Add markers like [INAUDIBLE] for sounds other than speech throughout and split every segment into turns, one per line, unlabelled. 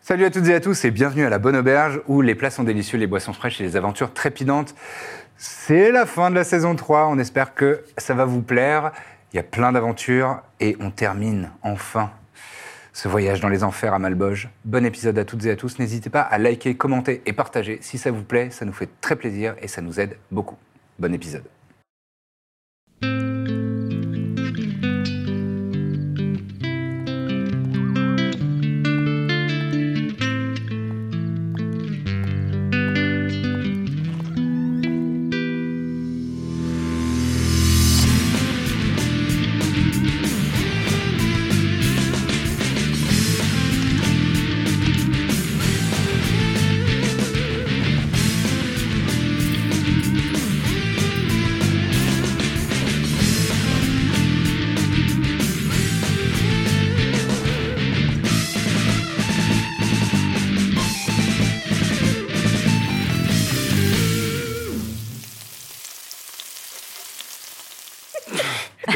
Salut à toutes et à tous et bienvenue à la Bonne Auberge où les plats sont délicieux, les boissons fraîches et les aventures trépidantes. C'est la fin de la saison 3, on espère que ça va vous plaire. Il y a plein d'aventures et on termine enfin ce voyage dans les enfers à Malboge. Bon épisode à toutes et à tous, n'hésitez pas à liker, commenter et partager si ça vous plaît, ça nous fait très plaisir et ça nous aide beaucoup. Bon épisode.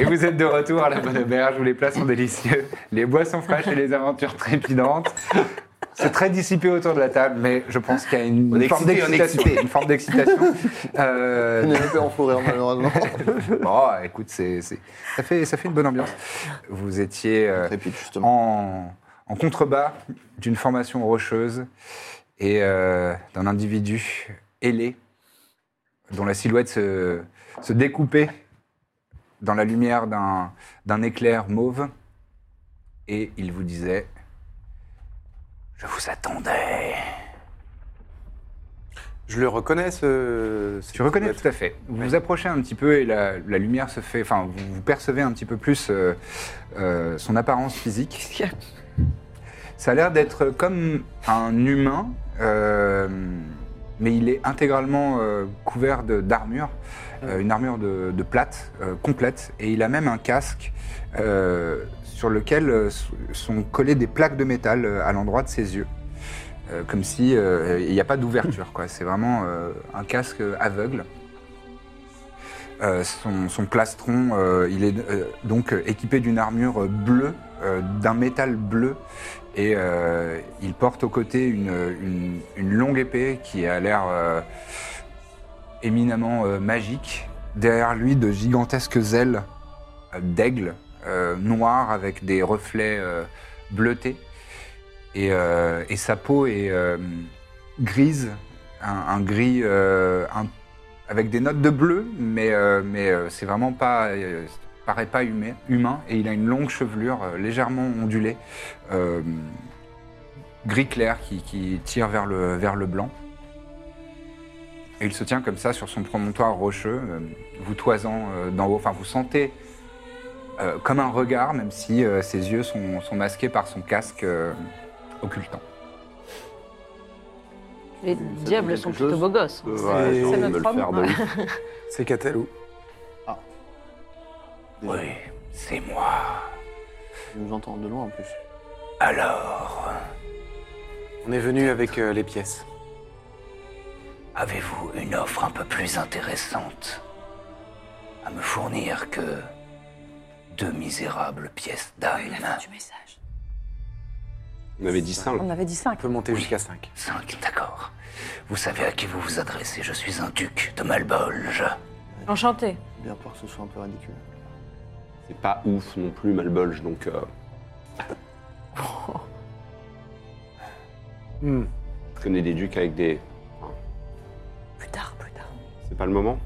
Et vous êtes de retour à la bonne auberge où les plats sont délicieux, les boissons fraîches et les aventures trépidantes. C'est très dissipé autour de la table, mais je pense qu'il y a une,
On est
forme
excité, on est
d'excitation.
excité.
Une forme
[LAUGHS]
d'excitation. Euh,
On est un peu en fourrure,
[LAUGHS]
malheureusement.
bon, écoute, c'est, c'est- ça, fait, ça fait une bonne ambiance. Vous étiez euh,
Et puis, justement.
en, en contrebas d'une formation rocheuse et euh, d'un individu ailé dont la silhouette se, se découpait dans la lumière d'un, d'un éclair mauve. Et il vous disait Je vous attendais.
Je le reconnais, ce.
Tu reconnais tout à fait. Vous vous approchez un petit peu et la, la lumière se fait. Enfin, vous, vous percevez un petit peu plus euh, euh, son apparence physique. Ça a l'air d'être comme un humain, euh, mais il est intégralement euh, couvert de- d'armure, euh, une armure de, de plate euh, complète, et il a même un casque euh, sur lequel euh, s- sont collées des plaques de métal euh, à l'endroit de ses yeux. Euh, comme si euh, il n'y a pas d'ouverture, quoi. C'est vraiment euh, un casque aveugle. Euh, son, son plastron, euh, il est euh, donc euh, équipé d'une armure euh, bleue, euh, d'un métal bleu, et euh, il porte aux côtés une, une- une longue épée qui a l'air euh, éminemment euh, magique. Derrière lui, de gigantesques ailes euh, d'aigle euh, noir avec des reflets euh, bleutés. Et, euh, et sa peau est euh, grise, un, un gris euh, un- avec des notes de bleu, mais, euh, mais euh, c'est vraiment pas. euh, ça paraît pas humai- humain. Et il a une longue chevelure euh, légèrement ondulée, euh, gris clair qui, qui tire vers le, vers le blanc. Et il se tient comme ça sur son promontoire rocheux, euh, vous toisant euh, d'en haut. Enfin, vous sentez euh, comme un regard, même si euh, ses yeux sont, sont masqués par son casque euh, occultant.
Les
donne
diables sont
quelque
plutôt
chose
beaux gosses.
Euh, ouais,
C'est-
j'ai envie
c'est
de me
notre
le faire,
homme.
bah oui.
[LAUGHS]
C'est Catalou.
Déjà,
[LAUGHS] c'est moi.
Il nous entend de loin en plus.
Alors,
On est venu avec euh, les pièces.
avez-vous une offre un peu plus intéressante à me fournir que deux misérables pièces d'âme
Du message.
On avait dit 5.
On avait dit
On
5.
peut monter jusqu'à 5.
5, d'accord. Vous savez à qui vous vous adressez, je suis un duc de Malbolge.
Enchanté.
J'ai Bien peur que ce soit un peu ridicule.
C'est pas ouf non plus, Malbolge, donc euh, je connais des ducs avec des...
Plus tard, plus tard.
C'est pas le moment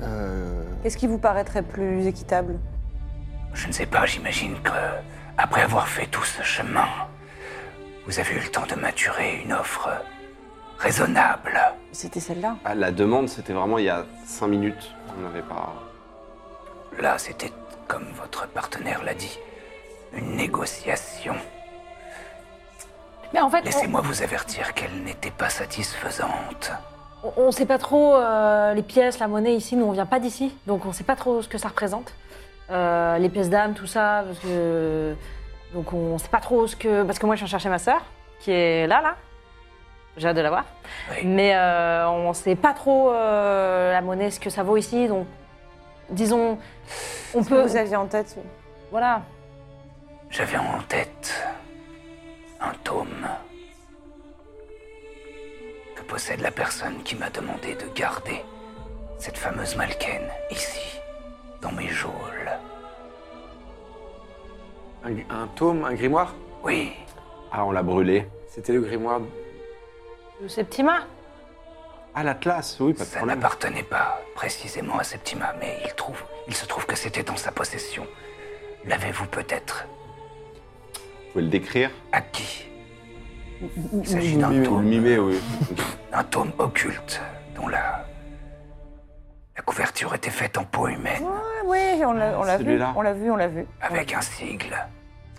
Euh,
Qu'est-ce qui vous paraîtrait plus équitable
Je ne sais pas, j'imagine que, après avoir fait tout ce chemin, vous avez eu le temps de maturer une offre raisonnable.
C'était celle-là.
Ah, la demande, c'était vraiment il y a 5 minutes. On n'avait pas...
Là, c'était comme votre partenaire l'a dit,
Une négociation.
Mais en fait,
Laissez-moi vous avertir qu'elle n'était pas satisfaisante.
on- on ne sait pas trop euh, les pièces, la monnaie ici. Nous, on vient pas d'ici, donc on ne sait pas trop ce que ça représente. Euh, les pièces d'âme, tout ça, parce que donc on ne sait pas trop ce que. Parce que moi, je viens chercher ma sœur, qui est là, là. J'ai hâte de la voir.
Oui.
Mais euh, on ne sait pas trop euh, la monnaie, ce que ça vaut ici. Donc, disons, on
Ce que
peut.
vous aviez en tête.
Voilà.
J'avais en tête un tome que possède la personne qui m'a demandé de garder cette fameuse Malken ici, dans mes geôles.
Un, un tome, un grimoire
Oui,
Ah, on l'a brûlé.
C'était le grimoire.
Le Septima.
Ah, l'Atlas, oui, pas de
ça
problème.
n'appartenait pas précisément à Septima, mais il, trouve, il se trouve que c'était en sa possession. L'avez-vous peut-être
Vous pouvez le décrire
acquis Il s'agit d'un
Mimer,
tome
mimer, oui.
un tome occulte dont la, la couverture était faite en peau humaine
Ah oui, on l'a on l'a vu.
Celui-là.
On l'a vu, on l'a vu.
avec un sigle.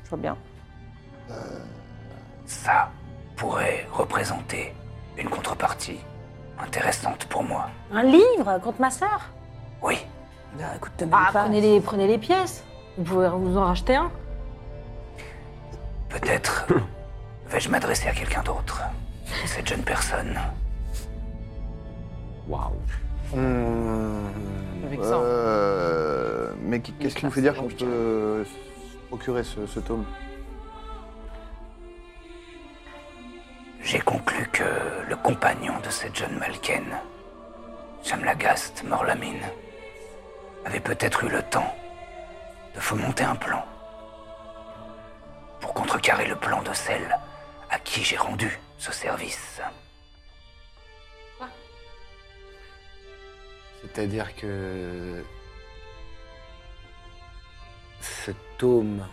Je vois bien.
Ça pourrait représenter une contrepartie intéressante pour moi.
Un livre contre ma sœur.
Oui,
Bah, écoute, te
Ah,
mêle pas.
prenez les, prenez les pièces. Vous pouvez vous en racheter un.
peut-être vais-je m'adresser à quelqu'un d'autre. Cette jeune personne.
Waouh.
Euh, mais qui- qu'est-ce qui vous fait dire qu'on peut euh, se procurer ce, ce tome
J'ai conclu que le compagnon de cette jeune Malken, Chamlagast Morlamine, avait peut-être eu le temps de fomenter un plan pour contrecarrer le plan de celle à qui j'ai rendu ce service.
C'est-à-dire que. Ce tome,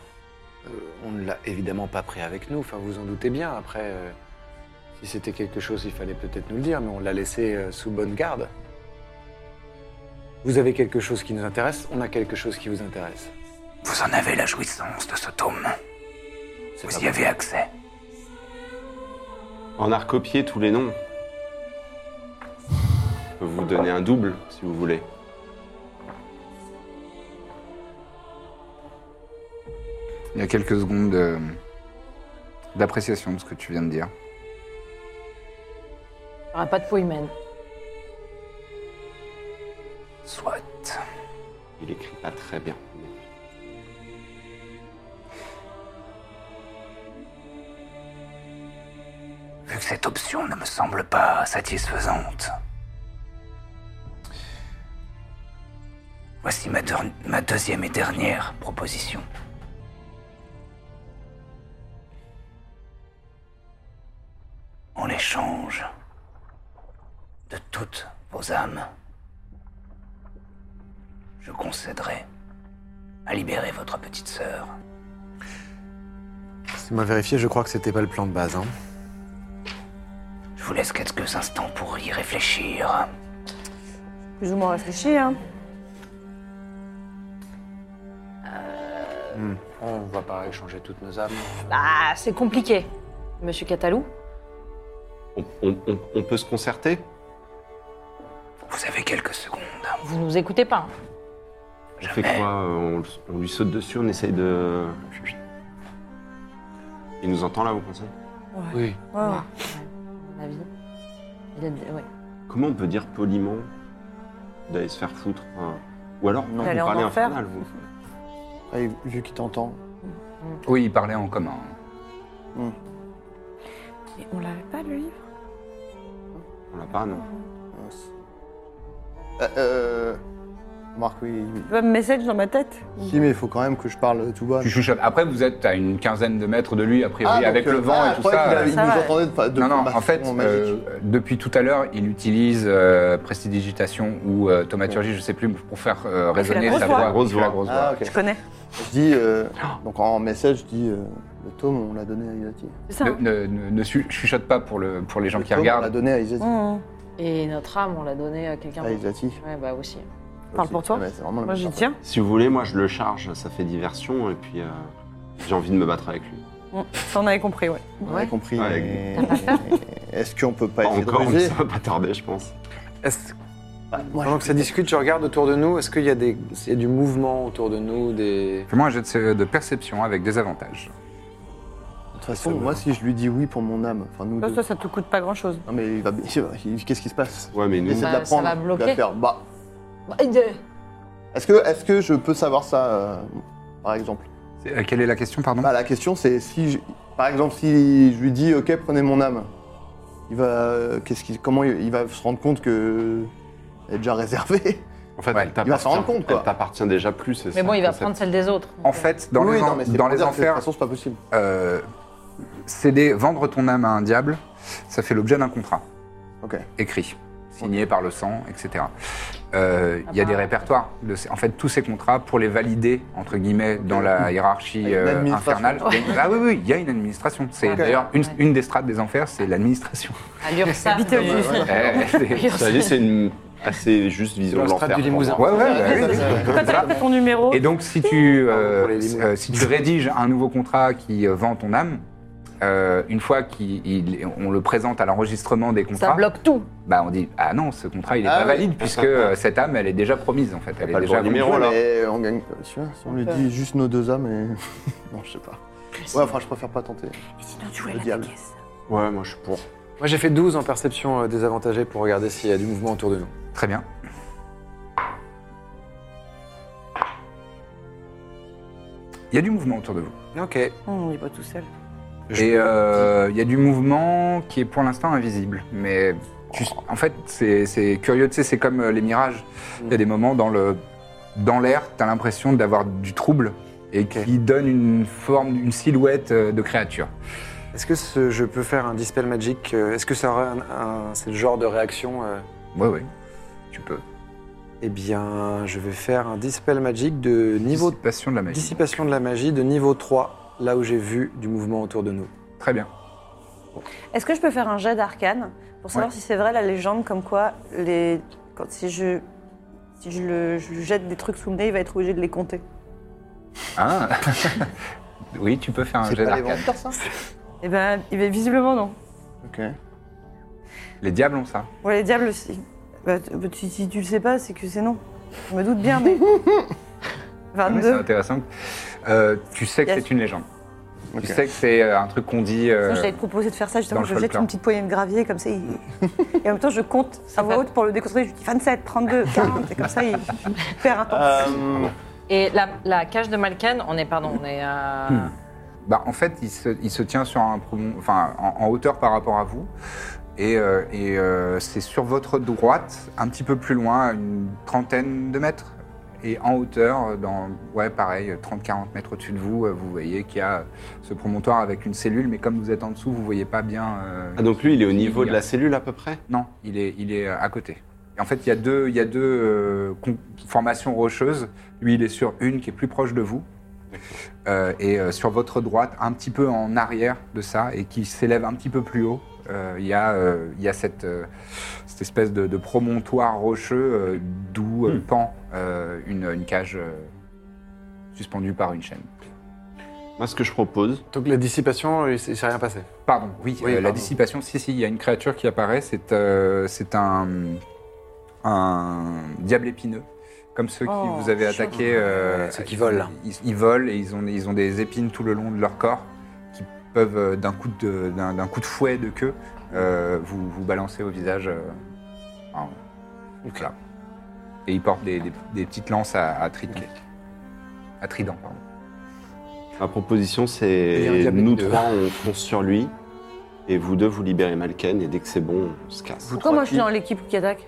euh, on ne l'a évidemment pas pris avec nous, enfin vous en doutez bien. Après, euh, si c'était quelque chose, il fallait peut-être nous le dire, mais on l'a laissé euh, sous bonne garde. Vous avez quelque chose qui nous intéresse, on a quelque chose qui vous intéresse.
Vous en avez la jouissance de ce tome.
C'est
Vous
pas
y avez accès.
On a recopié tous les noms. Je peux vous donner un double, si vous voulez.
Il y a quelques secondes de- d'appréciation de ce que tu viens de dire.
Il n'y aura pas de peau humaine.
Soit.
Il écrit pas très bien.
Vu que cette option ne me semble pas satisfaisante. Voici ma, der- ma deuxième et dernière proposition. En échange de toutes vos âmes, je concéderai à libérer votre petite sœur.
Si m'a vérifié, je crois que c'était pas le plan de base. Hein.
Je vous laisse quelques instants pour y réfléchir.
Plus ou moins réfléchi, hein.
On va pas échanger toutes nos âmes.
Bah, c'est compliqué, monsieur Catalou.
On, on- on- on peut se concerter
Vous avez quelques secondes.
Vous nous écoutez pas. hein.
On fait quoi Euh, on, on lui saute dessus, on essaye de... Il nous entend là, vous pensez
Oui.
Ouais, ouais.
à mon avis. Il a dit- ouais.
Comment on peut dire poliment d'aller se faire foutre hein Ou alors, non, vous
D'aller en
parlez
enfer.
infernal, vous.
Après, Vu qu'il t'entend,
Oui, ils parlaient en commun.
Mais on l'avait pas, le livre
On l'a pas, non
Euh, euh, Marc, oui. oui.
Tu vois me message dans ma tête
Si, mais il faut quand même que je parle tout bas.
Tu chuchotes. Après, vous êtes à une quinzaine de mètres de lui, a priori,
donc,
avec
euh,
le vent
ah,
et tout
je croyais
ça.
qu'il avait- il
Ça
nous
va.
entendait de pas- de
non, non,
bah,
en fait,
bon, magique.
euh, depuis tout à l'heure, il utilise euh, prestidigitation ou euh, thaumaturgie, je sais plus, pour faire euh, résonner
grosse
sa
voix.
voix.
La grosse
Il fait la
voix.
grosse
Ah,
voix.
ok.
Je connais.
Je dis, euh, donc en message, je dis, euh, le tome, on l'a donné à Isati.
C'est ça. hein.
Ne, ne- ne su- chuchote pas pour, le, pour les gens
Le
qui
tome, On l'a
regardent.
donné à Isati.
Mmh.
Et notre âme, on l'a donnée à
Ah,
quelqu'un
À
d'autre.
Isati.
Ouais, bah aussi.
mmh. Parle pour toi.
Ouais, mais c'est vraiment la
Moi,
même
j'y
chose.
tiens.
Si vous voulez, moi je le charge, ça fait diversion, et puis euh,
J'ai envie de me battre avec lui.
Mm. Ça, on avait compris, ouais.
On a compris.
Ouais.
mais- Est-ce qu'on peut pas
Pas
essayer
encore,
de
mais
ruser
ça va pas tarder, je pense.
Est-ce- Pendant que ça discute, je regarde autour de nous. Est-ce qu'il y, a des- il y a du mouvement autour de nous des...
Fais-moi un jet de, de perception avec des avantages.
De toute façon, moi, si je lui dis oui pour mon âme, enfin nous
Ça,
deux.
Bah, ça, ça te coûte pas grand-chose.
Non, mais il va. il- Qu'est-ce qui se passe
Ouais, mais nous,
Essaie de
Bah,
la
ça
prendre.
va
de la
bloquer.
faire. Bah,
Bah, euh,
est-ce que, est que je peux savoir ça, euh, par exemple
C'est- euh, quelle est la question, pardon
Bah, la question, c'est si, je- par exemple, si je lui dis, ok, prenez mon âme, il va, euh, qu'est-ce qu'il, comment il, il va se rendre compte que elle est déjà réservée
En fait,
Ouais,
elle
il
va s'en rendre
t'appartient-
compte, quoi.
Elle t'appartient déjà plus, c'est ça
Mais bon,
le
il va
concept.
prendre celle des autres.
En fait, dans les, en-
mais c'est
dans
pour
les
dire que De toute
enfers,
façon, c'est pas possible.
euh, céder, vendre ton âme à un diable, ça fait l'objet d'un contrat.
Ok.
Écrit, signé par le sang, etc. Euh,
Ah
Il y a
bah.
des répertoires. de ces- en fait, tous ces contrats, pour les valider, entre guillemets, dans la hiérarchie
Il y a une
euh,
administration.
infernale. il y a une- Ah oui, oui, il y a une administration. C'est
Ok.
d'ailleurs une,
Ouais.
une des strates des enfers, c'est l'administration.
À l'URSSAF.
[LAUGHS] Eh, c'est-
Ça dit, c'est une assez juste vision de
Le strat
l'enfer.
du
pour moi.
Limousin.
Ouais, ouais, ouais,
Ouais,
oui.
ça,
Quand t'as fait ton numéro,
Et donc, si tu, euh,
pour les limous.
euh, si tu rédiges un nouveau contrat qui euh, vend ton âme, euh, une fois qu'on le présente à l'enregistrement des
Ça
contrats,
bloque tout.
bah on dit ah non ce contrat il est
Ah
pas
oui.
valide puisque euh, cette âme elle est déjà promise en fait elle
pas
est
le
déjà
bon numéro,
vendue.
là.
Mais on gagne. Tu vois, si on lui dit juste nos deux âmes, et... [LAUGHS] non, je sais pas. Ouais, enfin, je préfère pas tenter.
Et sinon, tu jouais
Le
la
diable.
caisse.
Ouais, moi, je suis pour.
Moi, j'ai fait 12 en perception euh, désavantagée pour regarder s'il y a du mouvement autour de nous.
Très bien. Il y a du mouvement autour de vous.
Ok.
on n'est pas tout seul.
Je-
Et euh, il y a du mouvement qui est pour l'instant invisible. Mais tu- en fait, c'est c'est curieux, tu sais, c'est comme euh, les mirages. Il y a des moments dans le dans l'air, tu as l'impression d'avoir du trouble et qui donne une forme, une silhouette euh, de créature.
Est-ce que ce- je peux faire un dispel magic euh, Est-ce que ça aurait un, un- c'est le genre de réaction euh,
Oui, oui, tu peux.
Eh bien, je vais faire un dispel magic de niveau
Dissipation de la magie.
dissipation de la magie de niveau 3, là où j'ai vu du mouvement autour de nous.
Très bien.
Est-ce que je peux faire un jet d'arcane pour savoir
Ouais.
si c'est vrai la légende comme quoi les... Quand, si je... Si je, le, je lui jette des trucs sous le nez, il va être obligé de les compter.
Ah. [LAUGHS] oui, tu peux faire un
C'est
jet
pas les
d'arcane.
venteurs, ça
Eh ben, il va- visiblement non.
Ok.
Les diables ont ça.
Ouais, les diables aussi. Bah, t- bah, tu- si tu le sais pas, c'est que c'est non. Je me doute [LAUGHS] bien, mais...
Ouais, c'est
22.
intéressant. Euh, tu sais que
Yes.
c'est une légende.
Ok.
Tu sais que c'est euh, un truc qu'on dit. euh,
Sinon, je t'avais proposé de faire ça, justement,
dans le
je jette
folklore.
une petite poignée de gravier, comme [LAUGHS] ça, il- et en même temps, je compte à voix haute pour le déconcentrer, je lui dis 27, 32, 40, et comme ça, il perd un temps.
Euh,
Et la, la cage de Malken, on est, pardon, on est euh, à.
Hmm.
bah, en fait, il se, il se tient sur un, promon- enfin, en, en hauteur par rapport à vous. Et, euh, et, euh, c'est sur votre droite, un petit peu plus loin, à une trentaine de mètres. Et en hauteur, dans, ouais, pareil, 30-40 mètres au-dessus de vous, euh, vous voyez qu'il y a ce promontoire avec une cellule, mais comme vous êtes en dessous, vous voyez pas bien. euh,
Ah, donc lui, il est au niveau
Il y a-
de la cellule à peu près
Non, il est, il est euh, à côté. Et en fait, il y a deux, il y a deux euh, con- formations rocheuses. Lui, il est sur une qui est plus proche de vous. Euh, et euh, sur votre droite, un petit peu en arrière de ça, et qui s'élève un petit peu plus haut, euh, il y a, euh, il y a cette, euh, cette espèce de, de promontoire rocheux euh, d'où euh, pend euh, une, une cage euh, suspendue par une chaîne.
Moi, ce que je propose,
Donc la dissipation, il, s- il s'est rien passé.
Pardon, oui,
Oui,
euh, la
pardon.
dissipation, si, si, il y a une créature qui apparaît, c'est euh, c'est un, un diable épineux, comme ceux qui vous avez attaqué. euh,
Ceux qui volent.
Ils, ils volent et ils ont, ils ont des épines tout le long de leur corps qui peuvent, euh, d'un coup, de- d'un d'un coup de fouet de queue, euh, vous, vous balancer au visage. euh, en- voilà. Et ils portent des, des- des petites lances à, à trident. À trident, pardon.
ma proposition,
Il y a un
c'est
diable
nous
de-
trois, on fonce sur lui, et vous deux, vous libérez Malken, et dès que c'est bon, on se casse.
Pourquoi moi je suis dans l'équipe qui attaque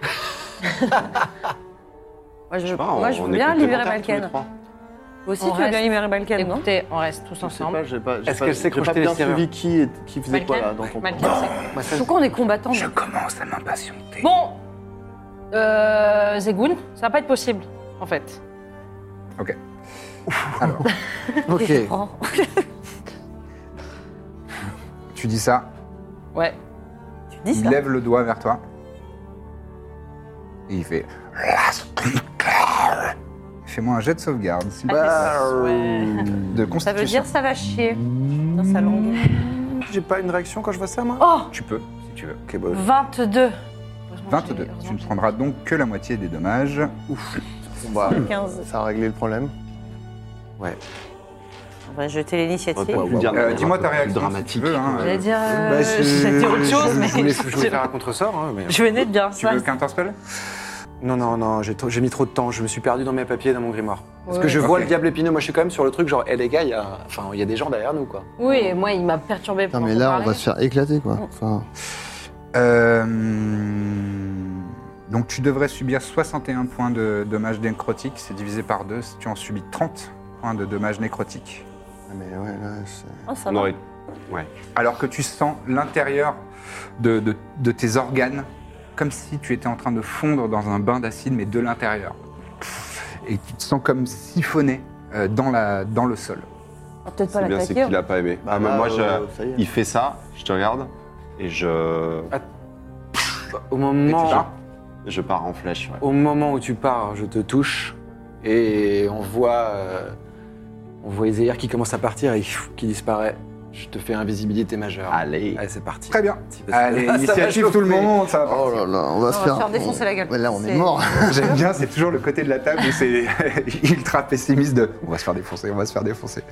Moi je,
sais pas,
moi, je
on
veux
est
bien libérer
complémentaires tous les
Malken.
trois.
Toi aussi
On
tu veux bien
reste-
libérer Malken, non
Écoutez, on reste tous
Je sais pas,
ensemble.
j'ai pas, j'ai
Est-ce
pas-
qu'elle sait
j'ai pas
crocheter
bien
les serrures
suivi qui, est- qui faisait quoi là
Malken,
dans ton
Malken, c'est-
Moi, ça,
Pourquoi on est combattants
Je
mais-
commence à m'impatienter.
Bon, euh, Zegoun, ça va pas être possible, en fait.
Ok.
Je comprends.
Tu dis ça,
Ouais.
Tu dis
Il
ça
lève le doigt vers toi. Et il fait. Il fait, fais-moi un jet de sauvegarde. s'il te plaît.
Ah.
Bah, ouais.
de
Ça veut
constitution.
dire ça va chier dans sa langue.
J'ai pas une réaction quand je vois ça, moi
Oh
Tu peux, si tu veux.
Ok, bah,
22.
22. Tu ne prendras donc que la moitié des dommages. Ouf.
Bon, bah,
15.
ça a réglé le problème.
On va jeter l'initiative.
Ouais, ouais.
Plus
Euh,
dramatique.
Dis-moi ta
Plus
réaction.
dramatique.
Si tu veux, hein.
J'allais dire. euh,
Bah, je-
[LAUGHS] J'allais dire autre
je-
chose,
je [LAUGHS]
mais.
voulais- Je voulais faire un contresort, hein, mais...
Je venais de bien
Tu
ça.
veux counter spell
Non, non, non, j'ai trop- j'ai mis trop de temps, je me suis perdu dans mes papiers, dans mon grimoire. Parce que je
Ouais.
vois
Ok.
le diable épineux, moi je suis quand même sur le truc genre, hé les gars, il y a- enfin, il y a des gens derrière nous, quoi.
Oui, et moi, il m'a perturbé.
Putain,
pendant
mais
qu'on
là, on
parlait.
va se faire éclater, quoi. Enfin,
Euh, Donc tu devrais subir 61 points de dommages nécrotiques. C'est divisé par 2. Tu en subis 30 points de dommages nécrotiques.
mais ouais, là, c'est-
Oh, ça
On
va.
aurait
Alors que tu sens l'intérieur de, de- de tes organes comme si tu étais en train de fondre dans un bain d'acide, mais de l'intérieur. Et tu te sens comme siphonné euh, dans, la, dans le sol.
On va peut-être pas
C'est bien, c'est
l'attaquer.
qu'il a pas aimé.
Bah,
Ah, mais
là,
moi,
euh,
je-
ça y est.
il fait ça, je te regarde, et je,
Bah, Au
Et tu
moment,
pars.
je pars en flèche. ouais.
au moment où tu pars, je te touche et on voit, euh, on voit Izehir qui commence à partir et pfiou, qui disparaît. Je te fais invisibilité majeure.
Allez.
Allez, c'est parti.
Très bien.
Petit peu-
Allez,
Ça va
initiative tout le
chauffer.
monde. Ça va.
Oh là là, on va se
va
faire.
se faire défoncer
on-
la gueule.
Mais là, on est,
C'est-
mort.
J'aime Eh bien, c'est toujours le côté de la table où c'est [LAUGHS] ultra pessimiste de on va se faire défoncer, on va se faire défoncer.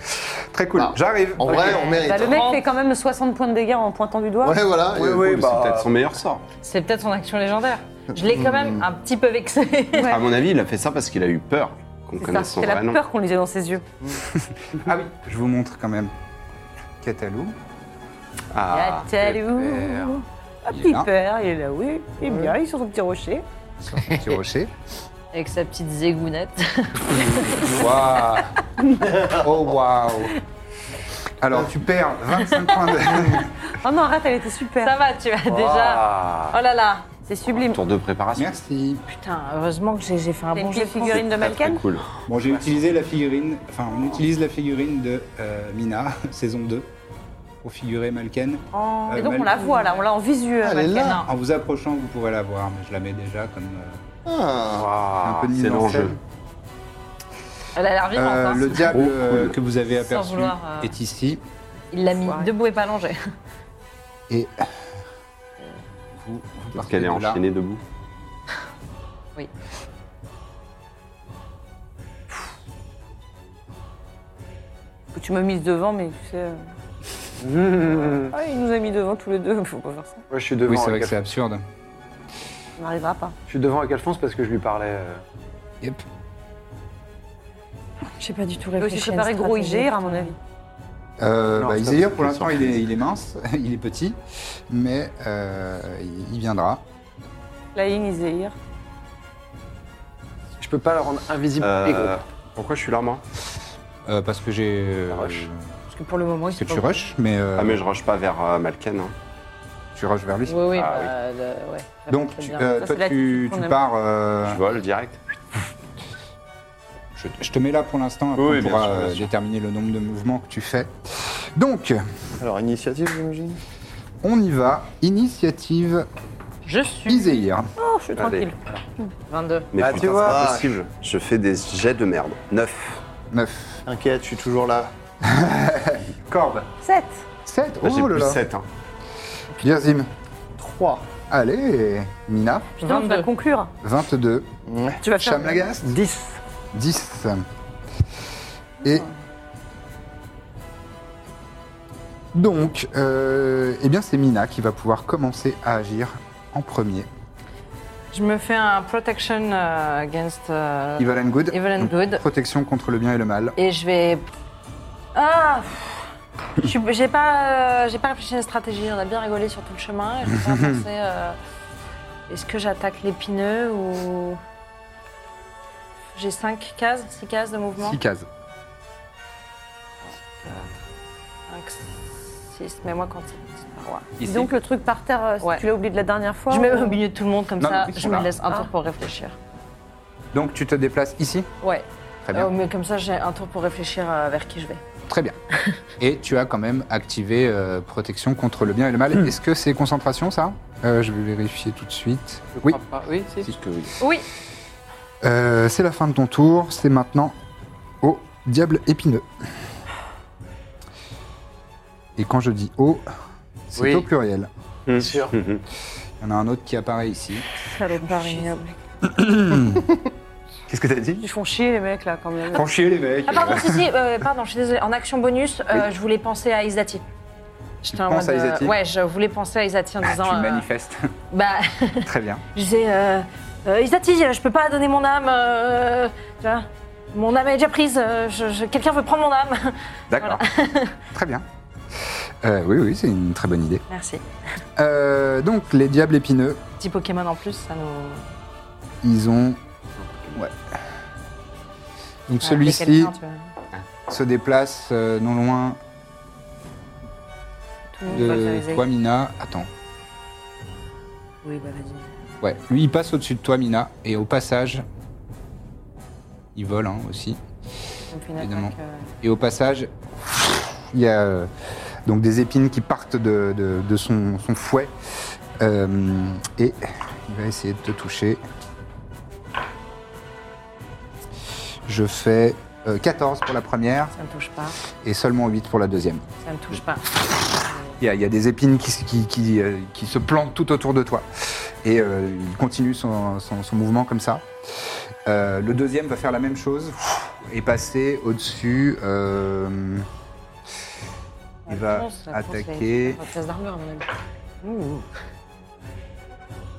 Très cool,
Ah.
j'arrive.
En vrai, on mérite.
Bah, le mec fait quand même 60 points de dégâts en pointant du doigt.
Ouais, voilà.
Oui,
et-
oui,
C'est
bah,
peut-être son meilleur sort.
C'est peut-être son action légendaire. Je l'ai quand même un petit peu [LAUGHS] vexé.
À mon avis, il a fait ça parce qu'il a eu peur qu'on
C'est ça,
connaisse son
c'est
vrai
la
nom.
peur qu'on lisait dans ses yeux.
Ah oui, je vous montre quand même Catalou.
Ah,
Yatalou.
pépère.
Ah,
Il est là.
pépère, il est là, oui. Il est bien, il est sur son petit rocher.
sur son petit rocher.
Avec sa petite zégounette.
Waouh Oh waouh Alors tu perds 25 points de...
[LAUGHS]
Ah,
Oh non, arrête, elle était super.
[LAUGHS] Ça va, tu vas déjà. Oh là là.
C'est sublime.
tour de préparation.
Merci.
Putain, heureusement que j'ai j'ai fait un
T'as
bon
une
jeu
petite
de con.
figurine de
Très, très
Malken
cool.
Bon, j'ai utilisé la figurine, enfin, on utilise la figurine de euh,
[LAUGHS]
Mina, saison 2, pour figurer Malken.
Oh, mais
Euh,
donc on
Malken.
la voit là, on l'a en visu.
Elle est
Malken.
là.
En vous approchant, vous pourrez la voir, mais je la mets déjà comme euh,
Ah.
un peu de
c'est
mise en
l'enjeu.
scène.
Elle a l'air vivante.
Euh,
hein.
le diable
trop
euh,
cool.
que vous avez
Sans
aperçu
vouloir, euh,
est ici.
Il l'a mis debout et pas allongé.
Et... Vous, vous
Parce
partez
qu'elle est
de là.
enchaînée debout.
Faut que Tu m'as mise devant, mais tu sais. euh,
Mmh.
Ah, il nous a mis devant tous les deux, faut pas faire ça.
Ouais, je suis devant.
Oui, c'est
à
vrai que c'est
Calfons.
absurde.
On n'arrivera pas.
Je suis devant à Calfonce parce que je lui parlais. euh,
Yep.
J'ai pas du tout
Il a aussi préparé gros IGR, à mon avis.
Euh,
Non,
bah,
ça,
Iséir,
c'est
pour
une
l'instant, il est, il est mince, [LAUGHS] il est petit, mais euh, il- il viendra.
Flying IGR.
Je peux pas la rendre invisible et gros.
Euh, pourquoi je suis là, moi
Euh, parce que j'ai. euh,
La rush.
Parce que pour le moment, il
Parce que tu rushes, mais, euh,
Ah, mais je rush pas vers euh, Malken. hein.
tu rushes vers lui.
Oui, oui,
Ah,
bah, le- ouais. Ça
Donc,
va
tu-
bien.
euh,
Ça, c'est
toi, tu,
l'attitude qu'on
tu
aime.
pars. euh,
Je vole direct.
je, je te mets là pour l'instant, après
Oui,
on
bien
pourra
sûr, bien
euh,
sûr.
déterminer le nombre de mouvements que tu fais. Donc,
Alors, initiative, j'imagine
on y va. Initiative
Je suis
Iséir.
Oh, je suis
Allez.
tranquille.
22.
Mais
Ah, tu
putain,
vois.
c'est pas possible. Je fais des jets de merde. 9.
9.
T'inquiète, je suis toujours là.
[LAUGHS] Corbe.
7.
7.
J'ai
oh là
plus
là.
7. Hein.
Birzim.
3.
Allez. Mina.
Putain, tu vas
22.
conclure.
22.
Tu vas faire.
Chamlagast.
10.
10. Et. Donc, euh, eh bien, c'est Mina qui va pouvoir commencer à agir en premier.
Je me fais un protection euh, against euh,
Evil and Good.
Evil and
Donc,
Good.
Protection contre le bien et le mal.
Et je vais. Ah pff. Je suis- J'ai pas, euh, j'ai pas réfléchi à une stratégie, on a bien rigolé sur tout le chemin. et j'ai
[LAUGHS]
pas pensé, euh, Est-ce que j'attaque l'épineux ou. J'ai 5 cases, 6 cases de mouvement
6 cases.
5, 6, mais moi quand c'est une petite paroi.
Dis donc le truc par terre, euh, si
Ouais.
tu l'as oublié de la dernière fois.
Je me mets au
ou-
milieu de tout le monde comme
Non,
ça,
mais ils
je
sont
me
là.
laisse un tour
Ah.
pour réfléchir.
Donc, tu te déplaces ici
Ouais,
Très bien.
Euh, mais comme ça j'ai un tour pour réfléchir euh, vers qui je vais.
Très [LAUGHS] bien. Et tu as quand même activé euh, protection contre le bien et le mal. Est-ce que c'est concentration, ça Euh, Je vais vérifier tout de suite.
Je
Oui.
crois pas. Oui, si.
Dites que oui.
Oui
Euh, c'est la fin de ton tour, c'est maintenant au diable épineux. Et quand je dis au, c'est
Oui.
au pluriel. [LAUGHS]
Bien sûr.
Il y en a un autre qui apparaît ici.
Salaud de Paris.
[COUGHS] Qu'est-ce que t'as dit
Ils font chier les mecs là quand même.
Font chier les mecs.
Ah, pardon, si, si, euh, pardon, je suis désolée. En action bonus, euh, je voulais penser à Isdati. J'étais en
penses
mode,
à
euh,
Isdati
Ouais, je voulais penser à Isdati en
Ah,
disant.
tu
euh,
[LAUGHS] manifestes.
bah, [LAUGHS]
Très bien.
je disais, euh, euh, Isdati, je peux pas donner mon âme. euh, tu vois, mon âme est déjà prise. euh, je- je- Quelqu'un veut prendre mon âme. [LAUGHS]
D'accord. Très bien. Euh, oui, oui, c'est une très bonne idée.
Merci.
Euh, donc, les diables épineux,
Petit Pokémon en plus, ça nous.
ils ont. Ouais. Donc, celui-ci
quelqu'un, tu vois.
se déplace euh, non loin
Tout le monde va faire
de
les
toi, Mina. Attends.
Oui, bah vas-y.
Ouais, lui il passe au-dessus de toi, Mina, et au passage, il vole hein, aussi,
On fait une
évidemment.
attaque, euh,
Et au passage, il y a euh, donc des épines qui partent de, de- de son, son fouet, Euh, et il va essayer de te toucher. Je fais euh, 14 pour la première
Ça me touche pas.
et seulement 8 pour la deuxième.
Ça me touche pas.
Il y, a- il y a des épines qui, se- qui- qui, euh, qui se plantent tout autour de toi. Et euh, il continue son, son- son mouvement comme ça. Euh, le deuxième va faire la même chose et passer au-dessus. euh, il va
Alphonse, Alphonse, il
attaquer
a une pièce d'armure, à mon avis. Ouh.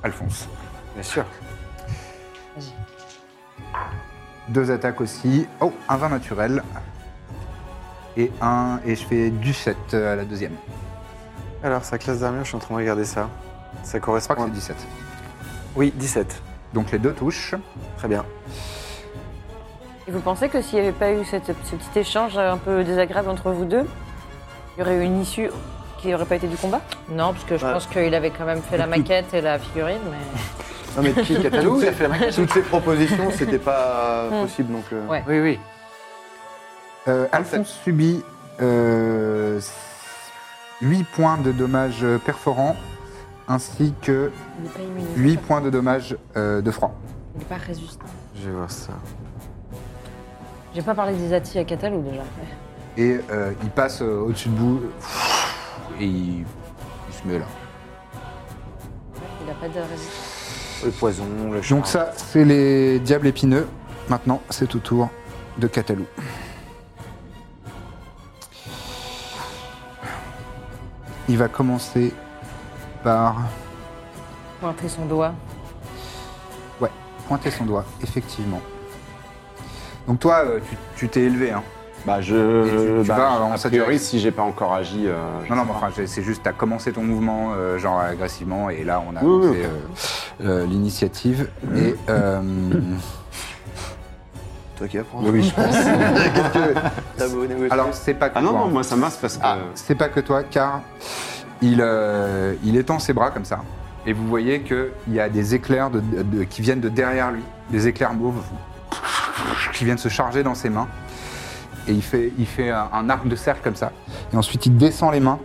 Alphonse.
Bien sûr.
Deux attaques aussi. Oh, un 20 naturel. Et un. Et je fais du 7 à la deuxième.
Alors, sa classe d'armure, je suis en train de regarder
Je
ça. Ça
crois que
correspond.
c'est 17.
Oui, 17.
Donc les deux touches.
Très bien.
Et vous pensez que s'il n'y avait pas eu cette- ce petit échange un peu désagréable entre vous deux, il y aurait eu une issue qui n'aurait pas été du combat
Non, parce que je
Bah,
Ouais.
pense qu'il avait quand même fait la maquette et la figurine, mais.
Non, mais
[LAUGHS]
qui-
Catalou, il a fait la maquette.
toutes ces propositions,
[LAUGHS]
c'était pas possible donc. euh,
Ouais.
Oui, oui.
Euh, Alphonse subit 8 points de dommages perforants ainsi que
Il n'est pas immunisé.
8 points de dommages euh, de froid.
Il n'est pas résistant.
Je vais voir ça.
J'ai pas parlé des Ati à Catalou déjà.
Et euh, il passe euh, au-dessus de vous et il, il se met là.
Il n'a pas de résistance.
Le poison, le
Donc ça, c'est les diables épineux. Maintenant, c'est au tour de Catalou. Il va commencer par
Pointer son doigt.
Ouais, pointer son doigt, effectivement. Donc toi, euh, tu- tu t'es élevé, hein.
Bah, je.
Et tu- tu
bah,
vas euh, en
a
sa
priori,
direction.
si j'ai pas encore agi. euh, je
Non, non,
sais
mais
pas.
enfin, j'ai- c'est juste, t'as commencé ton mouvement, euh, genre agressivement, et là, on a
Oui, oui, Mm.
lancé euh, euh, l'initiative. Et euh,
Toi qui apprends.
Oui, oui,
[LAUGHS]
je pense.
Qu'est-ce que t'as beau négocier
alors, c'est pas que
Ah non,
toi.
non, moi ça me va, c'est parce que. euh,
Ah, c'est pas que toi, car il, euh, il étend ses bras comme ça, et vous voyez que il y a des éclairs de- de- qui viennent de derrière lui, des éclairs mauves qui viennent se charger dans ses mains. Et il fait, il fait un, un arc de cercle comme ça. Et ensuite, il descend les mains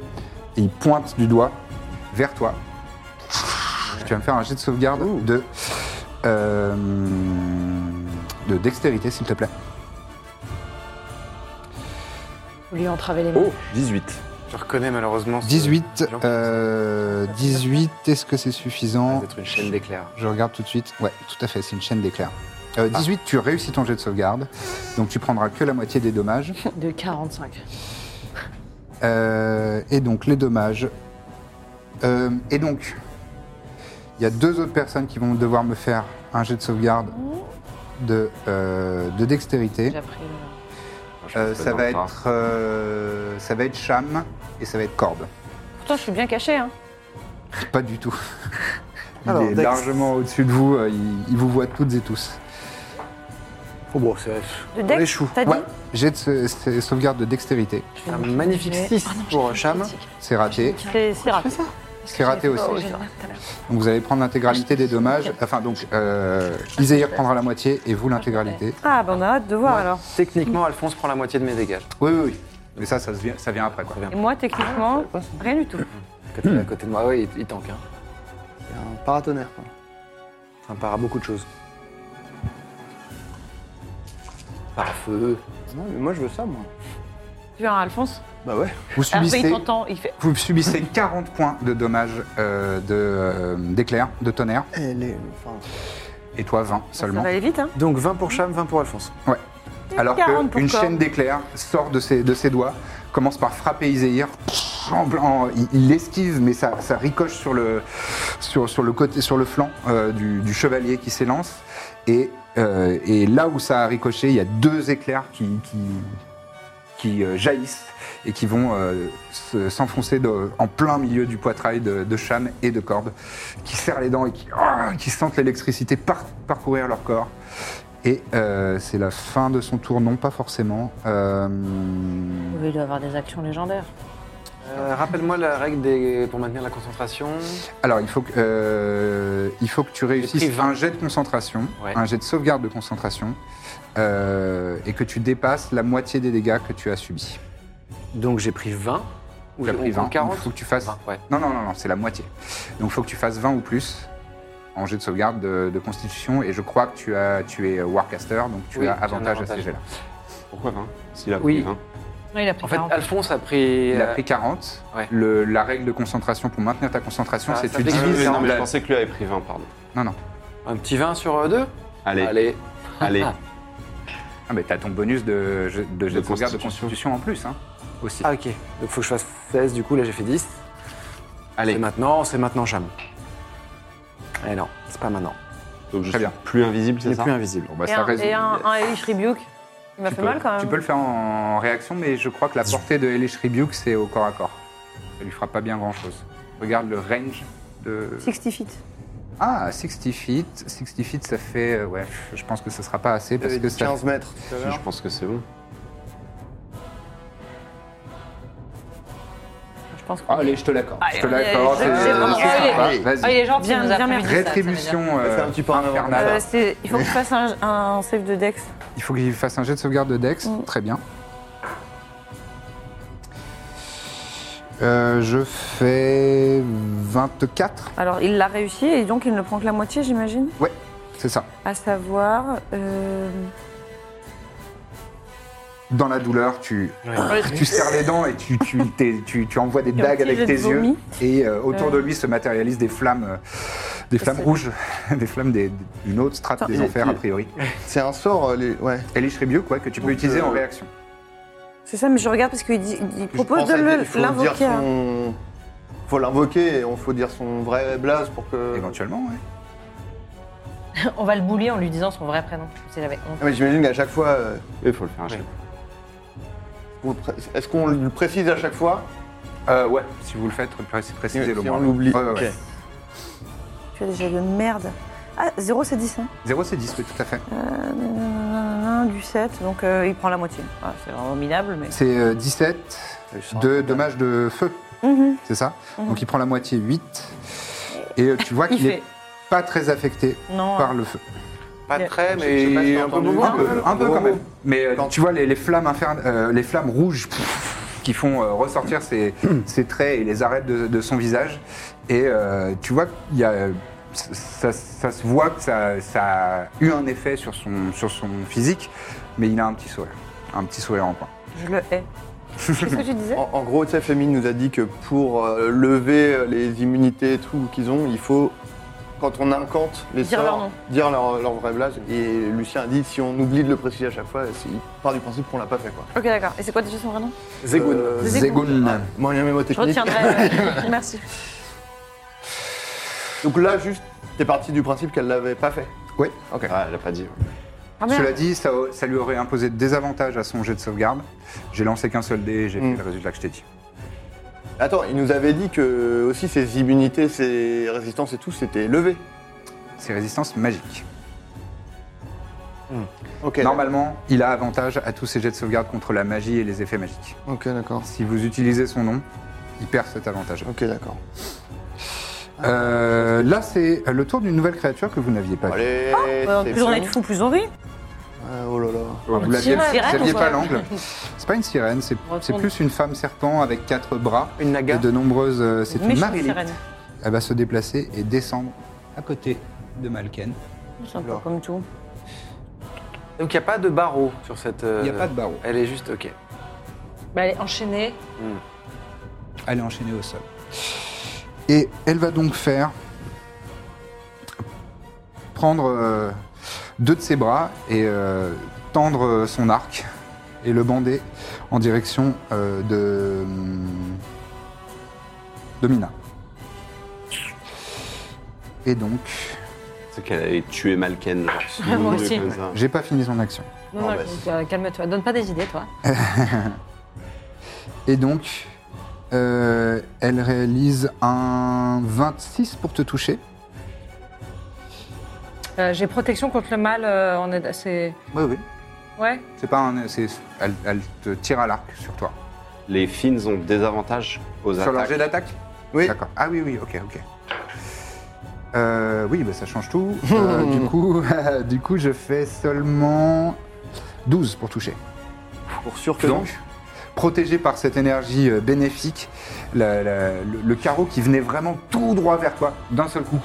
et il pointe du doigt vers toi. Tu vas me faire un jet de sauvegarde de, euh, de dextérité, s'il te plaît.
Vous lui entraver les mains.
Oh, 18.
Je reconnais malheureusement. ce-
18,
gens qui
euh, 18, est-ce que c'est
sont-
suffisant
d'être une chaîne d'éclairs.
Je regarde tout de suite. Ouais, tout à fait, c'est une chaîne d'éclairs. Euh, 18, tu réussis ton jet de sauvegarde, donc tu prendras que la moitié des dommages.
De 45.
Euh, et donc les dommages. Euh, et donc, il y a deux autres personnes qui vont devoir me faire un jet de sauvegarde de, euh, de dextérité.
J'ai appris le.
Euh, ça, va être, euh, ça va être Cham et ça va être Corbe.
Pourtant, je suis bien cachée. Hein.
Pas du tout. Il
Alors,
est
Dex.
largement au-dessus de vous, euh, il, il vous voit toutes et tous.
Oh, bon, c'est
De
On
deck,
échoue.
t'as dit
Ouais, jet de sa- sa- sauvegarde de dextérité.
un magnifique 6 pour Cham.
C'est raté.
C'est c'est raté.
C'est raté aussi. Donc vous allez prendre l'intégralité des dommages. Enfin donc, euh, Iséir prendra la moitié et vous l'intégralité.
Ah, bah on a hâte de voir alors.
Techniquement, Alphonse prend la moitié de mes dégâts.
Oui, oui, oui. Mais ça, ça, se vient, ça vient après. Quoi.
Et moi, techniquement, rien du tout.
Quand il est à côté de moi, oui, il, il tank. Hein.
C'est un Hmm. paratonnerre. quoi.
Ça me part à beaucoup de choses. Par feu.
Non, mais moi je veux ça, moi.
Tu vois, Alphonse
Bah ouais.
Vous
Hervé, Ah, il
subissez,
t'entend, il fait.
vous subissez 40 points de dommages euh, de, euh, d'éclair, de tonnerre,
Elle est. Enfin,
et toi 20
Ça
seulement.
va aller vite, hein
Donc 20 pour Cham, 20 pour Alphonse.
Ouais. Alors
40 pour
qu'une
Corbe.
chaîne d'éclairs sort de ses, de ses doigts, commence par frapper Iséir. En plan, il- il l'esquive, mais ça, ça ricoche sur le, sur, sur le, côté, sur le flanc euh, du, du chevalier qui s'élance. Et, euh, et là où ça a ricoché, il y a deux éclairs qui, qui, qui, euh, jaillissent et qui vont euh, se- s'enfoncer de- en plein milieu du poitrail de, de Cham et de Corbe, qui serrent les dents et qui, ah, qui sentent l'électricité par- parcourir leur corps. Et euh, c'est la fin de son tour, non pas forcément. Euh,
Oui, il doit avoir des actions légendaires.
Euh, Rappelle-moi la règle des... pour maintenir la concentration.
alors il faut que euh, il faut que tu réussisses
pris vingt.
un jet de concentration,
Ouais.
un jet de sauvegarde de concentration, euh, et que tu dépasses la moitié des dégâts que tu as subis.
Donc j'ai pris 20. Ou
Tu as
j'ai-
pris
ou
20. Il
40
faut que tu fasses.
20, ouais.
Non non non non, c'est la moitié. Donc il faut que tu fasses 20 ou plus en jet de sauvegarde de, de constitution, et je crois que tu as tu es warcaster, donc tu
Oui,
as
j'ai un
avantage, à
avantage.
ces jets-là.
Pourquoi 20 S'il a
Oui.
pris 20.
Oui, il a pris
En fait,
40.
Alphonse a pris.
Il a
euh,
pris 40.
ouais.
Le- la règle de concentration pour maintenir ta concentration,
Ah,
c'est
ça
tu
fait que-
Ah,
divises
mais non,
en
mais je
la-
pensais que lui avait pris 20, pardon.
Non, non.
Un petit 20 sur 2
Allez, allez.
Allez.
Ah, mais t'as ton bonus de, jeu- de, jeu de sauvegarde de
constitution.
constitution en plus, hein, aussi.
Ah, ok. Donc faut que je fasse 16, du coup, là j'ai fait 10. Allez. C'est maintenant, c'est maintenant, Cham. Eh non, c'est pas maintenant.
Donc je
Très
suis
bien.
plus invisible,
Il
c'est
est
ça
plus invisible.
Bon, bah,
et,
ça
un,
résout.
et un, un Elish Rebuke. Il m'a
Tu
fait
peux-
mal quand même.
Tu peux le faire en réaction, mais je crois que la portée de Elish Rebuke, c'est au corps à corps. Ça lui fera pas bien grand-chose. Regarde le range de...
60 feet.
Ah, 60 feet. 60 feet, ça fait... euh, Ouais, je pense que ça sera pas assez, parce
t'avais
que
dit
ça...
15 mètres tout à l'heure.
Je pense que c'est bon.
Je pense que.
Ah, Allez, je te l'accorde. Je te
Ah, allez,
l'accorde.
allez,
c'est-
c'est vraiment-
c'est sympa.
allez.
Vas-y.
Ah, il est gentil,
Bien,
il nous a
bien,
prévenu ça, ça veut dire.
Rétribution
On va faire un
euh,
petit pas en avant, comme ça.
infernale.
Euh, c'est- il faut que je fasse un, un save de Dex.
Il faut qu'il fasse un jet de sauvegarde de Dex.
Mm.
Très bien. Euh, je fais 24.
Alors, il l'a réussi et donc il ne prend que la moitié, j'imagine.
Ouais, c'est ça.
À savoir. euh,
Dans la douleur, tu, tu serres les dents et tu, tu, t'es- tu- tu envoies des
un
dagues
petit
avec
jet de
tes yeux.
vomi.
Et euh, autour
Euh.
de lui se matérialisent des flammes, euh, des flammes rouges, [LAUGHS] des flammes des- d'une autre strate
Attends,
des
il-
enfers,
il-
a priori.
C'est un sort, euh, les... ouais.
Elish Rebuke, ouais, que tu peux
Donc,
utiliser en
euh,
réaction.
C'est ça, mais je regarde parce qu'il dit- il
Je
propose
pense
de
à-
le-
il faut dire
l'invoquer. hein.
son- Faut l'invoquer et on faut dire son vrai blaze pour que.
Éventuellement, ouais.
On va le boulier en lui disant son vrai prénom. Si j'avais honte.
Ah, mais j'imagine qu'à chaque fois. euh,
Il faut le faire à chaque
Ouais.
fois.
vous le pré- Est-ce qu'on le précise à chaque fois
Euh, ouais, si vous le faites, pré- précisez-le
Si
moi.
on l'oublie.
Ouais, ouais, ouais.
Ok.
Tu as déjà de merde. Ah, 0 c'est 10. Hein.
0 c'est 10, oui, tout à fait.
Euh, nanana, du 7, donc euh, il prend la moitié. Ah, c'est vraiment minable, mais.
C'est euh, 17 de dommages de feu,
Mhm.
c'est ça
Mhm.
Donc il prend la moitié 8. Et euh, tu vois
Il
qu'il
fait.
n'est pas très affecté
Non. hein.
par le feu.
Pas
Yeah.
très,
Je sais pas si
mais
t'as
un peu euh,
entendu.
beaucoup.
Un peu,
Un peu quand même. Mais euh,
Quand-
tu vois les, les flammes infern- euh, les flammes rouges pff, qui font euh, ressortir [COUGHS] ses, ses traits et les arêtes de, de son visage. Et euh, tu vois qu'il y a. euh, Ça, ça se voit que ça, ça a eu un effet sur son, sur son physique, mais il a un petit sourire. Un petit sourire en coin.
Je le hais. Qu'est-ce que tu disais
En, en gros, tu sais, Femi nous a dit que pour euh, lever les immunités et tout qu'ils ont, il faut, quand on incante les
Dire
sorts,
leur nom.
dire leur, leur vrai blaze. Et Lucien a dit si on oublie de le préciser à chaque fois, c'est- il part du principe qu'on l'a pas fait. quoi.
Ok, d'accord. Et c'est quoi déjà son vrai nom
Zegoun.
Euh,
Zegoun.
Zegoun.
Moyen
Je [LAUGHS]
mémotechnique.
retiendrai. euh, Merci.
Donc là, juste, t'es parti du principe qu'elle l'avait pas fait.
Oui.
Ok.
Ah, elle a pas dit. ouais.
Ah, merde.
Cela dit, ça, ça lui aurait imposé des avantages à son jet de sauvegarde. J'ai lancé qu'un seul dé et j'ai
Mm.
fait le résultat que je t'ai dit.
Attends, il nous avait dit que aussi ses immunités, ses résistances et tout, c'était levé.
C'est résistance magique.
Mm. Ok.
Normalement, il a avantage à tous ses jets de sauvegarde contre la magie et les effets magiques.
Ok, d'accord.
Si vous utilisez son nom, il perd cet avantage.
Ok, d'accord.
Euh, là, c'est le tour d'une nouvelle créature que vous n'aviez pas vue.
Allez,
Ah.
Euh,
c'est
plus on est
bon.
de fous, plus on rit.
Ah, oh là là.
Vous l'aviez-
Sirène,
vous n'aviez
ou
pas l'angle. C'est pas une sirène, c'est c'est plus une femme serpent avec quatre bras
Une
et
naga.
de nombreuses. euh, C'est une
Méchante
marélite.
sirène.
Elle va se déplacer et descendre
à côté de Malken.
C'est un peu comme tout.
Donc il n'y a pas de barreau sur cette. Il
Y a pas de barreau.
Elle est juste. Ok.
Bah, elle est enchaînée.
Hmm.
Elle est enchaînée au sol. Et elle va donc faire prendre euh, deux de ses bras et euh, tendre euh, son arc et le bander en direction euh, de, de Mina. Et donc,
C'est qu'elle allait tuer Malken. genre, si
Moi
vous
aussi.
voulez comme ça.
j'ai pas fini son action.
Oh,
Non, non,
bah,
donc, euh, calme-toi. Donne pas des idées, toi.
Et donc, euh, elle réalise un 26 pour te toucher.
Euh, J'ai protection contre le mal. euh, on est, c'est...
Oui, oui.
Ouais.
C'est pas un. c'est- elle, elle te tire à l'arc sur toi.
Les Fins ont des avantages aux
Sur leur
attaques.
jet d'attaque
Oui.
D'accord. Ah oui, oui, ok, ok. Euh, oui, bah, ça change tout. Euh, du, coup, [LAUGHS] du coup, je fais seulement 12 pour toucher.
Pour sûr que non.
Donc, protégé par cette énergie euh, bénéfique, la- la- le, le carreau qui venait vraiment tout droit vers toi, d'un seul coup,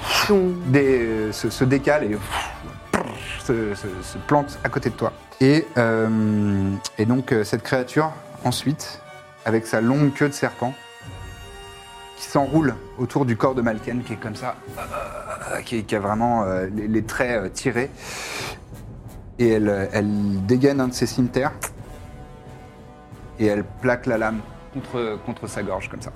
des- euh, se, se décale et euh, se, se- se plante à côté de toi. Et, euh, et donc, euh, cette créature, ensuite, avec sa longue queue de serpent, qui s'enroule autour du corps de Malken, qui est comme ça, euh, qui, qui a vraiment euh, les, les traits euh, tirés. Et elle, euh, elle dégaine un de ses cimetières et elle plaque la lame contre, contre sa gorge comme ça.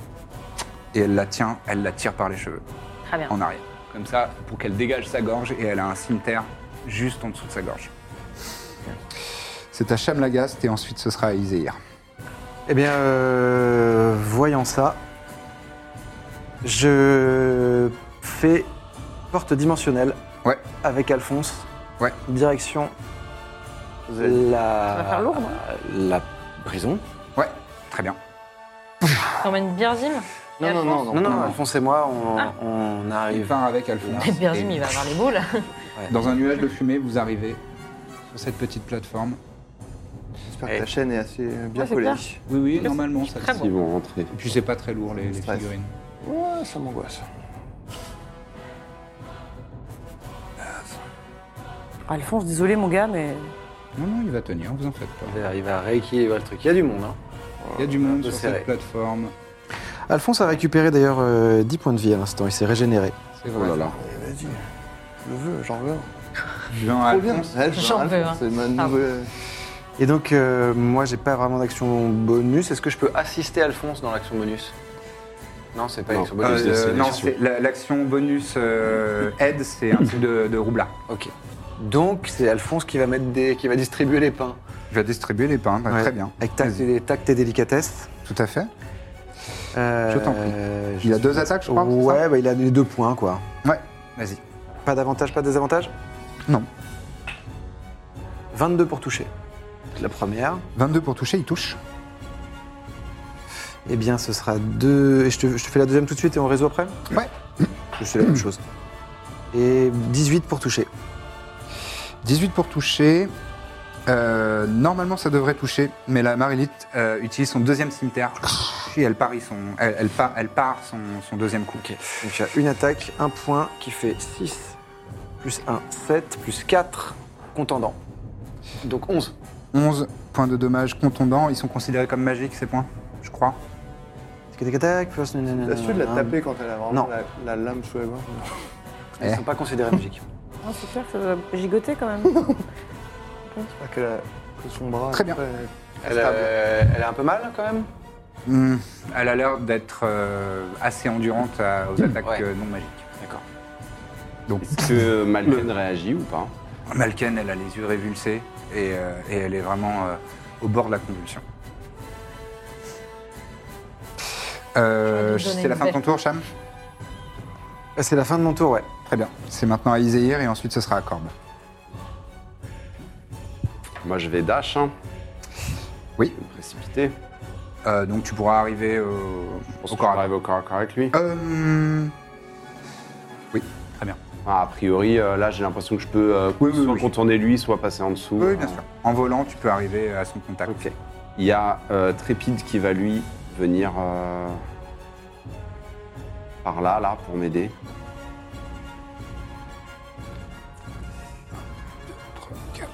Et elle la tient, elle la tire par les cheveux
Très bien.
en arrière, comme ça, pour qu'elle dégage sa gorge et elle a un cimetière juste en dessous de sa gorge. C'est à Chamlagast et ensuite ce sera à Iséir.
Eh bien, euh, voyant ça, je fais porte dimensionnelle
Ouais.
avec Alphonse.
Ouais.
Direction la...
Ça va faire lourd, hein. non
la prison.
Ouais, très bien.
T'emmènes Birzim Et
Non, non,
Alphonse
non,
Ah.
non.
Non, non, Alphonse et moi, on, on
Il
arrive.
part avec Alphonse.
Mais Birzim, il va avoir les boules. [LAUGHS]
Dans un nuage de fumée, vous arrivez sur cette petite plateforme.
J'espère
Eh.
que ta chaîne est assez bien
Ah,
Ouais, c'est
collée.
clair.
Oui, oui, normalement, ça
Très
te-
bon.
Ils vont rentrer.
Et puis c'est pas très lourd les, les
Stress.
figurines.
Ah,
Ouais, ça m'angoisse.
Alphonse, désolé mon gars, mais.
Non, non, il va tenir, vous en faites pas.
Il va- Il va rééquilibrer le truc. Il y a du monde. Hein.
Il y a du monde
peu
sur
serré.
cette plateforme.
Alphonse a récupéré d'ailleurs euh, 10 points de vie à l'instant. Il s'est régénéré.
C'est
Oh
vrai.
là là.
Eh, Vas-y, je le veux, j'en veux. un.
Jean
Trop bien.
Ah, Alphonse,
Ouais, je
J'en
un.
veux un.
C'est ma
Ah.
nouvelle.
Et donc, euh, moi, j'ai pas vraiment d'action bonus. Est-ce que je peux assister Alphonse dans l'action bonus Non, c'est pas
Non.
l'action
Euh,
bonus.
c'est
euh, non,
l'action.
c'est la- l'action bonus euh, aide, c'est un truc de, de roublard.
Ok. Donc, c'est Alphonse qui va mettre des, qui va distribuer les pains.
Je vais distribuer les pains, bah,
Ouais.
très bien.
Avec tact
Vas-y.
et, tact et délicatesse.
Tout à fait.
Euh,
Je t'en prie.
je
Il a
suis-
deux attaques, je crois. c'est
Ouais, bah, il a les deux points, quoi.
ça Ouais, vas-y.
Pas d'avantage, pas de désavantage
Non.
22 pour toucher. La première.
22 pour toucher, il touche.
Eh bien, ce sera deux. Et je te, je te fais la deuxième tout de suite et on réseau après
Ouais.
Je fais la même chose. Et 18 pour toucher.
18 pour toucher. Euh, normalement, ça devrait toucher, mais la Marilite euh, utilise son deuxième cimetière. Puis elle parie son, elle, elle part, elle part son, son deuxième coup.
Donc il y a une attaque, un point qui fait 6, plus 1, 7, plus 4, contendant. Donc 11.
11 points de dommage contondants. Ils sont considérés comme magiques ces points, je crois.
Tic, tac, plus-
T'as su de la taper quand elle a
Non.
vraiment la, la lame sous la main
Ils ne sont pas considérés magiques.
Non, Ah, c'est clair, ça doit gigoter
[LAUGHS]
quand même.
J'espère que, la- que son bras.
Très bien.
après,
Elle, euh, elle a un peu mal quand même
Hmm, elle a l'air d'être euh, assez endurante à- aux attaques
Ouais.
euh, non magiques.
D'accord.
Donc,
Est-ce que Malken réagit ou pas
Malken, elle a les yeux révulsés et, euh, et elle est vraiment euh, au bord de la convulsion. Euh,
J'aurais dû me donner
c'est la
une
fin de ton
belle.
tour, Cham Euh,
C'est la fin de mon tour, ouais.
Très bien. C'est maintenant à Iséir et ensuite ce sera à Corbe.
Moi, je vais dash. Hein.
Oui.
Je vais me précipiter.
Euh, donc tu pourras arriver au,
Je pense
au
que
corps
je
à
vais arriver au corps à corps avec lui.
corps. Euh, Oui, très bien.
Ah, a priori, euh, là, j'ai l'impression que je peux euh,
Oui, oui,
soit
oui.
contourner lui, soit passer en dessous. Euh,
Oui, bien sûr. En volant, tu peux arriver à son contact.
Ok. Il y a euh, Trépide qui va lui venir euh, par là, là, pour m'aider.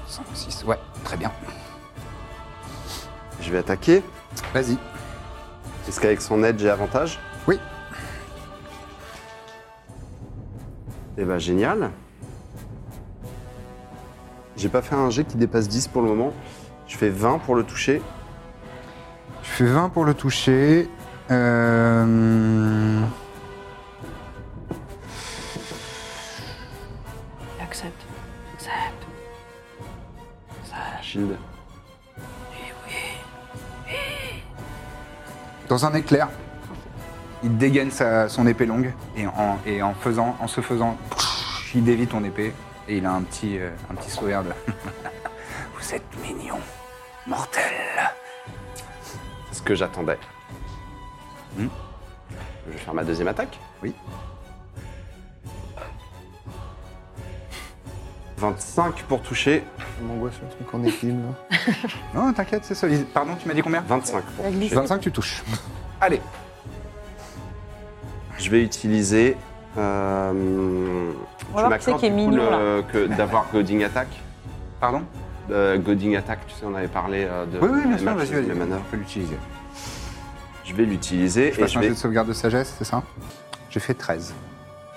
5, 6, ouais, très bien.
Je vais attaquer.
Vas-y.
Est-ce qu'avec son aide, j'ai avantage
Oui.
Eh ben, génial. J'ai pas fait un jet qui dépasse 10 pour le moment. Je fais 20 pour le toucher.
Je fais 20 pour le toucher. Euh...
Accepte. Accepte.
Shield.
Eh
Dans un éclair, il dégaine sa- son épée longue et, en, et en faisant, en se faisant, il dévie ton épée et il a un petit, euh, un petit sourire de [LAUGHS] Vous êtes mignon, mortel.
C'est ce que j'attendais.
Hmm.
Je vais faire ma deuxième attaque.
Oui.
25 pour toucher.
Ça m'angoisse le truc en équilibre. là.
Non, t'inquiète, c'est ça. Il- Pardon, tu m'as dit combien
25 pour toucher.
25, tu touches. [LAUGHS] Allez,
Je vais utiliser. Euh,
Alors, qui c'est qui est
du coup,
mignon,
le- que
[LAUGHS]
d'avoir Goding Attack.
pardon
Euh, Goding Attack, tu sais, on avait parlé euh, de.
Oui, oui, bien
des
sûr,
matchs,
vas-y,
des
vas-y,
manœuvres.
on peut l'utiliser.
Je vais l'utiliser
Je
et
passe
je
un
vais.
jeu de sauvegarde de sagesse, c'est ça J'ai fait 13.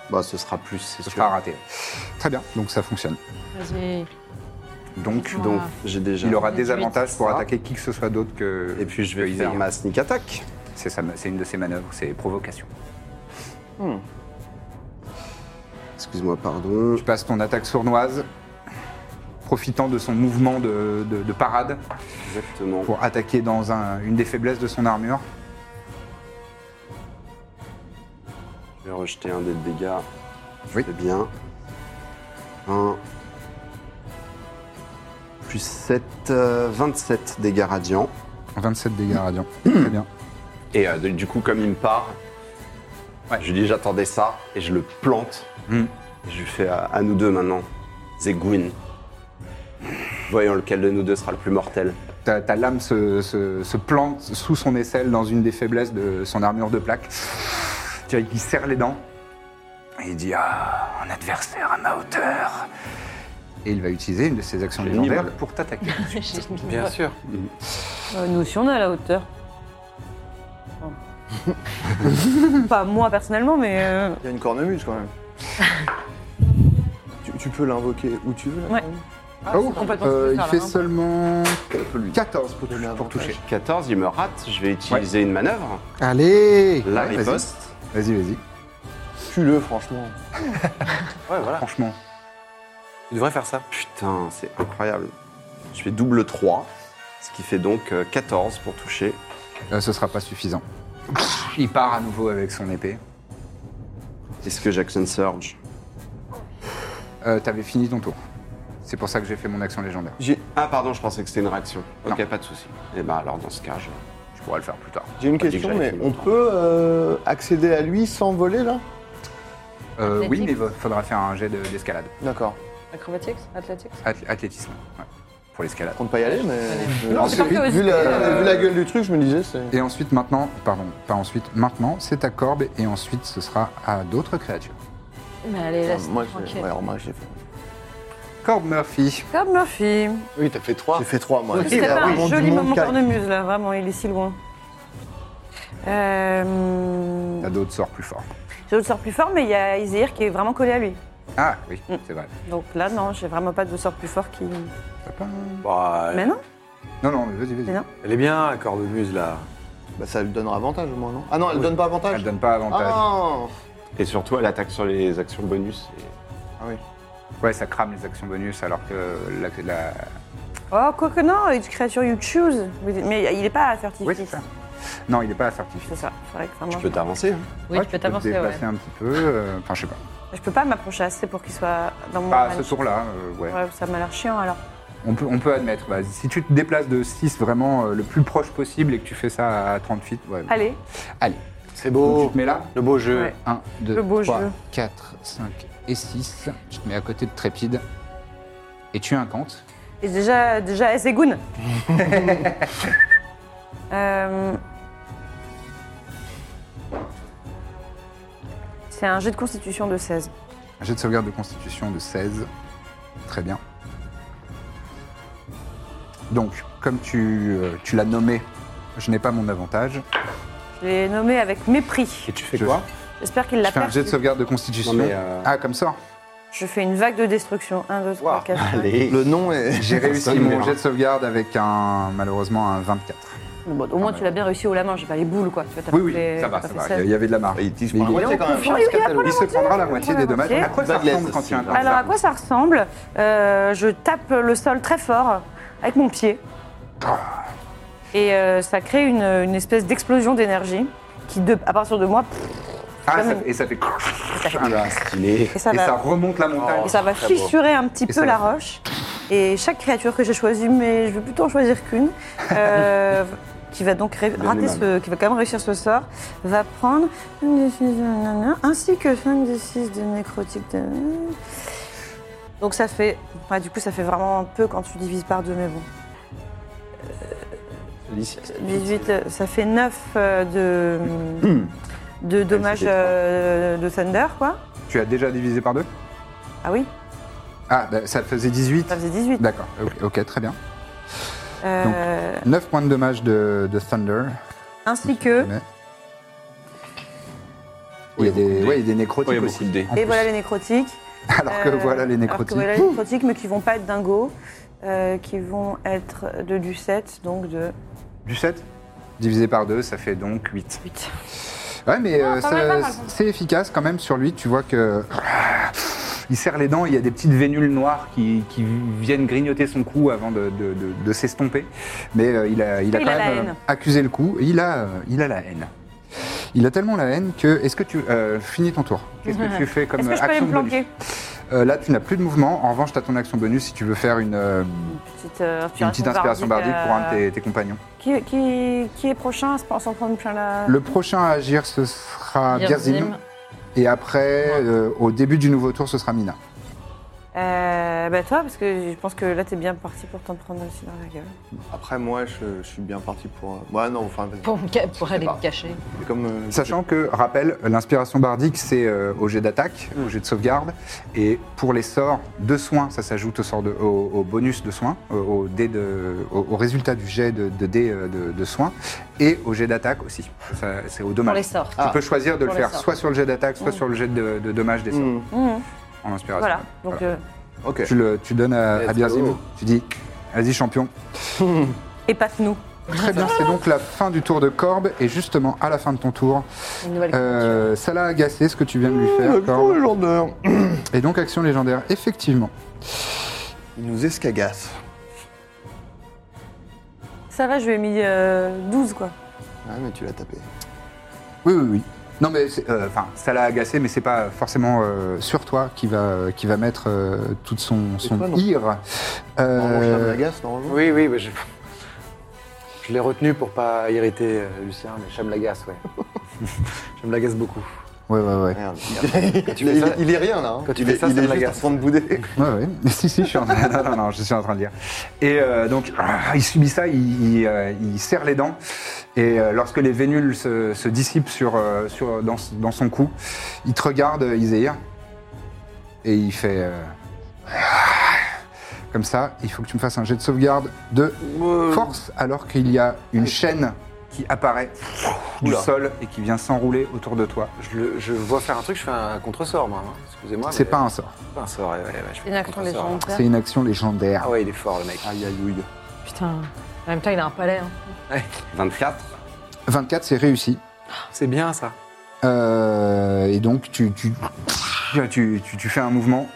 Bah, ce sera plus, c'est
Ce
sûr.
sera raté. Très bien, donc ça fonctionne.
Vas-y.
Donc,
Donc, j'ai déjà.
il aura des avantages pour
Ça.
attaquer qui que ce soit d'autre que.
Et puis, je
que
vais faire
Isaïe.
ma sneak attack.
C'est sa- c'est une de ses manœuvres, c'est provocation.
Excuse-moi, pardon.
Tu passes ton attaque sournoise, profitant de son mouvement de, de- de parade
Exactement.
pour attaquer dans un- une des faiblesses de son armure.
Je vais rejeter un dé de dégâts.
Oui.
C'est bien. 1. Plus 7, 27 dégâts radiants.
27 dégâts radiants. Très bien.
Et euh, de- du coup, comme il me part,
Ouais.
je lui dis j'attendais ça et je le plante.
Hmm.
Et Je lui fais à, à nous deux maintenant. Zegwin. Voyons lequel de nous deux sera le plus mortel.
Ta, ta lame se, se- se plante sous son aisselle dans une des faiblesses de son armure de plaque. Tu vois, il serre les dents. Et il dit Ah, un adversaire à ma hauteur. Et il va utiliser une de ses actions
Génial.
légendaires pour t'attaquer.
Bien sûr.
Euh, nous aussi, on est à la hauteur.
[LAUGHS]
Enfin. Pas moi personnellement, mais. euh,
Il y a une cornemuse quand même.
[LAUGHS]
tu, tu peux l'invoquer où tu veux. là,
Ouais.
quand même.
oh,
Ah, complètement
euh,
ce que
il
ça,
fait
là, hein.
seulement 14 pour,
Donner
toucher- pour
l'avantage.
toucher.
14, il me rate. Je vais utiliser une manœuvre.
Allez
La
Ouais, vas-y.
riposte.
Vas-y, vas-y.
Tue-le, franchement.
Ouais, voilà.
Franchement.
Tu devrais faire ça.
Putain, c'est incroyable. Je fais double 3, ce qui fait donc euh, 14 pour toucher.
Euh, ce sera pas suffisant. Il part à nouveau avec son épée.
Est-ce que j'action surge
Euh, T'avais fini ton tour. C'est pour ça que j'ai fait mon action légendaire.
J'ai- Ah pardon, je pensais que c'était une réaction. Ok,
Non.
pas de souci. Eh ben alors dans ce cas, je,
Je pourrais le faire plus tard.
J'ai une
Pas dit que
question,
j'avais
mais
fini
on
longtemps.
peut euh, accéder à lui sans voler là
Euh, oui,
Athlétique.
mais il faudra faire un jet de- d'escalade.
D'accord.
Acrobatics Athletics
Ath- athlétisme, ouais, pour l'escalade.
Je compte pas y aller, mais. mais
Non, c'est par
vu,
curiosité,
vu la,
euh,
vu la gueule du truc, je me disais, c'est.
Et ensuite, maintenant, pardon, pas ensuite, maintenant, c'est à Corbe et ensuite, ce sera à d'autres créatures.
Mais Bah, allez, laisse
Moi, j'ai.
tranquille.
Ouais, remarque, j'ai fait.
Corbe Murphy.
Comme Murphy.
Oui, t'as fait 3.
J'ai fait 3 moi.
Ce
Eh
serait
ben
Il y a
pas
vraiment
un
du
joli
monde
moment
qui a-
cornemuse là, vraiment, il est si loin. Euh,
T'as d'autres sorts plus forts.
J'ai le sort plus fort, mais il y a Izir qui est vraiment collé à lui.
Ah oui,
Mm.
c'est vrai.
Donc là, non, j'ai vraiment pas de sort plus fort qui.
T'as pas un-
Bah,
Mais non,
Non, non, mais vas-y, vas-y.
Mais non.
elle est bien, la cornemuse, là.
Bah, ça lui donnera avantage au moins, non Ah non, elle donne pas avantage
Elle donne pas avantage.
Oh.
Ah
Et surtout, elle attaque sur les actions bonus. Et...
Ouais, ça crame les actions bonus alors que la- la,
Oh, quoique non, it's creature you choose. Mais il est pas à 36.
Oui, c'est ça. Non, il n'est pas certifié.
C'est ça, faudrait que ça
Tu
marche.
peux t'avancer. hein.
Oui, tu peux t'avancer,
te
ouais.
déplacer un petit peu. euh, Enfin, je sais pas.
Je peux pas m'approcher assez pour qu'il soit dans mon.
Pas à
range.
ce tour-là, euh, ouais.
Ouais, ça m'a l'air chiant alors.
On, peut, on peut admettre. vas-y. si tu te déplaces de 6 vraiment euh, le plus proche possible et que tu fais ça à 30 feet, ouais.
Allez,
C'est
Donc,
beau.
tu te mets là.
Le beau jeu.
Ouais.
1, 2,
Le beau
3,
jeu.
4, 5 et 6. Tu te mets à côté de Trépide. Et tu incantes.
et déjà, déjà,
[LAUGHS]
c'est Goon. Euh, C'est un jet de constitution de 16.
Un jet de sauvegarde de constitution de 16. Très bien. Donc, comme tu, euh, tu l'as nommé, je n'ai pas mon avantage.
Je l'ai nommé avec mépris.
Et tu fais quoi
J'espère qu'il
Je
l'a
fais un
perdu.
jet de sauvegarde de constitution.
Non, mais, euh,
Ah, comme ça
Je fais une vague de destruction. 1, 2, 3, 4, 5.
Le nom est.
J'ai réussi
Personne
mon
verra.
jet de sauvegarde avec un, malheureusement, un 24.
Bon, au moins, tu l'as bien réussi au la main. J'ai pas les boules, quoi. Tu vois, t'as
Ah, bah. Oui,
pas
oui,
fait-
ça va,
t'as
ça
pas
va.
fait
Il y avait de la marge.
Il tige
Mais
pour la
il est
moitié quand même.
confiance, Catalou.
Il se prendra la moitié des
la
dommages.
moitié.
À quoi ça
Badlaise
ressemble quand
aussi.
il y a un
Alors, à
arbre
quoi ça ressemble Euh, Je tape le sol très fort avec mon pied. Et euh, ça crée une, une espèce d'explosion d'énergie qui, de, à partir de moi, pff,
Ah,
Comme
ça- et ça fait.
Stylé.
et ça
et
va,
ça remonte la montagne.
et ça va fissurer un petit
Oh, Et
peu
ça
la
va-
roche. Et chaque créature que j'ai choisie, mais je vais plutôt en choisir
[LAUGHS]
qu'une, euh, qui va donc ré- rater ce, qui va quand même réussir ce sort, va prendre une des six de nanana, ainsi que 5 des 6 de nécrotique. De... Donc ça fait, ouais, du coup ça fait vraiment un peu quand tu divises par deux, mais bon. 18, euh, ça fait 9
[CLEARS THROAT]
euh, de, de dommages euh, de Thunder, quoi.
Tu as déjà divisé par deux
Ah oui,
Ah, bah, ça faisait 18
ça faisait 18.
D'accord, ok, ok, très bien.
Euh,
9 points de dommage de, de Thunder.
ainsi que.
Mais- Il y a des, ouais, il y a des nécrotiques
Oui, il y a
aussi.
beaucoup de dés.
en
Et
plus.
voilà les nécrotiques.
[LAUGHS] Alors que
Euh,
voilà les
alors que
nécrotiques.
voilà les nécrotiques, mais qui vont pas être dingos, euh, qui vont être de du 7, donc de.
Du 7 Divisé par 2, ça fait donc 8.
Huit. Ah,
Ouais, mais euh,
pas
ça-
mal, pas mal.
c'est efficace quand même sur lui. Tu vois que. Il serre les dents, il y a des petites vénules noires qui, qui viennent grignoter son cou avant de, de- de- de s'estomper. Mais euh, il a, il a
Il
quand
a la
même
haine.
euh, accusé le coup. Il a, euh, il a la haine. Il a tellement la haine que. Est-ce que tu. euh, finis ton tour. Qu'est-ce que
[LAUGHS]
tu fais comme
Est-ce que je peux aller
action
me
bonus
planquer
Euh, Là, tu n'as plus de mouvement. En revanche, tu as ton action bonus si tu veux faire une, euh,
Petite, euh,
une petite inspiration bardique pour un de
euh,
tes- tes compagnons.
Qui, qui, qui est prochain à se- à s'en prendre plein la.
Le prochain à agir, ce sera
Birzim.
Birzim. Et après, euh, au début du nouveau tour, ce sera Mina.
Euh, bah toi, parce que je pense que là t'es bien parti pour t'en prendre aussi dans la gueule.
Ah,
Après, moi, je, je suis bien parti pour. euh, Ouais, non, enfin, vas-y.
Pour, me ca- pour aller me cacher.
C'est comme. euh,
Sachant que, rappel, l'inspiration bardique, c'est euh, au jet d'attaque, au jet de sauvegarde. Et pour les sorts de soins, ça s'ajoute au, sort de- au, au bonus de soins, au, au dé de, au, au résultat du jet de, de dé euh, de, de soins. Et au jet d'attaque aussi. Ça, C'est au
Pour
dommage.
les sorts.
Tu peux choisir de
Pour
le
les
faire
sorts. Mm.
soit sur le jet d'attaque, soit sur le jet de, de dommage des sorts
hmm,
Mhm.
en inspiration.
Voilà, donc euh,
Ok.
Tu, le, tu donnes à, à
Let's
Birzim.
go.
Tu dis, vas-y champion,
épate-nous.
Très bien, c'est donc la fin du tour de Corbe. Et justement, à la fin de ton tour,
Une nouvelle
euh, ça l'a agacé ce que tu viens de lui faire,
Action
Corbe.
légendaire.
Et donc, action légendaire, effectivement.
Il nous escagasse.
Ça va, je lui ai mis euh, 12 quoi.
Ah, mais tu l'as tapé.
Oui, oui, oui. Non, mais c'est, euh, enfin, ça l'a agacé, mais c'est pas forcément euh, sur toi qui va, qui va mettre euh, toute son, son
toi, non.
ire. Euh,
Normalement, je tape la gasse, normalement.
Oui, oui, mais je, je l'ai retenu pour pas irriter euh, Lucien, mais Cham l'agace,
[LAUGHS]
ouais. Cham l'agace beaucoup.
ouais, ouais, ouais.
Merde.
Quand tu
Il,
fais ça-
est- il est rien là. hein.
Quand tu
il
fais
est,
ça,
il
ça
est
me la
juste en
gasse.
train de bouder.
Ouais, ouais. [LAUGHS] Si, si, je suis en train, non, non, non, je suis en train de lire. Et euh, donc, ah, il subit ça, il, il, euh, il serre les dents. Et euh, lorsque les vénules se, se dissipent sur, euh, sur, dans, dans son cou, il te regarde, euh, Iséir. Et il fait. euh, ah, comme ça, il faut que tu me fasses un jet de sauvegarde de force, alors qu'il y a une chaîne qui apparaît du
Oula.
sol et qui vient s'enrouler autour de toi.
Je, le- je vois faire un truc, je fais un contre-sort, moi. hein.
Ah,
Excusez-moi.
C'est
mais-
pas un sort,
Ah, c'est pas un sort, ouais, ouais, ouais, je fais
Il y en a contre les
contre-sort,
gens.
hein.
c'est une action légendaire.
Ah ouais, il est fort, le mec.
Aïe aïe ouille.
Putain. En même temps, il a un palais. hein.
24.
24, c'est réussi.
C'est bien, ça.
Euh, et donc tu tu, tu, tu- tu fais un mouvement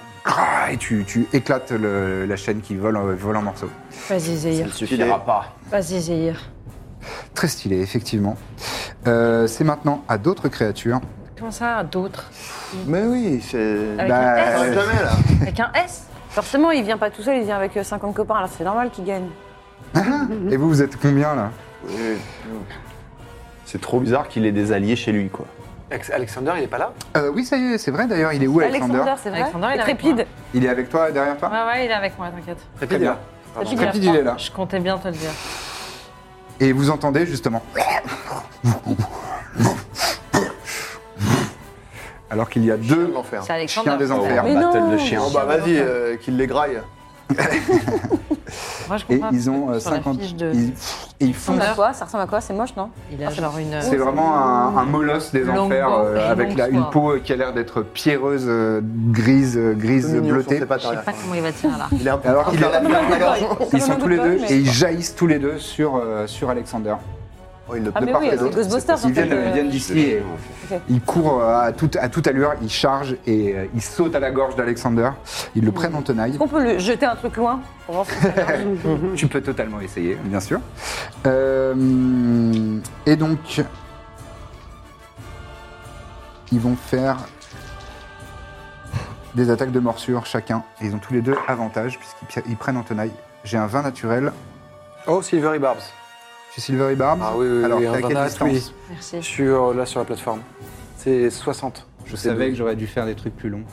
et tu, tu éclates le- la chaîne qui vole, euh, vole en morceaux.
Vas-y,
Ça ne
Zéhir.
suffira pas.
Vas-y, Zéhir.
Très stylé, effectivement. Euh, c'est maintenant à d'autres créatures.
Comment
[LAUGHS]
ça, d'autres
Mais oui, c'est.
Avec
Bah,
un
Ça
S
s'arrête jamais là.
Avec un S
Forcément, il vient pas tout seul, il vient avec euh, 50 copains, alors c'est normal qu'il gagne.
Et vous, vous êtes combien là
[LAUGHS] C'est trop bizarre qu'il ait des alliés chez lui, quoi.
Alex- Alexander, il est pas là
Euh, Oui, ça y est, c'est vrai d'ailleurs. Il est où, Alexander,
c'est vrai.
Alexander, il est avec
Trépide.
Il est avec toi, derrière toi
moi. Ouais, ouais, il est avec moi, t'inquiète.
Très bien.
Trépide,
Trépide, il est là.
Je comptais bien te le dire.
Et vous entendez justement. Alors qu'il y a deux
L'enfer.
C'est Alexander.
chiens des enfers.
battle de chiens.
Oh bah vas-y, euh, qu'il les graille.
Moi, je
Et
Ah,
comprends
ils
pas,
ont euh,
sur la
50.
fiche de-
Ils, ils
Ça
font.
ressemble à quoi Ça ressemble à quoi C'est moche, non
Il a genre une. euh,
C'est vraiment un, un molosse des
Longue
enfers
peau.
euh, avec
Longue
la, une
soie.
peau qui a l'air d'être pierreuse, euh, grise, euh, grise
Mignon sur
bleutée.
ses pattes
Je sais
arrière.
pas comment il va tenir là.
Il est un peu
Alors qu'il est-
Ça
Ils sont
m'en
tous les
doute
deux
pas, mais-
et ils jaillissent tous les deux sur, euh, sur Alexander.
Oh, il le
Ah, mais
prépare.
oui,
et
c'est
d'autre.
Ghostbusters en
Ils
fait.
viennent, ils
euh,
viennent d'ici et ils courent euh, à toute, à toute allure, ils chargent et euh, ils sautent à la gorge d'Alexander. Ils le prennent en tenaille.
Est-ce qu'on peut le jeter un truc loin pour voir si ça
[LAUGHS]
marche
Tu peux totalement essayer, bien sûr. Euh, et donc, ils vont faire des attaques de morsure chacun. Et ils ont tous les deux avantage puisqu'ils pi- ils prennent en tenaille. J'ai un 20 naturel.
Oh, Silvery Barbs.
Chez Silvery Barb.
Ah oui, oui,
Alors,
oui,
t'es
un
à quelle
Vanat,
distance
oui.
Merci.
Je suis euh, là sur la plateforme. C'est 60.
Je savais que j'aurais dû faire des trucs plus longs.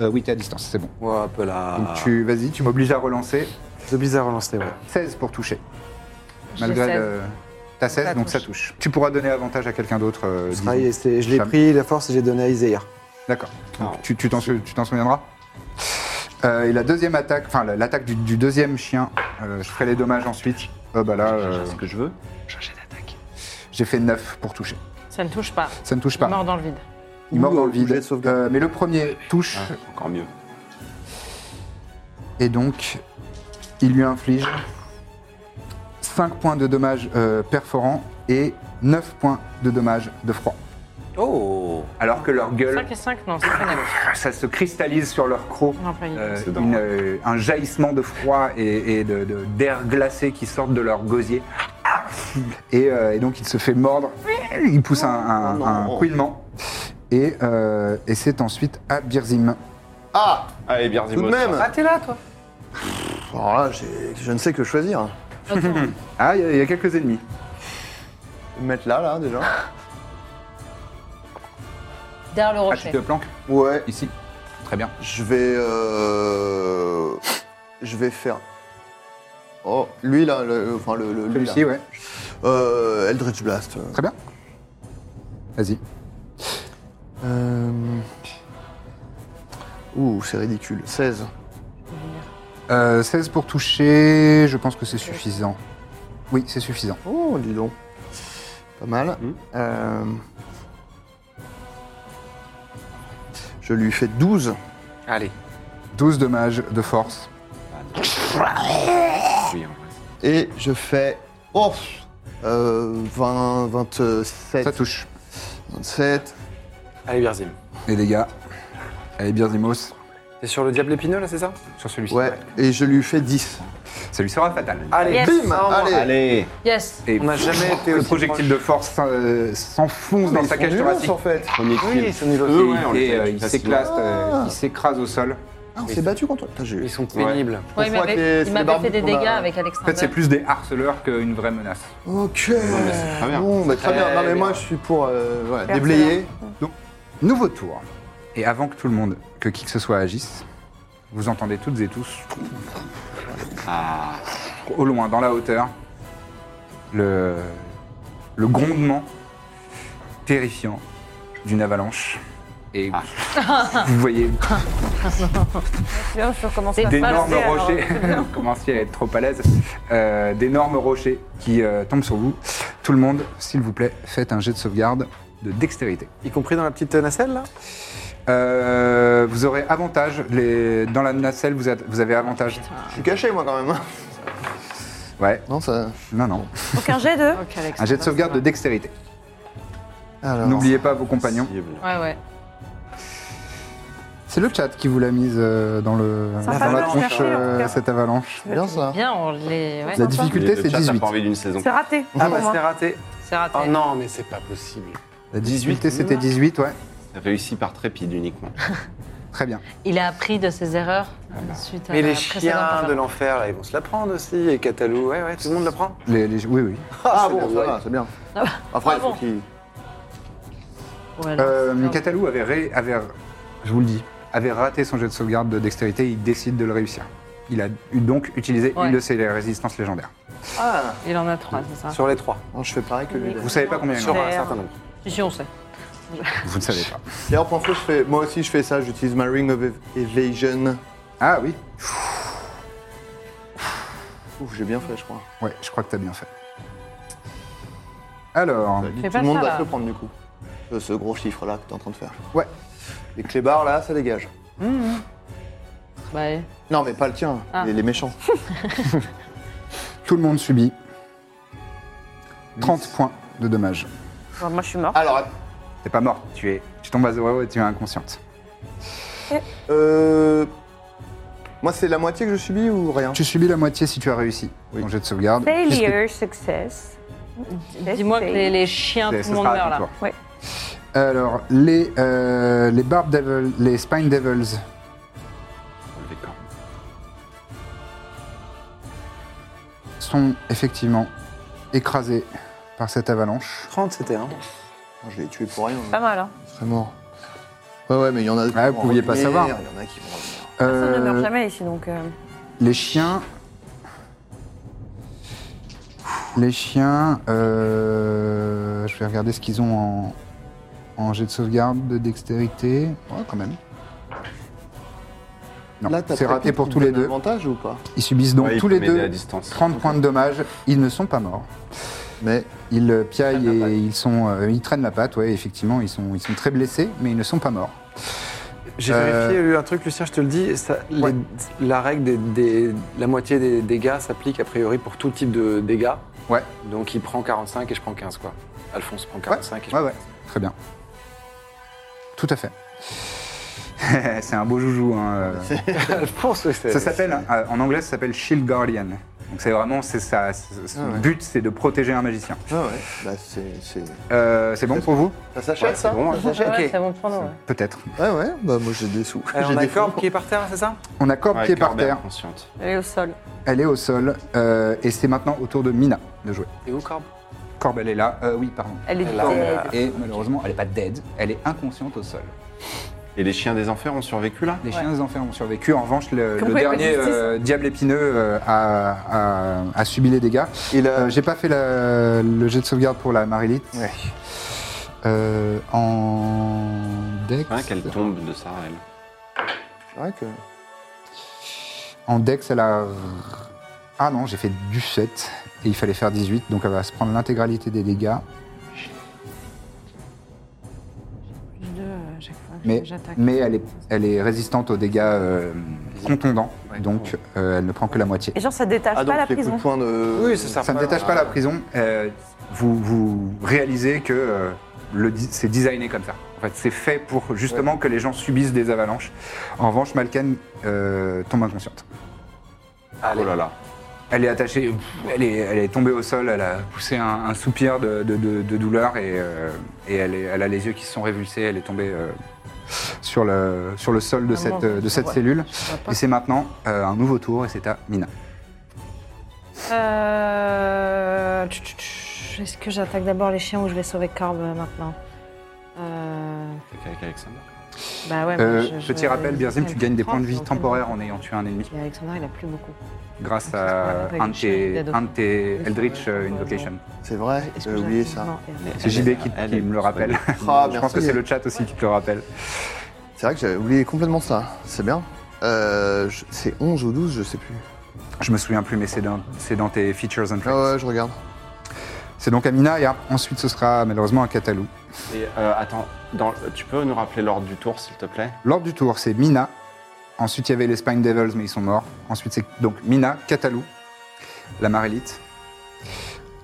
Euh, oui, t'es à distance, c'est bon.
Ouais, un peu
Ah.
là.
Donc, tu, vas-y, tu m'obliges à relancer.
C'est bizarre hein, à lancer, ouais.
16 pour toucher.
J'ai
Malgré
16.
le... T'as 16,
Ça
donc ça touche. Tu pourras donner avantage à quelqu'un d'autre. euh,
Je,
disons.
travaille, c'est- je l'ai
Cham-
pris, la force, et j'ai donné à Iséir.
D'accord. Donc,
Alors.
Tu tu t'en sou- tu t'en souviendras Euh, Et la deuxième attaque, enfin la- l'attaque du, du deuxième chien, euh, je ferai les dommages ensuite. Oh bah là, euh,
ce que je veux.
j'ai fait 9 pour toucher.
Ça ne touche pas.
Ça ne touche
Il
pas.
Mort dans le vide.
Il mord dans le
Ou jet de
vide.
sauvegarde.
Euh, mais le premier touche
Ah.
Encore mieux.
et donc il lui inflige 5 points de dommages euh, perforants et 9 points de dommages de froid.
Oh
Alors que leur gueule,
5 et 5, non, c'est pas la gauche.
ça se cristallise sur leur croc.
Non, pas une.
Euh,
C'est
une, euh, un jaillissement de froid et, et de- de- d'air glacé qui sortent de leur gosier. Et, euh, et donc il se fait mordre, il pousse un, un- un couinement. Et, euh, et c'est ensuite à Birzim.
Ah
Allez, Birzimos.
Tout de même
Ah, t'es là, toi
Alors là, j'ai- je ne sais que choisir. hein.
[LAUGHS] Ah, il y, a- il y a quelques ennemis.
Me mettre là, là, déjà.
Derrière le
Ah, tu
rocher.
te planques
Ouais,
Ici. Très bien.
je vais. euh, Je vais faire. Oh, lui là, le- enfin le. le- lui, là.
Celui-ci, ouais.
Euh, Eldritch Blast.
Très bien. Vas-y.
Euh... Ouh, c'est ridicule. 16.
Euh, 16 pour toucher, je pense que c'est suffisant. Oui, c'est suffisant.
Oh, dis donc. Pas mal. Euh, Je lui fais 12.
Allez.
12 dommages de force.
Oui, en vrai.
Et je fais. Oh euh, 20, 27.
Ça touche.
27.
Allez, Birzim.
Et les gars, allez Birzimos.
C'est sur le diable épineux, là, c'est ça
Sur celui-ci.
Ouais, et je lui fais 10.
Ça lui sera fatal.
Allez,
Yes.
bim
Allez.
Allez
Yes.
Et
On n'a jamais été
le
aussi
projectif de force euh, s'enfonce dans sa cage thoracique.
en fait.
Premier kill.
Oui, c'est au niveau
Et,
Ouais, on les
et,
fait
euh, il
facilement.
s'écrase, euh, il s'écrase au sol.
Ah, on s'est battu contre. Putain, j'ai
Ils sont pénibles.
Ouais, il
crois que
m'avait
c'est
il
les
m'avait
barbus
fait des
qu'on
dégâts
a-
avec
En fait, c'est
Alexander.
plus des harceleurs qu'une vraie menace.
Ok.
très bien.
Bon, bah, très
Très
bien. Non, mais
bien.
moi, je suis pour euh, voilà, déblayer.
Nouveau tour. Et avant que tout le monde, que qui que ce soit agisse, vous entendez toutes et tous, ah, au loin, dans la hauteur, le, le grondement terrifiant d'une avalanche. Et vous voyez
Là, je recommence à
d'énormes
passer, alors.
rochers, [LAUGHS] vous commenciez à être trop à l'aise, Euh, d'énormes rochers qui euh, tombent sur vous. Tout le monde, s'il vous plaît, faites un jet de sauvegarde de dextérité.
Y compris dans la petite nacelle, là
Euh, vous aurez avantage, les... dans la nacelle, vous, êtes- vous avez avantage.
Je suis caché, moi, quand même.
Ouais,
Non, ça.
non, non.
Donc un jet de.
Ok, Alexander,
Un jet de
ça
sauvegarde
va.
de dextérité.
Alors.
N'oubliez pas vos compagnons.
Cible.
Ouais, ouais.
C'est le chat qui vous l'a mise euh, dans, le,
Sympa
dans la
de le
tronche,
chercher, en
euh,
tout cas.
cette avalanche.
Bien ça.
Bien, on les. Ouais,
La
Mais
difficulté, Ah.
le
c'est
chat, t'as
18.
pas envie d'une saison.
C'est raté.
Ah
pour
bah,
moi.
c'était raté.
c'est raté.
Ah,
Oh non, mais c'est pas possible.
La difficulté, c'était 18, ouais.
Réussi par trépide uniquement.
Très bien. Il
Il a appris de ses erreurs euh, suite à
Mais
la
les
précédente
chiens
affaire.
de l'enfer, là, ils vont se la prendre aussi. Et Catalou, ouais, ouais, tout le monde la prend.
Les, les- Oui, oui.
Ah,
c'est
bon,
bien,
ça
ouais.
va, c'est bien.
Ah bah.
Après, il faut
bon.
qu'il.
Ouais, non,
Euh,
c'est grave.
Catalou avait, ré- avait- je vous le dis, avait raté son jet de sauvegarde de dextérité. Il décide de le réussir. Il a eu- donc utilisé
Ouais.
une de ses résistances légendaires.
Ah
Il en a trois, c'est ça
Sur les trois.
Non, Je fais pareil que lui.
Vous savez pas combien il y en
Sur
a
un certain nombre.
Si, si, on sait.
Vous ne savez pas.
D'ailleurs, pour info, je fais... moi aussi, je fais ça. J'utilise ma Ring of Ev- Evasion.
Ah oui.
Ouf, j'ai bien fait, je crois.
Ouais, je crois que t'as bien fait. Alors,
Ça dit,
Fais
tout
pas
le monde
ça,
va
là.
se le prendre du coup. Ce, ce gros chiffre là que t'es en train de faire.
Ouais.
Les clébards là, ça dégage.
Bah, ouais.
Non, mais pas le tien,
Ah.
les, les méchants.
tout le monde subit 30 points de dommages.
Enfin, moi, je suis
Ah,
mort.
[LAUGHS] Alors,
T'es pas morte, tu es, tu tombes à zéro et tu es inconsciente.
euh. Moi, c'est la moitié que je subis ou rien
Tu subis la moitié si tu as réussi ton jet de sauvegarde. puisque
Failure, success.
Dis-moi que les, les chiens,
c'est-
tout
ce
le monde
sera à
meurt
ton
là.
tour.
Ouais.
Alors, les, euh, les Barb Devils, les Spine Devils, sont effectivement écrasés par cette avalanche.
30, c'était, hein
Ah, Je l'ai tué pour rien,
Pas mal, hein.
je serais mort. Ouais, ouais, mais il y en a. qui
Ouais,
vont
Ah, vous pouviez pas
revenir,
savoir.
Il y en a qui vont revenir.
Personne ne
Euh,
meurt jamais ici, donc. euh,
Les chiens. Les chiens. euh, Je vais regarder ce qu'ils ont en, en jet de sauvegarde, de dextérité. Ouais, quand même. Non,
Là, t'as
c'est
pas
raté
qui
pour
te
tous les
donne
deux.
avantage ou pas
Ils subissent donc
Ouais, il
tous
peut
les
m'aider
deux
à distance.
30 points de dommages. Ils ne sont pas morts.
Mais
Ils euh, piaillent
traînent la
et ils, sont, euh, ils traînent la patte. Ouais, effectivement, ils sont, ils sont très blessés, mais ils ne sont pas morts.
J'ai
Euh,
vérifié un truc, Lucien, je te le dis. ça- les-
Ouais.
la règle des, des- la moitié des dégâts s'applique a priori pour tout type de dégâts.
Ouais.
Donc il prend 45 et je prends 15, quoi. Alphonse prend 45 et je
Ouais,
prends
ouais, très bien. Tout à fait. [LAUGHS] c'est un beau joujou. hein.
Alphonse, oui, c'est.
Ça s'appelle, euh, en anglais, ça s'appelle Shield Guardian. Donc c'est vraiment, c'est ça. c'est- Son
Ah ouais.
but, c'est de protéger un magicien.
Ah ouais, bah c'est. c'est-
Euh, c'est bon pour vous
Ça s'achète
Ouais, c'est
ça
bon, hein.
Ça s'achète
Ouais,
Ok.
c'est bon pour nous. ouais.
Peut-être.
Ouais, ouais, bah moi j'ai des sous.
Euh,
j'ai
on a
des
Corbe
fonds.
qui est par terre, c'est ça
On a Corbe
Ouais,
qui est par
Corbe est
terre,
inconsciente.
Elle est au sol.
elle est au sol, euh, et c'est maintenant au tour de Mina de jouer.
Et où Corbe
Ah,
Corbe, elle est là. Euh, oui, pardon.
Elle est
Là, on
dead.
a-
Et malheureusement, elle n'est pas dead, elle est inconsciente au sol.
Et les chiens des enfers ont survécu là
Les chiens des enfers ont survécu. En revanche, le,
Qu'on
le
peut y avoir
dernier
justice.
euh, diable épineux euh, a, a- a subi les dégâts.
Il a-
Euh, J'ai pas fait la- le jet de sauvegarde pour la Marilith.
Ouais.
Euh, en dex,
Hein, qu'elle tombe de ça, elle.
C'est vrai que.
en dex, elle a. Ah non, j'ai fait du 7 et il fallait faire 18, donc elle va se prendre l'intégralité des dégâts.
Plus deux euh, à chaque fois que
Mais,
j'attaque.
mais elle, est, elle est résistante aux dégâts euh, contondants,
Ouais.
donc euh, elle ne prend que la moitié.
Et genre, ça détache
Ah,
pas
donc
la
les coups
prison.
de poing de.
Oui, c'est ça.
Ça ne détache pas la prison. euh, vous, vous réalisez que euh, le di- c'est designé comme ça. En fait, c'est fait pour justement que les gens subissent des avalanches. En revanche, Malken euh, tombe inconsciente.
Allez.
Oh là là.
Elle est attachée, pff, elle est, elle est tombée au sol, elle a poussé un, un soupir de, de- de- de douleur et, euh, et elle, est- elle a les yeux qui se sont révulsés, elle est tombée euh, sur, le, sur le sol de
Ah,
cette,
mince,
euh, de
je
cette
vois-
cellule.
je vois pas.
Et c'est maintenant euh, un nouveau tour et c'est à Mina.
Euh, tch, tch, tch, Est-ce que j'attaque d'abord les chiens ou je vais sauver Corbe euh, maintenant Euh,
Fait qu'avec Alexander.
Bah ouais,
Euh,
moi,
Ah,
je,
petit rappel, Birzim, tu gagnes des points de vie temporaires en
ayant.
ayant tué un ennemi.
Et Alexandre, euh, il a plus beaucoup.
grâce
Donc, ça sera
à
avec
un
le
de
chien
tes,
d'ado.
un de tes
Oui,
Eldritch
c'est vrai.
euh, Invocation.
C'est vrai,
Est-ce que
j'ai
j'ai-
oublié ça.
Non, et-
C'est JB qui,
Elle
qui
est
me le rappelle.
Ah,
[LAUGHS] Je pense
merci.
que c'est le chat aussi qui te le rappelle.
C'est vrai que j'avais oublié complètement ça. C'est bien. Euh, je- c'est 11 ou 12, je sais plus.
Je me souviens plus, mais c'est dans, c'est dans tes features and traits.
Ah ouais, je regarde.
C'est donc Amina et à- ensuite ce sera malheureusement à Catalou.
Et euh, attends, dans- tu peux nous rappeler l'ordre du tour, s'il te plaît
L'ordre du tour, c'est Mina. Ensuite, il y avait les Spine Devils, mais ils sont morts. Ensuite, c'est donc Mina, Catalou, la Marélite.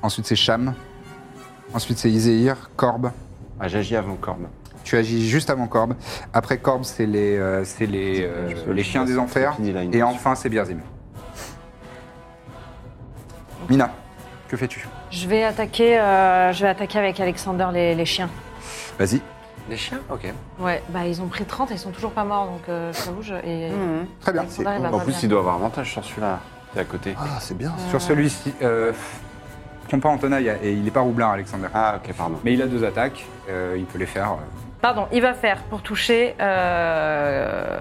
Ensuite, c'est Cham. Ensuite, c'est Iséir, Corbe.
Ah, j'agis avant Corbe.
Tu agis juste avant Corbe. Après Corbe, c'est les, euh, c'est les, euh,
Je peux-
les chiens
je-
des
c'est
enfers.
fini, là, une
Et
question.
enfin, c'est Birzim. Mina, que fais-tu
Je vais attaquer, euh, je vais attaquer avec Alexander les, les chiens.
Vas-y.
Les chiens Ok.
Ouais, bah ils ont pris 30 et ils sont toujours pas morts, donc euh, je t'avoue, je... Et...
Hmm.
Très bien.
Alexander, il va
En
pas
plus,
bien.
il doit avoir avantage sur celui-là. T'es à côté.
Ah, c'est bien.
Sur celui-ci, euh, prends pas en tenaille et il est pas roublard, Alexander.
Ah, ok, pardon.
Mais il a deux attaques, euh, il peut les faire. euh.
Pardon, il va faire pour toucher. euh,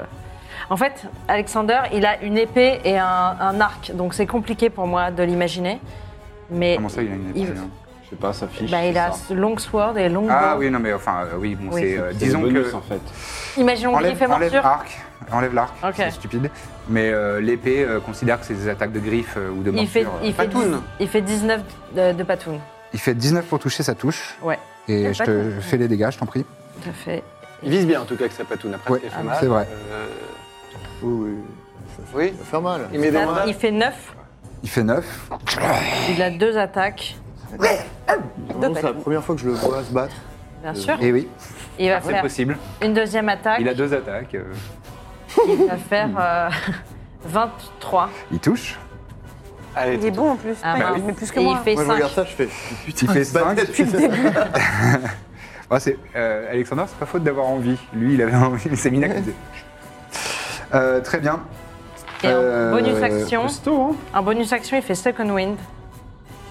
En fait, Alexander, il a une épée et un, un arc, donc c'est compliqué pour moi de l'imaginer. Mais
Comment ça, il a une
Il-
épée hein
Je sais pas, ça fiche.
Bah, il a longsword et longbow.
Ah oui, non, mais enfin, euh, oui, bon,
Oui.
c'est. euh,
C'est des
disons
bonus,
que.
en fait.
Imaginons qu'il
Enlève,
fait
enlève
morsure.
l'arc, enlève l'arc,
Ok.
c'est stupide. Mais euh, l'épée euh, considère que c'est des attaques de griffes euh, ou de
Il fait,
morsure.
il, fait 10 il fait 19 de, de patoun.
Il fait 19 pour toucher, ça touche.
Ouais.
Et
C'est
je
pas
te
tout.
je fais les dégâts, je t'en prie.
Tout à fait.
Il vise bien en tout cas que sa patoune. Après,
Ouais,
ce qui
ah,
fait mal,
c'est vrai.
euh,
Oui, oui.
oui.
Ça va faire mal.
Il met des
Ah, Il fait 9.
Il fait 9.
Il a deux attaques,
Vraiment, C'est la première fois que je le vois se battre.
bien sûr.
Et oui,
Il va
Ah, c'est
faire
possible.
une deuxième attaque.
Il a deux attaques. euh,
Il va faire euh, [LAUGHS] 23.
Il touche.
Allez,
Il est bon en plus.
Ah,
putain,
bah
il
oui.
met plus que
Et
moi.
il fait
Moi, je
5.
regarde ça, je fais.
il fait 5.
Putain,
[LAUGHS] c'est, euh, Alexander, c'est pas faute d'avoir envie. Lui, il avait envie, mais c'est Mina qui faisait. Euh, très bien.
Et en
Euh,
bonus action,
Costaud, hein
en bonus action, il fait second wind.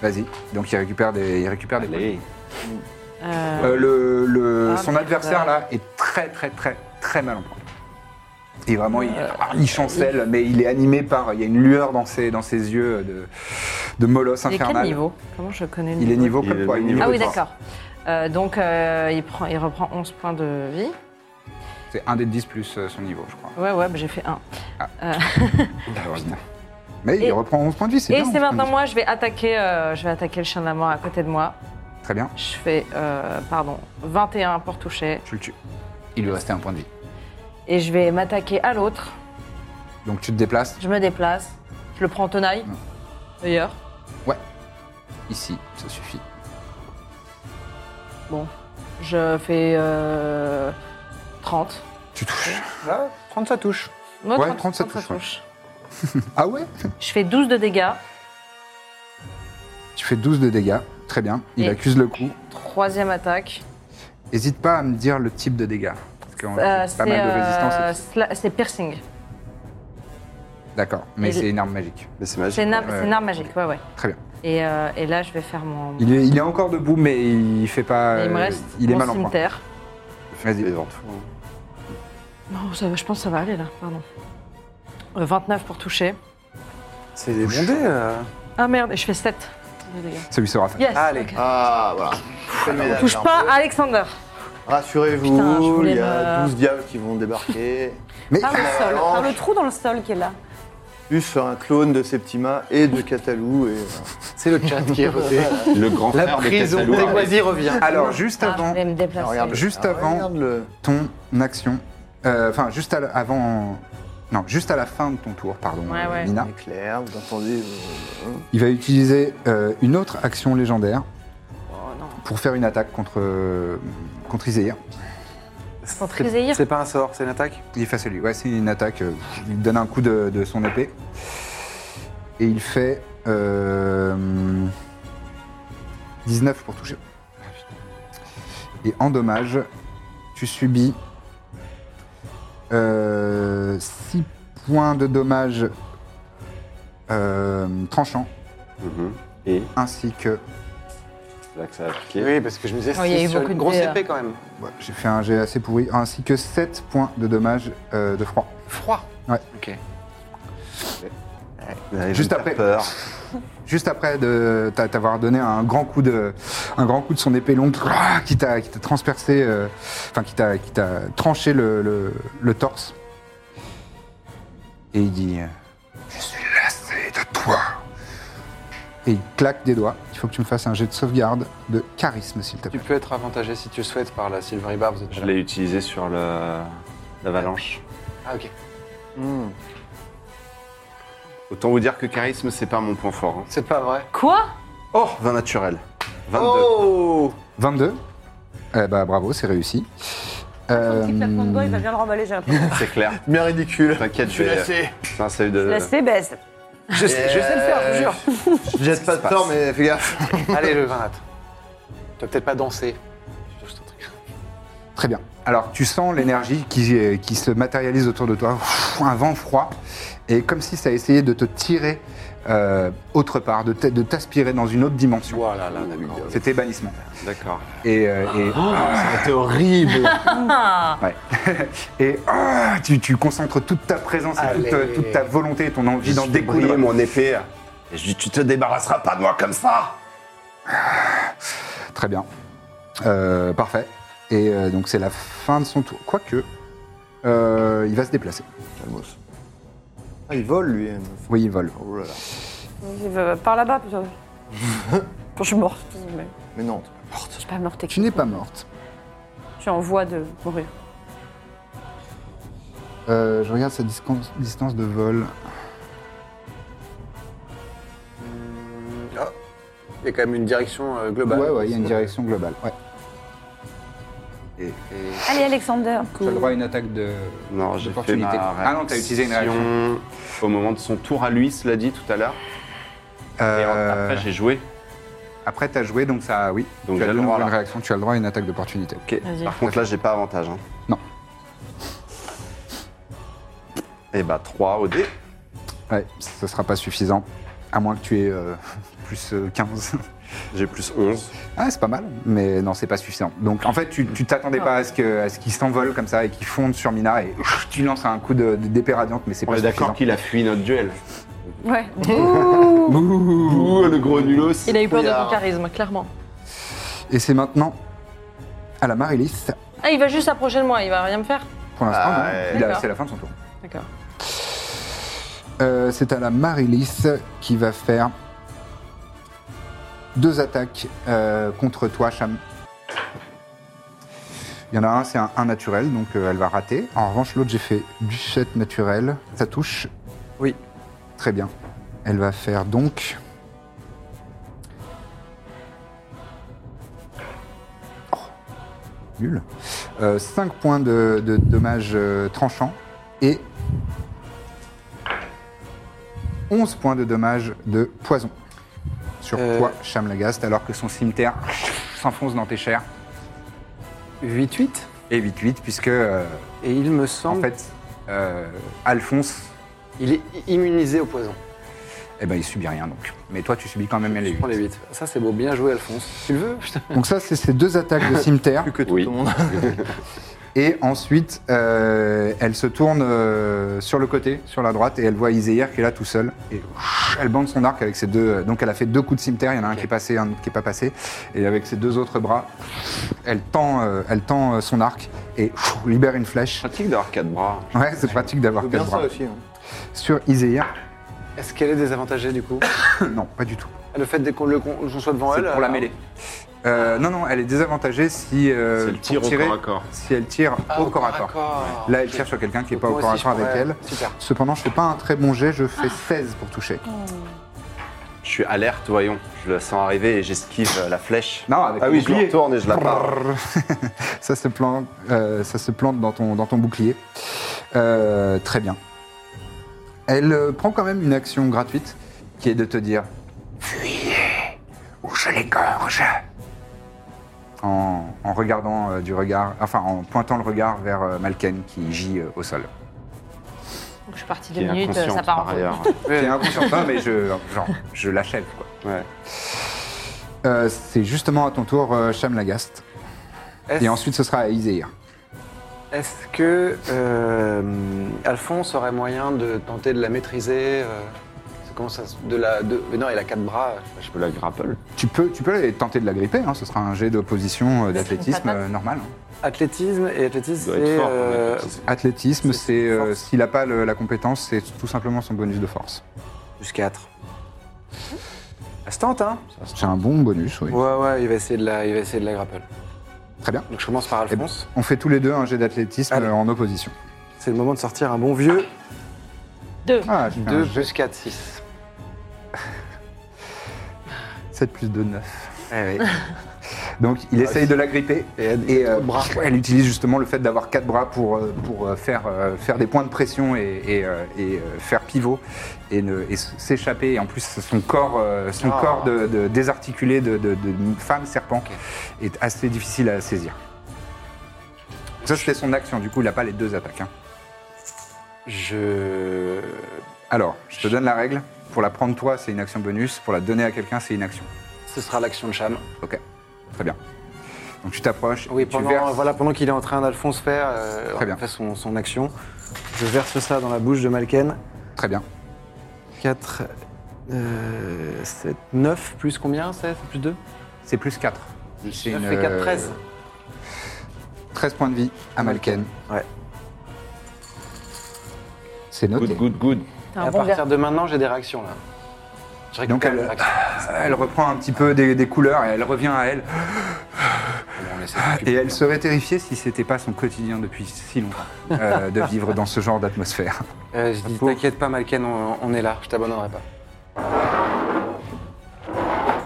Vas-y. Donc il récupère des, il récupère des points.
Euh,
Euh, le, le-
Ah,
son
merde.
adversaire là est très très très très mal en point. Et vraiment, il,
Euh,
ah, il chancelle, mais il est animé par. Il y a une lueur dans ses, dans ses yeux de, de molosse
il est quel
infernal.
niveau Comment je connais le
il est niveau
Il
comme
est
toi. il est
niveau
niveau
Ah oui,
de toi.
d'accord. Euh, donc, euh, il, prend, il reprend 11 points de vie.
C'est un des 10 plus euh, son niveau, je crois.
Ouais, ouais, bah, j'ai fait 1.
Bah,
Malheureusement. [LAUGHS] Mais il
Et-
reprend 11 points de vie, c'est
Et
bien.
c'est
11 points de
maintenant
vie.
moi, je vais attaquer, euh, je vais attaquer le chien de la mort à côté de moi.
Très bien,
Je fais, euh, pardon, 21 pour toucher.
tu le tues. Il lui restait un point de vie.
Et je vais m'attaquer à l'autre.
Donc tu te déplaces
Je me déplace. Je le prends en tenaille. D'ailleurs.
ici, ça suffit.
Je fais euh, 30.
Tu touches.
Là, 30 ça touche.
Moi,
Ouais, 30, ça touche, Ah ouais
Je fais 12 de dégâts.
Tu fais 12 de dégâts. Très bien. Il
Et-
accuse le coup.
Troisième attaque.
Hésite pas à me dire le type de dégâts. Parce qu'on
Euh,
a fait
c'est
pas mal de
euh,
résistance.
sla- c'est piercing.
D'accord, mais
et-
c'est une arme magique.
Mm.
Mais c'est magique.
C'est une, arme-
ouais.
c'est une arme magique, ouais, ouais.
Très bien.
Et, euh, et là, je vais faire mon.
Il est, il est encore debout, mais il fait pas.
il me
euh,
reste
il est
mon
mal en point.
cimetière.
Vas-y.
Non, Oh, ça va, je pense que ça va aller là, pardon. Euh, 29 pour toucher.
C'est des bondés. euh.
Ah merde, je fais 7 de dégâts.
Celui sera fait.
Yes
Allez.
ok.
Ah, voilà.
On touche pas à Alexander. Putain, je
Rassurez-vous,
voulais
il y a
me-
12 diables qui vont débarquer.
Mais
Par le sol,
Alors,
par le trou dans le sol qui est là.
Plus un clone de Septima et de Catalou. Et... euh,
C'est le chat qui est voté.
Le grand
La
frère de
prison
Catalou.
des Guazi revient.
alors, juste
Ah,
avant
je vais me déplacer.
Juste
Ah,
avant-
Regarde le.
ton action, euh, enfin, juste à la- avant. Non, juste à la fin de ton tour, pardon,
Ouais,
euh,
ouais.
Mina.
Éclair, vous entendez. euh,
Il va utiliser euh, une autre action légendaire
Oh non.
pour faire une attaque contre, euh, contre Iséir.
Contre Iséir.
C'est pas un sort, c'est une attaque.
Il fait celui, ouais, c'est une attaque. euh, il lui donne un coup de, de son épée. Et il fait euh, 19 pour toucher. Et en dommage, tu subis 6 points de dommage euh, tranchant
Mhm. Et
ainsi que.
c'est là que ça a piqué.
Oui, parce que je me disais,
il y a eu
c'est sur
beaucoup
une
de
grosse
dés,
épée quand même.
ouais, J'ai fait un jet assez pourri, ainsi que 7 points de dommage euh, de froid.
Froid.
Ouais.
Ok.
Juste après.
Peur.
[LAUGHS] Juste après de t'a- t'avoir donné un grand coup de, un grand coup de son épée longue rah, qui t'a qui t'a transpercé, euh, enfin qui t'a qui t'a tranché le, le- le torse. Et il dit euh, Je suis lassé de toi. Et il claque des doigts. Il faut que tu me fasses un jet de sauvegarde de charisme, s'il te
Tu
plaît.
peux être avantagé si tu le souhaites par la Silvery Barb. vous êtes
Je
là.
l'ai utilisé sur le- l'avalanche.
Ah, ok.
hmm.
Autant vous dire que charisme, c'est pas mon point fort. hein.
C'est pas vrai.
Quoi
Oh 20 naturel. 22.
Oh
22. Eh bah bravo, c'est réussi.
Son
Euh,
petit claquement de doigts, il va bien le remballer, j'ai l'impression.
C'est clair.
Bien ridicule.
T'inquiète, je
Tu l'as
vais.
fait.
C'est un salut
euh.
de.
La CBS.
Je sais, je sais le faire, je vous jure.
[LAUGHS] Je jette pas de tort, mais fais gaffe.
[LAUGHS] Allez, le 20 Tu vas peut-être pas danser. Je te truc.
Très bien. Alors, tu sens l'énergie qui, qui se matérialise autour de toi, un vent froid, et comme si ça essayait de te tirer euh, autre part, de t- de t'aspirer dans une autre dimension.
Voilà, Oh là, d'accord.
C'était bannissement.
D'accord.
Et, euh, et-
Oh, C'était horrible.
[LAUGHS] et, ah, tu, tu concentres toute ta présence et toute,
Allez.
toute ta volonté et ton envie
J'ai
d'en
découlé
découdre.
mon épée. Et je dis, tu te débarrasseras pas de moi comme ça
Très bien. Euh, parfait. Et euh, donc c'est la fin de son tour. Quoique, euh, il va se déplacer.
Calmos. Ah, il vole lui. hein.
Oui, il vole.
Oh là là.
Il va euh, par là-bas plutôt. Quand je suis morte. mais
Mais non.
Je suis pas morte.
Tu n'es pas morte.
Je suis en voie de mourir.
Euh, je regarde sa discan- distance de vol.
Ah. Il y a quand même une direction euh,
Bah,
globale.
Ouais, ouais, il y a une direction globale. Ouais.
Et, et-
Allez, Alexander.
Tu as le droit à une attaque de.
Non, j'ai fait
Opportunité.
ma
Ah non, t'as utilisé une
réaction Au moment de son tour à lui, cela dit tout à l'heure. Et en-
Euh,
après, j'ai joué.
après, t'as joué, donc ça, oui.
Donc
tu as
j'ai
de
le
nouveau
droit,
une
là.
réaction, tu as le droit à une attaque d'opportunité.
Ok.
Vas-y.
Par contre, là, j'ai pas avantage. Hein.
Non.
Et bah, 3 au dé.
Ouais, ça sera pas suffisant. À moins que tu aies euh, [LAUGHS] plus euh, 15.
J'ai plus 11.
Ah, c'est pas mal, mais non, c'est pas suffisant. Donc, en fait, tu tu
Ah.
t'attendais pas à ce que- à ce qu'il s'envole comme ça et qu'il fonde sur Mina et ouf, tu lances un coup de- de- d'épée radiante, mais c'est
On
pas
est d'accord
suffisant.
qu'il a fui notre duel.
Ouais.
Ouh, le gros nulos.
Il a eu peur de
Fouillard.
ton charisme, clairement.
Et c'est maintenant à la Marilith.
Ah, il va juste s'approcher de moi, il va rien me faire.
Pour l'instant,
Ah,
non. Il a-
ouais.
Bah, euh, D'accord.
c'est la fin de son tour.
D'accord.
Euh, c'est à la Marilith qui va faire deux attaques euh, contre toi, Cham. Il y en a un, c'est un 1 naturel, donc euh, elle va rater. En revanche, l'autre, j'ai fait du 7 naturel. Ça touche
Oui.
Très bien. Elle va faire donc. Oh, nul. 5 Euh, points de, de dommages euh, tranchants et 11 points de dommages de poison sur
Euh.
toi, Chamlagast, alors que son cimetière [LAUGHS] s'enfonce dans tes chairs.
8-8.
Et 8-8, puisque, euh,
Et il me
en
semble.
fait, euh, Alphonse,
il est i- immunisé au poison.
eh ben, il subit rien donc. Mais toi, tu subis quand même les
Je prends les 8. Ça, c'est beau. Bien joué, Alphonse. Tu le veux Putain.
Donc, ça, c'est ces deux attaques de cimetière.
Plus que tout
Oui.
le monde.
[LAUGHS] Et ensuite, euh, elle se tourne euh, sur le côté, sur la droite, et elle voit Izehir qui est là tout seul. Et ouf, elle bande son arc avec ses deux. euh, Donc elle a fait deux coups de cimetière, il y en a un qui est passé, un qui n'est pas passé. Et avec ses deux autres bras, elle tend, euh, elle tend euh, son arc et ouf, libère une flèche.
Pratique d'avoir 4 bras.
Ouais, c'est pratique
Je
d'avoir
veux bien
quatre
ça
bras.
aussi. hein.
Sur Izehir,
Est-ce qu'elle est désavantagée du coup
[COUGHS] non, pas du tout.
[LAUGHS] Le fait dès qu'on le qu'on soit devant
C'est
elle.
pour la
euh,
mêlée.
Euh, non, non, elle est désavantagée si. euh,
C'est le tir
pour
au
tirer,
corps à corps.
Si elle tire
Ah,
au corps à corps. Là, elle
Ok.
tire sur quelqu'un qui n'est
Donc,
pas au
moi
corps à
aussi,
corps
je
avec
pourrais-
elle.
Super.
Cependant, je fais pas un très bon jet, je fais 16 pour toucher.
Je suis alerte, voyons. Je le sens arriver et j'esquive euh, la flèche.
Non, avec
ah
le
oui, je me
bouclier.
retourne et je la pars.
[LAUGHS] ça, se plante, euh, ça se plante dans ton, dans ton bouclier. Euh, très bien. Elle euh, prend quand même une action gratuite qui est de te dire Fuyez ou je l'égorge en, en regardant euh, du regard, enfin en pointant le regard vers euh, Malken qui gît euh, au sol.
Donc, je suis partie
Qui
deux
est
minutes, euh, ça
inconsciente
part en
par
faux.
ailleurs.
C'est inconscient, hein, mais je, genre, je l'achève. quoi.
Ouais.
Euh, C'est justement à ton tour, euh, Shamlagast. Et
Est-ce
ensuite, ce sera à Izehir.
est-ce que euh, Alphonse aurait moyen de tenter de la maîtriser euh, c'est Comment ça se- de la, de, Mais non, il a quatre bras.
[LAUGHS] Je peux la grapple.
Tu peux, tu peux aller tenter de la gripper, hein, ce sera un jet d'opposition euh, d'athlétisme
patate.
euh, normal. hein.
Athlétisme et athlétisme,
Il doit
c'est.
être fort.
euh,
pour l'athlétisme.
Athlétisme,
C'est-
c'est euh,
force.
s'il n'a pas le- la compétence, c'est tout simplement son bonus de force.
plus 4. Ça se tente, hein
C'est un bon bonus, oui.
Ouais, ouais, il va essayer de la, il va essayer de la grapple.
Très bien.
Donc je commence par
Eh ben,
Alphonse.
on fait tous les deux un jet d'athlétisme
Allez.
euh, en opposition.
C'est le moment de sortir un bon vieux.
Ah, j'ai fait un
2
jet.
plus 4, 6.
7 plus 2, 9.
Eh oui.
[LAUGHS] Donc il essaye de la gripper
Et elle-
et euh,
trop de bras.
elle utilise justement le fait d'avoir quatre bras pour, euh, pour euh, faire, euh, faire des points de pression et, et, euh, et, euh, faire pivot et, ne- et s- s'échapper. Et en plus, son corps, euh, son
Ah.
corps de, de- désarticulé de, de- de femme serpent est assez difficile à saisir. Ça, c'était son action. Du coup, il n'a pas les deux attaques. hein.
Je.
Alors, je te donne la règle. Pour la prendre toi, c'est une action bonus. Pour la donner à quelqu'un, c'est une action.
Ce sera l'action de Cham.
Ok, très bien. Donc tu t'approches,
Oui,
et tu
pendant,
verses.
voilà, pendant qu'il est en train d'Alphonse faire euh,
Très bien.
fait son, son action, je verse ça dans la bouche de Malken.
Très bien.
euh, 4, 7, 9, plus combien 7, plus 2
C'est plus 4.
C'est une... fait
euh,
4, 13.
13 points de vie à Malken.
Ouais.
C'est noté.
Good, good, good.
T'es
Et
un
à
bon
partir
gars.
de maintenant, j'ai des réactions là. Je récupère
Donc elle- euh,
des réactions.
Elle reprend un petit peu des, des couleurs et elle revient à elle.
On essaie
Et
d'occuper.
elle serait terrifiée si c'était pas son quotidien depuis si longtemps euh, de vivre dans ce genre d'atmosphère.
Euh, je dis, t'inquiète pas, Malken, on, on est là, je t'abandonnerai pas.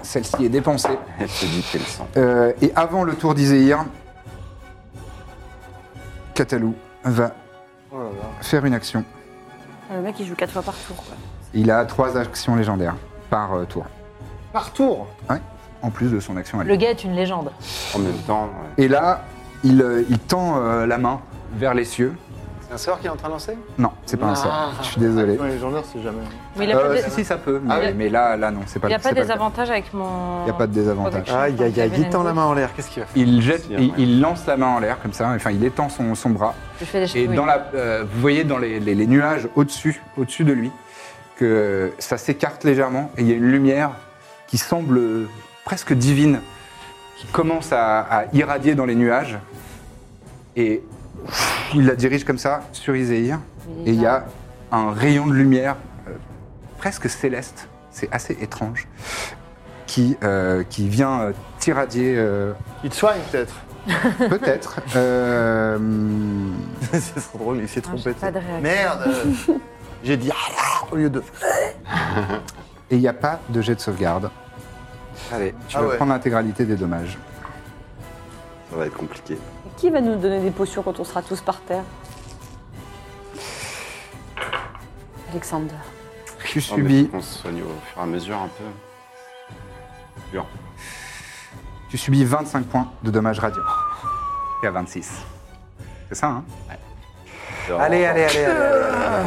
Celle-ci est dépensée.
Elle se dit qu'elle sent.
Euh, et avant le tour d'Iséir, Catalou va Oh faire une action.
Le mec, il joue 4 fois par tour. Quoi.
Il a trois actions légendaires par euh, tour.
Par tour
En plus de son action à lui.
Le gars est une légende.
En même temps, ouais.
Et là, il, euh, il tend euh, la main vers les cieux.
C'est un sort qui est en train de lancer
Non, c'est pas un
Ah.
sort. Je suis désolé.
Dans les légendaires, c'est jamais.
Mais Ah. il a
Euh,
pas,
si,
des...
si, ça peut, mais,
Ah oui.
mais là, là, non, c'est pas
il a
c'est
pas
pas
des
le cas.
avantages avec mon.
Il n'y a pas de désavantage.
Protection. Aïe, aïe, aïe, il tend la main
en l'air, qu'est-ce qu'il va faire
Il jette,
Si, hein,
il,
ouais.
il lance la main en l'air comme ça. Enfin, il étend son, son bras.
Je fais des choses.
Et dans la, euh, vous voyez dans les, les- les nuages au-dessus, au-dessus de lui, que ça s'écarte légèrement et il y a une lumière qui semble presque divine, qui commence à, à irradier dans les nuages. Et il la dirige comme ça sur Iséir. Et il y a un rayon de lumière euh, presque céleste, c'est assez étrange, qui, euh, qui vient euh, t'irradier euh,
Il te soigne peut-être. [LAUGHS]
peut-être. euh, hum,
c'est trop drôle, il s'est
Ah, j'ai
trompé.
pas de réaction.
Merde euh, J'ai dit au lieu de.
et il n'y a pas de jet de sauvegarde.
Allez.
Tu
Ah
vas
ouais.
prendre l'intégralité des dommages.
ça va être compliqué.
Qui va nous donner des potions quand on sera tous par terre Alexander.
Tu
Oh,
Non, mais
subis,
faut qu'on se soigne au fur et à mesure un peu.
tu subis 25 points de dommages radio. Et à 26. C'est ça, hein
Allez, allez, allez, allez, allez,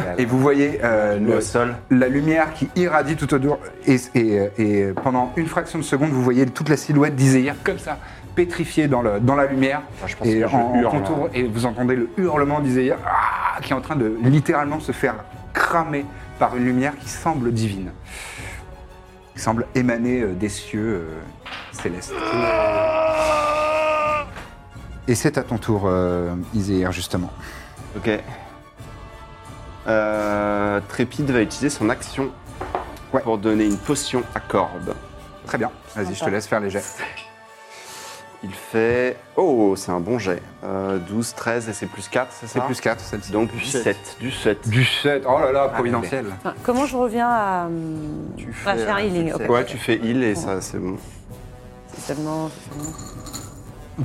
allez, allez.
Et vous voyez euh,
Nous
le-
au sol.
la lumière qui irradie tout autour. Et, et- et pendant une fraction de seconde, vous voyez toute la silhouette d'Iséir comme ça, pétrifiée dans, le- dans la lumière.
Ah,
Enfin, je pense
Et
que je
en, en
hurle,
contour,
hein.
et vous entendez le hurlement d'Iséir ah, qui est en train de littéralement se faire cramer par une lumière qui semble divine. Qui semble émaner euh, des cieux euh, célestes. Et c'est à ton tour, euh, Iséir, justement.
Ok. Euh, Trépide va utiliser son action
Ouais.
pour donner une potion à corbe.
Très bien, vas-y, je te laisse faire les jets.
Il fait. Oh, c'est un bon jet. Euh, 12, 13 et c'est plus 4, c'est ça
C'est plus 4, celle-ci.
Donc du 7. Du 7.
Du 7, oh là là, providentiel.
Enfin, comment je reviens à. hum,
Tu
Ah,
fais
à faire
un
healing
succès.
ok.
Ouais, tu fais heal et ça, c'est bon.
C'est seulement. c'est seulement-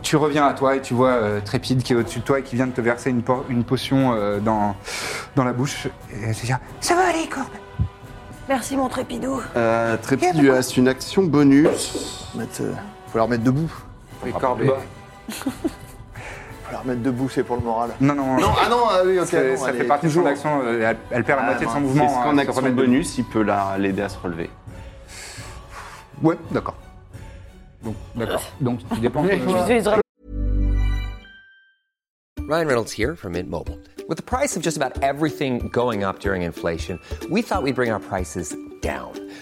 Tu reviens à toi et tu vois euh, Trépide qui est au-dessus de toi et qui vient de te verser une, po- une potion euh, dans, dans la bouche. Et tu dis Ça va aller, Corbe
Merci, mon trépidou.
Euh, Trépide lui a une action bonus.
Mettre, euh, Faut leur mettre debout.
Les cordes, les-
[LAUGHS] Faut leur mettre debout, c'est pour le moral.
Non, non,
Non, ah non, ah oui, ok.
c'est-
non,
ça
elle
fait
est
partie
toujours-
de son action. euh, Elle, elle perd la moitié de son mouvement.
Est-ce
hein,
qu'en
se
action
remettre-
bonus, il peut la- l'aider à se relever
Ouais, d'accord. Donc, d'accord. Donc, tu [LAUGHS] dépenses. euh,
Ryan Reynolds here from Mint Mobile. With the price of just about everything going up during inflation, we thought we'd bring our prices down.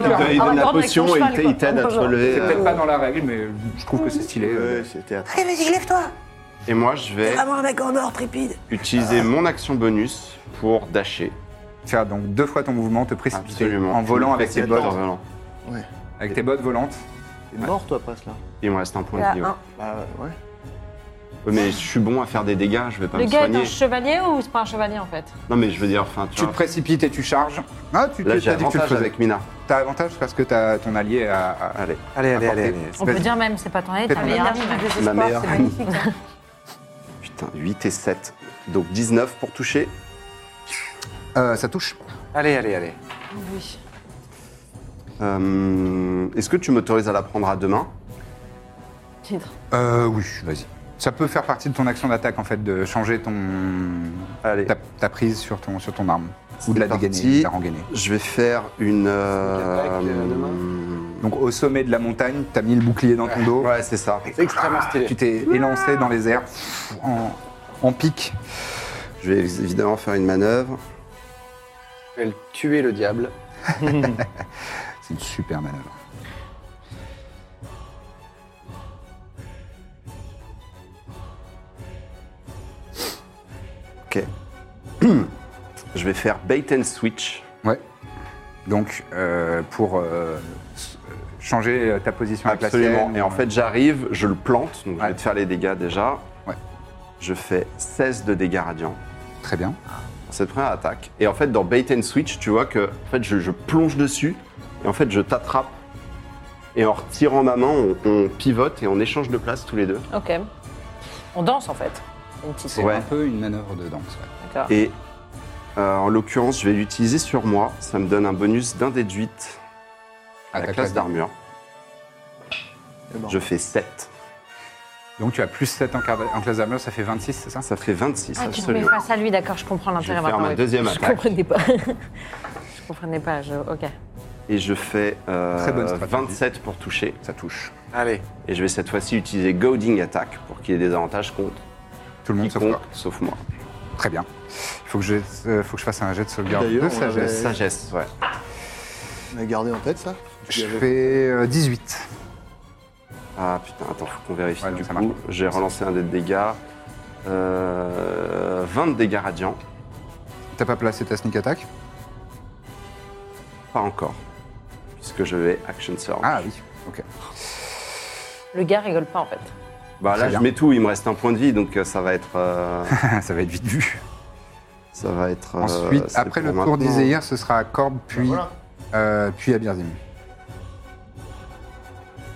Il donne, il donne la
Corbe avec son
potion et il t-
cheval, quoi.
il t'aide à te
Bonjour.
relever.
C'est peut-être
euh,
pas dans la règle, mais je trouve que c'est stylé. euh.
Ouais, c'est théâtre.
Et moi, je vais utiliser mon action bonus pour dasher.
Faire donc deux fois ton mouvement, te précipiter
Absolument.
en volant avec
C'est
tes bottes,
volant.
avec tes bottes volantes.
T'es mort, toi, après cela.
Il me reste un point
Là,
de vie. ouais.
un.
Bah ouais.
Ouais, mais je suis bon à faire des dégâts, je vais pas
Le
me
gars est
soigner.
un chevalier ou c'est pas un chevalier en fait
Non, mais je veux dire, enfin, tu
Tu te
vois.
précipites et tu charges. Ah, tu
Là,
tu-
j'ai
t'as dit que tu le
avantage
faisais.
avec Mina.
T'as avantage parce que t'as ton allié à. à-
Allez,
Allez, allez, allez,
Apporter.
allez.
On
Vas-y.
peut dire même, c'est pas ton aide,
Faites-moi
t'as meilleur ami.
Dernier
même.
de
Ma
désespoir,
meilleure
c'est
amie.
magnifique. hein.
Putain, 8 et 7. Donc 19 pour toucher.
Euh, ça touche.
Allez, allez, allez.
Oui.
Euh, Est-ce que tu m'autorises à la prendre à deux mains
Titre.
Euh, oui, vas-y. Ça peut faire partie de ton action d'attaque en fait, de changer ton ta, ta prise sur ton sur ton arme ou de la
C'est parti.
dégainer, de la rengainer.
Je vais faire une. euh,
euh,
Donc au sommet de la montagne, t'as mis le bouclier dans ton dos.
Ouais, c'est ça. C'est extrêmement stylé.
Tu t'es élancé dans les airs en, en pique.
euh, Je vais évidemment faire une manœuvre.
Euh, Je vais le tuer le diable.
C'est une super manœuvre.
Ok. je vais faire bait and switch.
Ouais. Donc euh, pour euh, s- euh, changer euh, ta position avec la
Absolument.
sienne,
Et en
euh,
fait, j'arrive, je le plante, donc je vais te faire les dégâts déjà.
Ouais.
Je fais 16 de dégâts radiants.
Très bien.
Cette première attaque. Et en fait, dans Bait and Switch, tu vois que en fait, je, je plonge dessus, et en fait, je t'attrape. Et en retirant ma main, on, on pivote et on échange de place tous les deux.
Ok. On danse en fait. Une petite
c'est un peu une manœuvre de danse. ouais.
D'accord.
Et euh, en l'occurrence, je vais l'utiliser sur moi. Ça me donne un bonus d'un déduite à, la classe d'armure. Je fais 7.
Donc tu as plus 7 en, card- en classe d'armure, ça fait 26, c'est ça
Ça fait 26,
Ah, tu te mets face à lui, d'accord, je comprends
vais
l'intérêt
faire
maintenant.
ma
oui.
deuxième
je
attaque.
comprenais pas. [LAUGHS] je comprenais pas, je... ok.
Et je fais euh,
Très bonne
27 pour toucher. Ça
touche.
Allez.
Et je vais cette fois-ci utiliser Goading Attack pour qu'il y ait des avantages contre.
Tout le monde Mmh, sauf
quiconque,
toi.
sauf moi.
Très bien. Il faut, que je- euh, faut que je fasse un jet de sauvegarde
D'ailleurs,
de
on avait-
sagesse.
Sagesse, ouais.
On a gardé en tête ça
Je fais euh, 18.
Ah putain, attends, faut qu'on vérifie
Ouais, non,
du
ça
coup. J'ai relancé un dé de dégâts. Euh, 20 de dégâts radiants.
T'as pas placé ta sneak attack
Pas encore. Puisque je vais Action Surge.
Ah oui, ok. [LAUGHS]
Le gars rigole pas en fait.
Bah
Très
là, je
bien.
mets tout, il me reste un point de vie, donc euh, ça va être. euh,
ça va être vite vu.
ça va être. euh,
Ensuite,
c'est
après le
pour
tour
maintenant.
d'Iséir, ce sera à Corbe, puis, euh, puis à Birzim.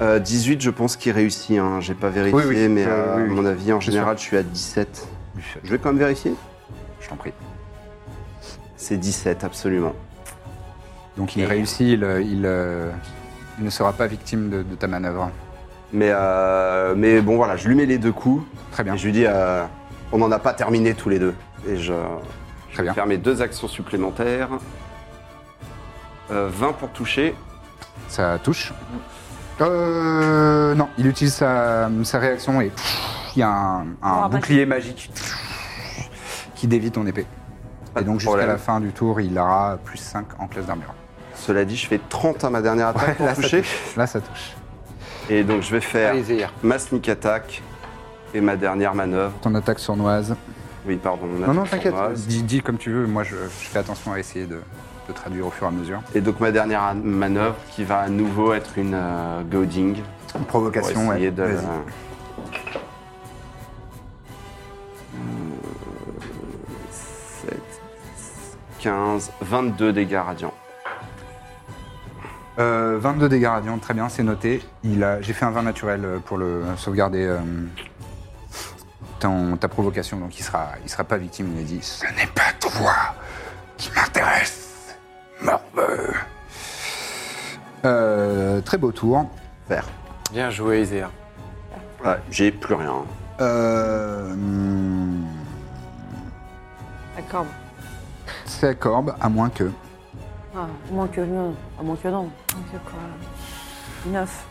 Euh, 18, je pense qu'il réussit, hein. j'ai pas vérifié,
Oui, oui,
mais
euh,
euh,
oui,
à
oui.
mon avis, en
C'est
général, je suis à 17. Je vais quand même vérifier
Je t'en prie.
C'est 17, absolument.
Donc il réussit, il, euh, il, euh, il ne sera pas victime de, de ta manœuvre.
Mais, euh, mais bon, voilà, je lui mets les deux coups.
Très bien.
Et je lui dis, euh, on n'en a pas terminé tous les deux. Et je, je
Très
vais
bien.
faire mes deux actions supplémentaires. Euh, 20 pour toucher.
Ça touche. Euh, non, il utilise sa, sa réaction et pff, il y a un, un
bah,
bouclier magique qui dévie ton épée. Et donc jusqu'à
problème.
la fin du tour, il aura plus 5 en classe d'armure.
Cela dit, je fais 30 à ma dernière attaque pour
là, ça
toucher.
touche. Là, ça touche.
Et donc, je vais faire
Allez, Zéhir.
ma sneak attack et ma dernière manœuvre.
Ton attaque sournoise.
Oui, pardon. mon
Non, non,
attaque
t'inquiète.
sournoise.
Dis, dis comme tu veux. Moi, je, je fais attention à essayer de, de traduire au fur et à mesure.
Et donc, ma dernière an- manœuvre qui va à nouveau être une euh, goading.
Une
Pour
provocation,
essayer
ouais.
de.
Vas-y.
Euh, 7, 15, 22 dégâts radiants.
Euh, 22 dégâts radiants, très bien, c'est noté. Il a, j'ai fait un 20 naturel euh, pour le sauvegarder euh, ton- ta provocation, donc il sera, il sera pas victime. Il a dit Ce n'est pas toi qui m'intéresse, morveux. Euh, très beau tour.
Vert.
Bien joué, Iséa.
Ouais, j'ai plus rien.
Euh, hmm,
D'accord.
c'est à Corbe, à moins que.
Ah, à moins que non. À moins que non. Neuf.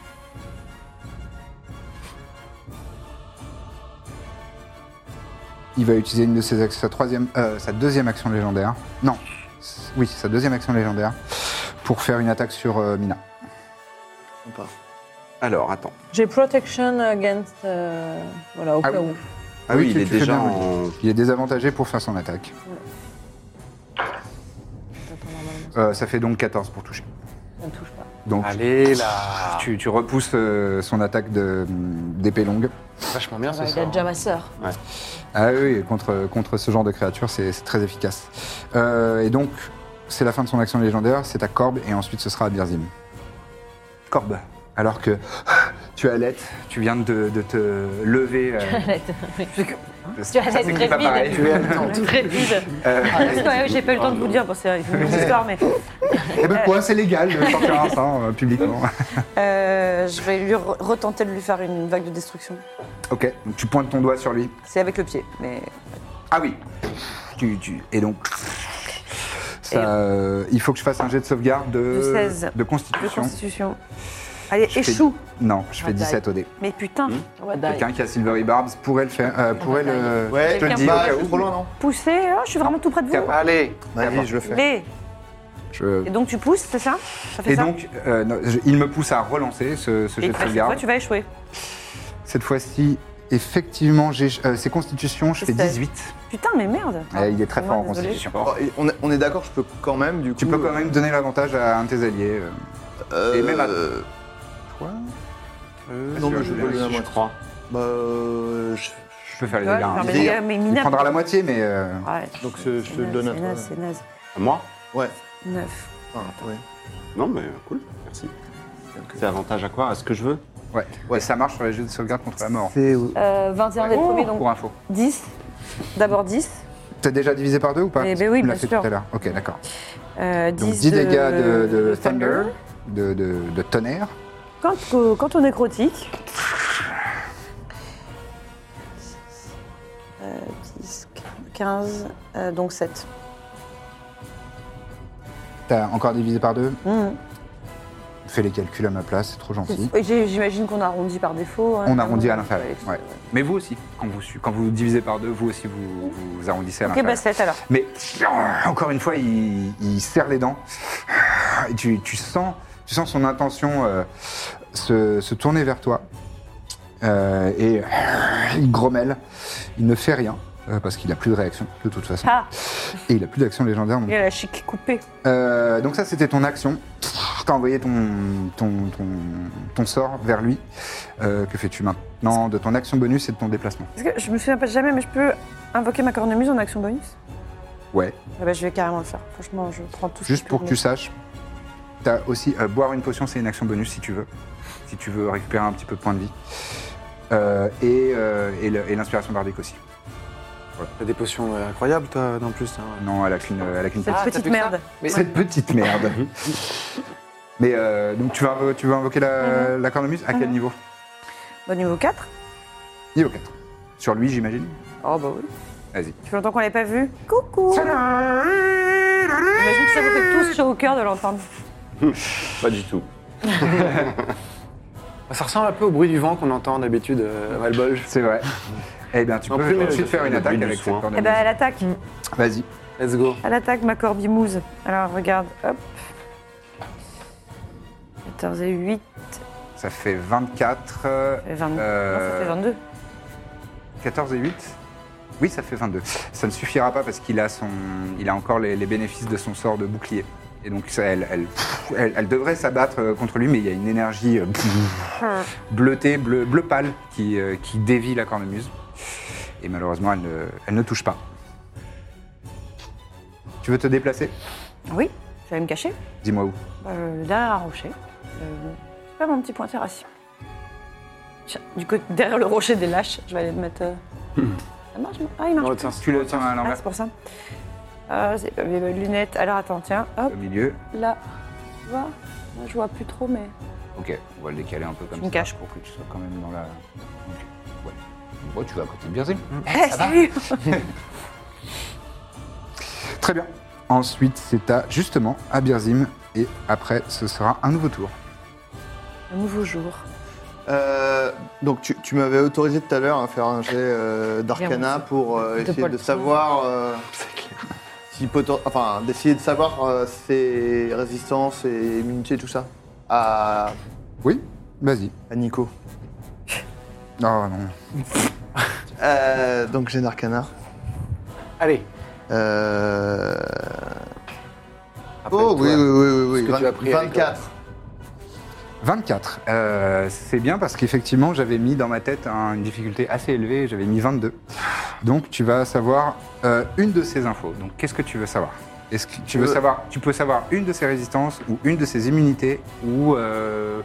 Il va utiliser une de ses actions, sa, troisième, euh, sa deuxième action légendaire. Non, s- oui, sa deuxième action légendaire pour faire une attaque sur euh, Mina.
Alors, attends.
J'ai protection against. euh, voilà, au
Ah
cas
oui.
où.
Ah oui,
tu-
il est
tu fais
déjà
bien,
en-
Olivier. Il est désavantagé pour faire son attaque. Euh, ça fait donc 14 pour toucher.
Ça ne touche pas.
Donc
Allez là.
tu, tu repousses euh, son attaque de- d'épée longue.
Vachement bien ce
Bah, il a
soir.
déjà ma sœur.
Ah oui, contre, contre ce genre de créature, c'est c'est très efficace. Euh, et donc, c'est la fin de son action légendaire, c'est à Corbe, et ensuite ce sera à Birzim. Corbe, [GASPS] alors que [LAUGHS] tu allaites, tu viens de, de te lever. euh,
Arrête. Tu vas être
très vide.
[LAUGHS]
Tu
Très vide.
Euh,
Ah, parce que, ouais, J'ai pas eu le temps de vous le dire, bon, c'est
[LAUGHS]
une histoire, mais.
Eh ben quoi, c'est légal de s'en faire un sang euh, publiquement. [LAUGHS]
Euh, je vais lui re- retenter de lui faire une vague de destruction.
ok, donc tu pointes ton doigt sur lui.
C'est avec le pied, mais.
Ah oui Tu- tu- Et donc. ça, euh, il faut que je fasse un jet de sauvegarde de,
De 16.
de constitution.
De constitution. Allez,
Je fais-
échoue.
Non, je fais
Ah, die.
17 au dé.
Mais putain,
Quelqu'un qui a Silvery Barbs pourrait le faire. euh, pourrait
Ah,
le.
Ouais,
je te le dis.
bah,
au cas
je
où.
suis trop loin, poussez, oh, je suis vraiment tout près de vous.
Allez,
Vas-y, je le fais.
Mais-
Je-
Et donc tu pousses, c'est ça Ça fait
Et
ça
donc, euh, non, je- il me pousse à relancer ce, ce
Et
jet de
cette fois,
sauvegarde.
tu vas échouer.
Cette fois-ci, effectivement, j'ai- euh, c'est Constitution, je fais
C'est-
18.
Putain, mais merde
Eh, il est très fort en
désolée.
Constitution.
Oh, et on est, on est d'accord, je peux quand même, du coup.
Tu peux quand même donner l'avantage à un de tes alliés. euh, Et même à. Quoi
non,
Vas-y,
mais je
vas-y,
peux euh, le
vas-y,
donner à
je
moi.
crois.
Bah, euh, je...
Je peux faire les
Ouais,
dégâts.
je
hein.
vais faire les dégâts, mais
Il
minable.
prendra la moitié, mais. euh,
Ouais.
Donc je, je te le donne à
C'est
toi.
naze, c'est naze.
À moi
Ouais.
9.
ouais.
Non, mais cool, merci. C'est avantage à quoi À ce que je veux
Ouais. ouais, ça marche sur les jeux de sauvegarde contre la mort.
C'est.
Euh, 21 des premiers, donc
Pour info.
10. D'abord 10.
T'as déjà divisé par deux ou pas
Eh ben oui,
Tu me l'as
bien
fait
sûr.
tout à l'heure. Ok, d'accord.
Euh, 10,
Donc 10
de-
dégâts de, de
de
thunder, de, de- de tonnerre.
Quand, quand on est crotique. Euh, 10, 15, euh, donc 7.
T'as encore divisé par deux Fais les calculs à ma place, Mm. c'est trop gentil.
J'imagine qu'on arrondit par défaut. hein.
On arrondit à l'inférieur. ouais. Mais vous aussi, quand vous, su- quand vous divisez par deux, vous aussi vous, vous arrondissez à
Ok,
l'inférieur.
bah 7 alors.
Mais encore une fois, il, il serre les dents. Et tu, tu sens, tu sens son intention euh, se, se tourner vers toi. Euh, et il grommelle. Il ne fait rien, euh, parce qu'il n'a plus de réaction, de toute façon.
Ah.
Et il n'a plus d'action légendaire. non
Il y a la chic coupée.
euh, donc ça, c'était ton action. T'as envoyé ton, ton, ton- ton sort vers lui. Euh, que fais-tu maintenant de ton action bonus et de ton déplacement
Parce que je me souviens pas de jamais, mais je peux invoquer ma cornemuse en action bonus
Ouais.
Ah bah, Je vais carrément le faire. Franchement, je prends tout ce
Juste
qui
pour
peut
que
me-
tu saches, t'as aussi euh, boire une potion, c'est une action bonus si tu veux. Si tu veux récupérer un petit peu de points de vie. Euh, et euh, et le- et l'inspiration bardique aussi.
T'as des potions euh, incroyables, toi, en plus. hein.
Non, elle a qu'une euh, elle a qu'une
Ah,
Cette
potion.
petite merde. Mais-
Cette petite
[LAUGHS]
merde. Mais euh, donc tu vas, tu vas invoquer la, la cornemuse à quel
Mhm.
niveau
Bon, niveau 4
Niveau 4. Sur lui, j'imagine
Oh bah oui.
Vas-y.
Ça fait longtemps qu'on l'avait pas vu. Coucou J'imagine que ça vous fait tous chaud au cœur de l'entendre.
Pas du tout.
Ça ressemble un peu au bruit du vent qu'on entend d'habitude euh, à Valbolge.
C'est vrai. Eh bien, tu
Non,
peux
plus,
tout de
mais
suite
je
faire
fais
une
le
attaque
bruit du
avec
soin.
cette
Eh
cornemuse.
ben, elle attaque.
Mm. Vas-y.
Let's go.
Elle attaque ma corbimouse. Alors, regarde, hop. 14 et 8.
Ça fait 24.
Et 20.
euh,
Non, ça fait 22.
14 et 8 Oui, ça fait 22. Ça ne suffira pas parce qu'il a, son... il a encore les, les bénéfices de son sort de bouclier. Et donc, ça, elle, elle, pff, elle- elle devrait s'abattre euh, contre lui, mais il y a une énergie euh, pff,
Hmm.
bleutée, bleu, bleu pâle, qui, euh, qui dévie la cornemuse. Et malheureusement, elle ne, elle ne touche pas. Tu veux te déplacer
Oui, je vais me cacher.
Dis-moi où.
Euh, derrière un rocher. Euh, c'est pas mon petit pointeur assis. Tiens, Du côté, derrière le rocher des lâches, je vais aller me mettre. euh,
Hmm.
Ça marche non Ah, il marche. plus.
Tu le tiens à
Ah,
l'envers.
c'est pour ça. Euh, c'est pas mes bonnes lunettes. Alors, attends, tiens, hop,
Au milieu.
là. Tu vois Là, je vois plus trop, mais.
Ok, on va le décaler un peu comme
Je
ça.
me cache.
Pour que tu sois quand même dans la. Ok, Ouais. Bon, tu vas à côté de Birzim.
Eh, salut
Très bien. Ensuite, c'est à justement à Birzim. Et après, ce sera un nouveau tour.
Un nouveau jour.
Euh, donc tu, tu m'avais autorisé tout à l'heure à faire un jet euh, d'arcana pour euh, essayer de savoir euh, si poten- enfin d'essayer de savoir euh, ses résistances et immunités tout ça à
oui vas-y
à Nico
oh non
euh, donc j'ai un arcana
allez
euh... oh oui oui oui oui, oui.
ce que tu as pris à
24
24. Euh, c'est bien parce qu'effectivement, j'avais mis dans ma tête un- une difficulté assez élevée. J'avais mis 22. Donc, tu vas savoir euh, une de ces infos. Donc, qu'est-ce que tu veux savoir Est-ce que tu veux
Euh.
savoir Tu peux savoir une de ses résistances ou une de ses immunités ou euh,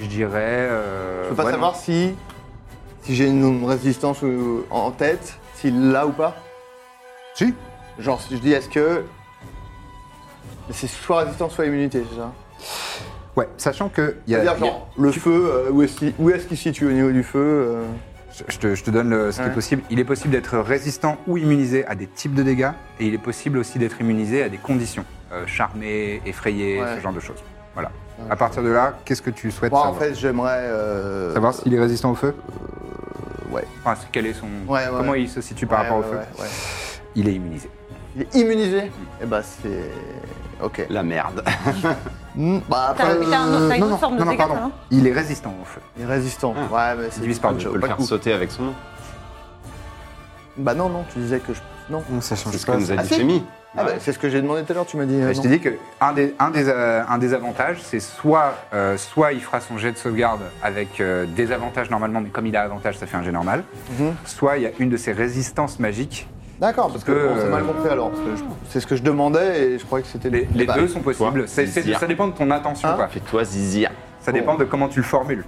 je dirais. euh,
Je peux pas
ouais, non.
savoir si, si j'ai une résistance ou- euh, en tête, s'il l'a ou pas
Si.
Genre, si je dis, est-ce que. C'est soit résistance, soit immunité, c'est ça
Ouais, sachant que.
y a,
y a-
genre, le feu, euh, où est-ce qu'il est se situe au niveau du feu euh,
Je- Je te, je te donne le- ce qui
Ouais.
est possible. Il est possible d'être résistant ou immunisé à des types de dégâts, et il est possible aussi d'être immunisé à des conditions, euh, charmé, effrayé,
Ouais.
ce genre de choses. Voilà.
Ouais,
à partir de là, qu'est-ce que tu souhaites
Moi, en
savoir
fait, j'aimerais. euh,
Savoir s'il est résistant au feu
Ouais.
Enfin, c'est- quel est son...
Ouais, ouais.
Comment il se situe par
Ouais,
rapport
ouais,
au feu
ouais, ouais.
Il est immunisé.
Il est immunisé Eh bah, c'est. Ok.
La merde.
bah, après.
T'as- t'as un autre- t'as une
euh,
non,
autre
non,
forme de
non, non,
dégâts,
pardon.
toi, non
Il est résistant au feu.
Il est résistant. Ouais, mais c'est.
Divise par
pas
deux.
de-
On peut
pas
le
de
faire
coup.
sauter avec son nom.
Bah, non, non, tu disais que je. Non.
Ça change ce
pas.
que nous a
Ah,
dit
si
Femi.
Ah, bah, c'est ce que j'ai demandé tout à l'heure, tu m'as dit. euh,
Je
non.
t'ai dit que un des, un des, euh, un des avantages, c'est soit, euh, soit il fera son jet de sauvegarde avec euh, des avantages normalement, mais comme il a avantage, ça fait un jet normal.
Mhm.
Soit il y a une de ses résistances magiques.
D'accord, parce que
Que,
on s'est mal
euh,
compris alors. parce que je- C'est ce que je demandais et je croyais que c'était.
Les, les
Bah,
deux sont possibles.
toi,
C'est- c'est-
Zizir.
ça dépend de ton intention.
Hein
quoi.
Fais-toi zizir.
Ça dépend de comment tu le formules.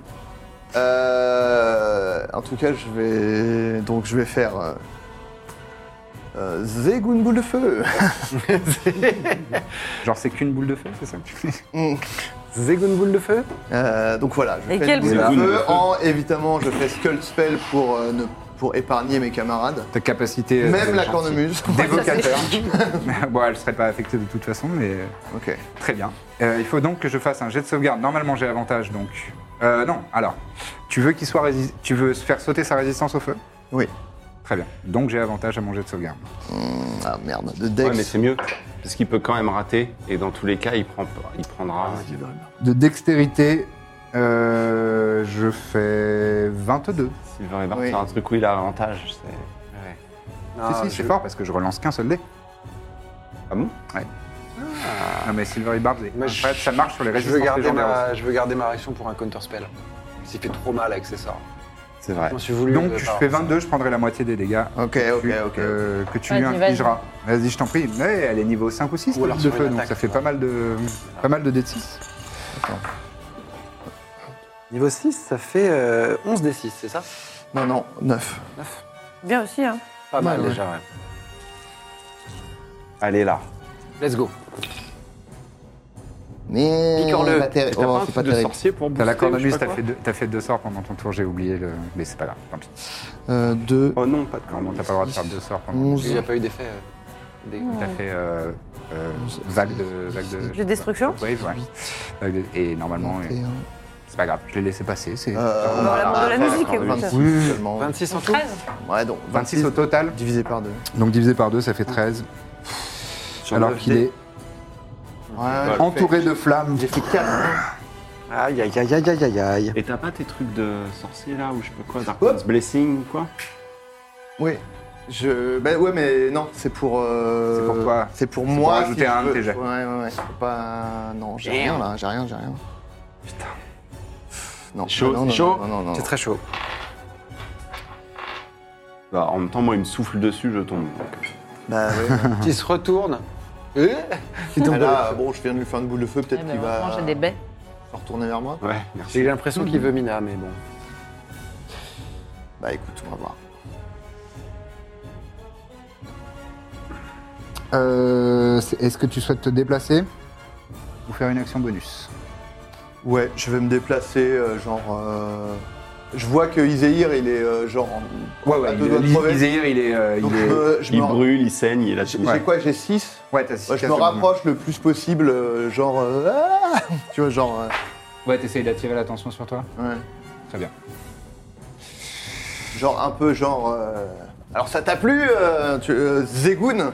Euh, en tout cas, je vais donc je vais faire euh, euh, Zégoun boule de feu.
Genre c'est qu'une boule de feu,
[LAUGHS]
c'est ça
Zégoun Mm. boule de feu. donc voilà, je
Et
fais
quelle
une
boule de
boule de
feu
feu. En évidemment, je fais Skull Spell pour euh, ne- pour épargner mes camarades.
Ta capacité. euh,
Même la
gentille.
cornemuse. [LAUGHS]
D'évocateur. [LAUGHS] bon, elle serait pas affectée de toute façon, mais. euh,
Ok.
Très bien. Euh, il faut donc que je fasse un jet de sauvegarde. Normalement, j'ai avantage, donc. Euh, non, alors. Tu veux qu'il soit rési- Tu veux faire sauter sa résistance au feu
Oui.
Très bien. Donc j'ai avantage à mon jet de sauvegarde.
Ah merde, de Dex.
Ouais, mais c'est mieux. Parce qu'il peut quand même rater. Et dans tous les cas, il, prend, il prendra.
Ah,
De dextérité, euh, je fais 22.
Sylvain Hébert, c'est un truc où il a avantage. c'est- Ouais.
Ah,
si, si, c'est fort parce que Ah, je relance qu'un seul dé.
Ah bon
Ouais. Non, Ah, mais Silvery Barb, c'est- en fait, ça marche sur les
je
résistances
veux, garder
légendaires
ma,
aussi.
je veux garder ma réaction pour un counterspell. S'il fait trop mal avec ses sorts.
C'est vrai.
Je m'en suis voulu.
Donc
euh,
je
par-
fais 22, je prendrai la moitié des dégâts
Ok, ok, ok.
euh, que tu
Vas-y,
lui
vas-y.
infligeras. Vas-y, je t'en prie. Mais elle est niveau 5 ou 6
alors
de
sur
feu,
une
donc
attaque,
ça fait pas mal de pas mal de dés de 6.
Niveau 6, ça fait euh, 11 des 6, c'est ça
Non, non, 9.
Bien aussi, hein.
Pas mal
Ouais, ouais.
déjà, ouais.
Allez là.
Let's go.
Mais
Picore-le.
pas terri-
Et t'as
oh,
pas un
c'est
truc
pas
de
terrible.
sorcier pour
T'as la
booster ou je sais
cornemuse,
pas
t'as
quoi
fait, deux- t'as fait deux sorts pendant ton tour, j'ai oublié le. Mais c'est pas grave, tant pis.
Euh, deux.
Oh non, pas de
Normalement, t'as pas le droit de faire deux sorts pendant ton
Il
tour.
n'y a pas eu d'effet. euh, des-
T'as fait euh, euh, vague de. Vague de
J'ai destruction
Wave, ouais. Vague de- Et normalement. euh, C'est pas grave, je l'ai laissé passer. C'est.
Euh,
Ah,
Dans la- dans la
voilà,
musique, écoute.
26
Oui.
seulement.
26 en tout
Ouais, donc
26 au total.
divisé par deux.
Donc divisé par 2, ça fait 13.
Sur
Alors
neuf
qu'il
dés.
est
Ouais,
entouré de flammes.
j'ai fait 4.
Aïe, aïe, aïe, aïe, aïe, aïe, aïe.
Et t'as pas tes trucs de sorcier là ou je sais pas quoi, Darkman's Blessing ou quoi
Oui. Je. Ben ouais, mais non, c'est pour. euh,
C'est pour toi.
C'est pour
C'est
moi.
pour
si
ajouter
je
un de
veux.
tes jets.
Ouais, ouais, ouais. c'est Pas. Non, j'ai rien là, j'ai rien, j'ai rien.
Putain.
Non,
Chaud,
non, non,
c'est chaud
non, non, non, non.
C'est très chaud.
Bah, en même temps, moi, il me souffle dessus, je tombe. donc.
Bah ouais.
Qui se retourne.
Euh,
Eh
Mais là, bon, je viens de lui faire une boule de feu,
eh ben,
peut-être qu'il va
J'ai des baies.
se retourner vers moi.
Ouais, merci.
J'ai l'impression qu'il veut Mina, mais bon.
Bah écoute, on va voir.
Euh, c'est- Est-ce que tu souhaites te déplacer ou faire une action bonus
Ouais, je vais me déplacer, euh, genre. euh, Je vois que Iséir, il est euh, genre. en- à deux
il,
doigts de crever.
il est. euh,
Donc
il est-
euh, je
Il
me-
brûle, il saigne, il a
J'ai quoi J'ai 6
Ouais, t'as six
Ouais, je
cases
me
de mouvement.
rapproche le plus possible, euh, genre. euh, ah [LAUGHS] tu vois, genre. euh,
Ouais, t'essayes d'attirer l'attention sur toi
ouais.
Très bien.
Genre un peu genre. euh, Alors ça t'a plu, euh, tu- euh, Zegoun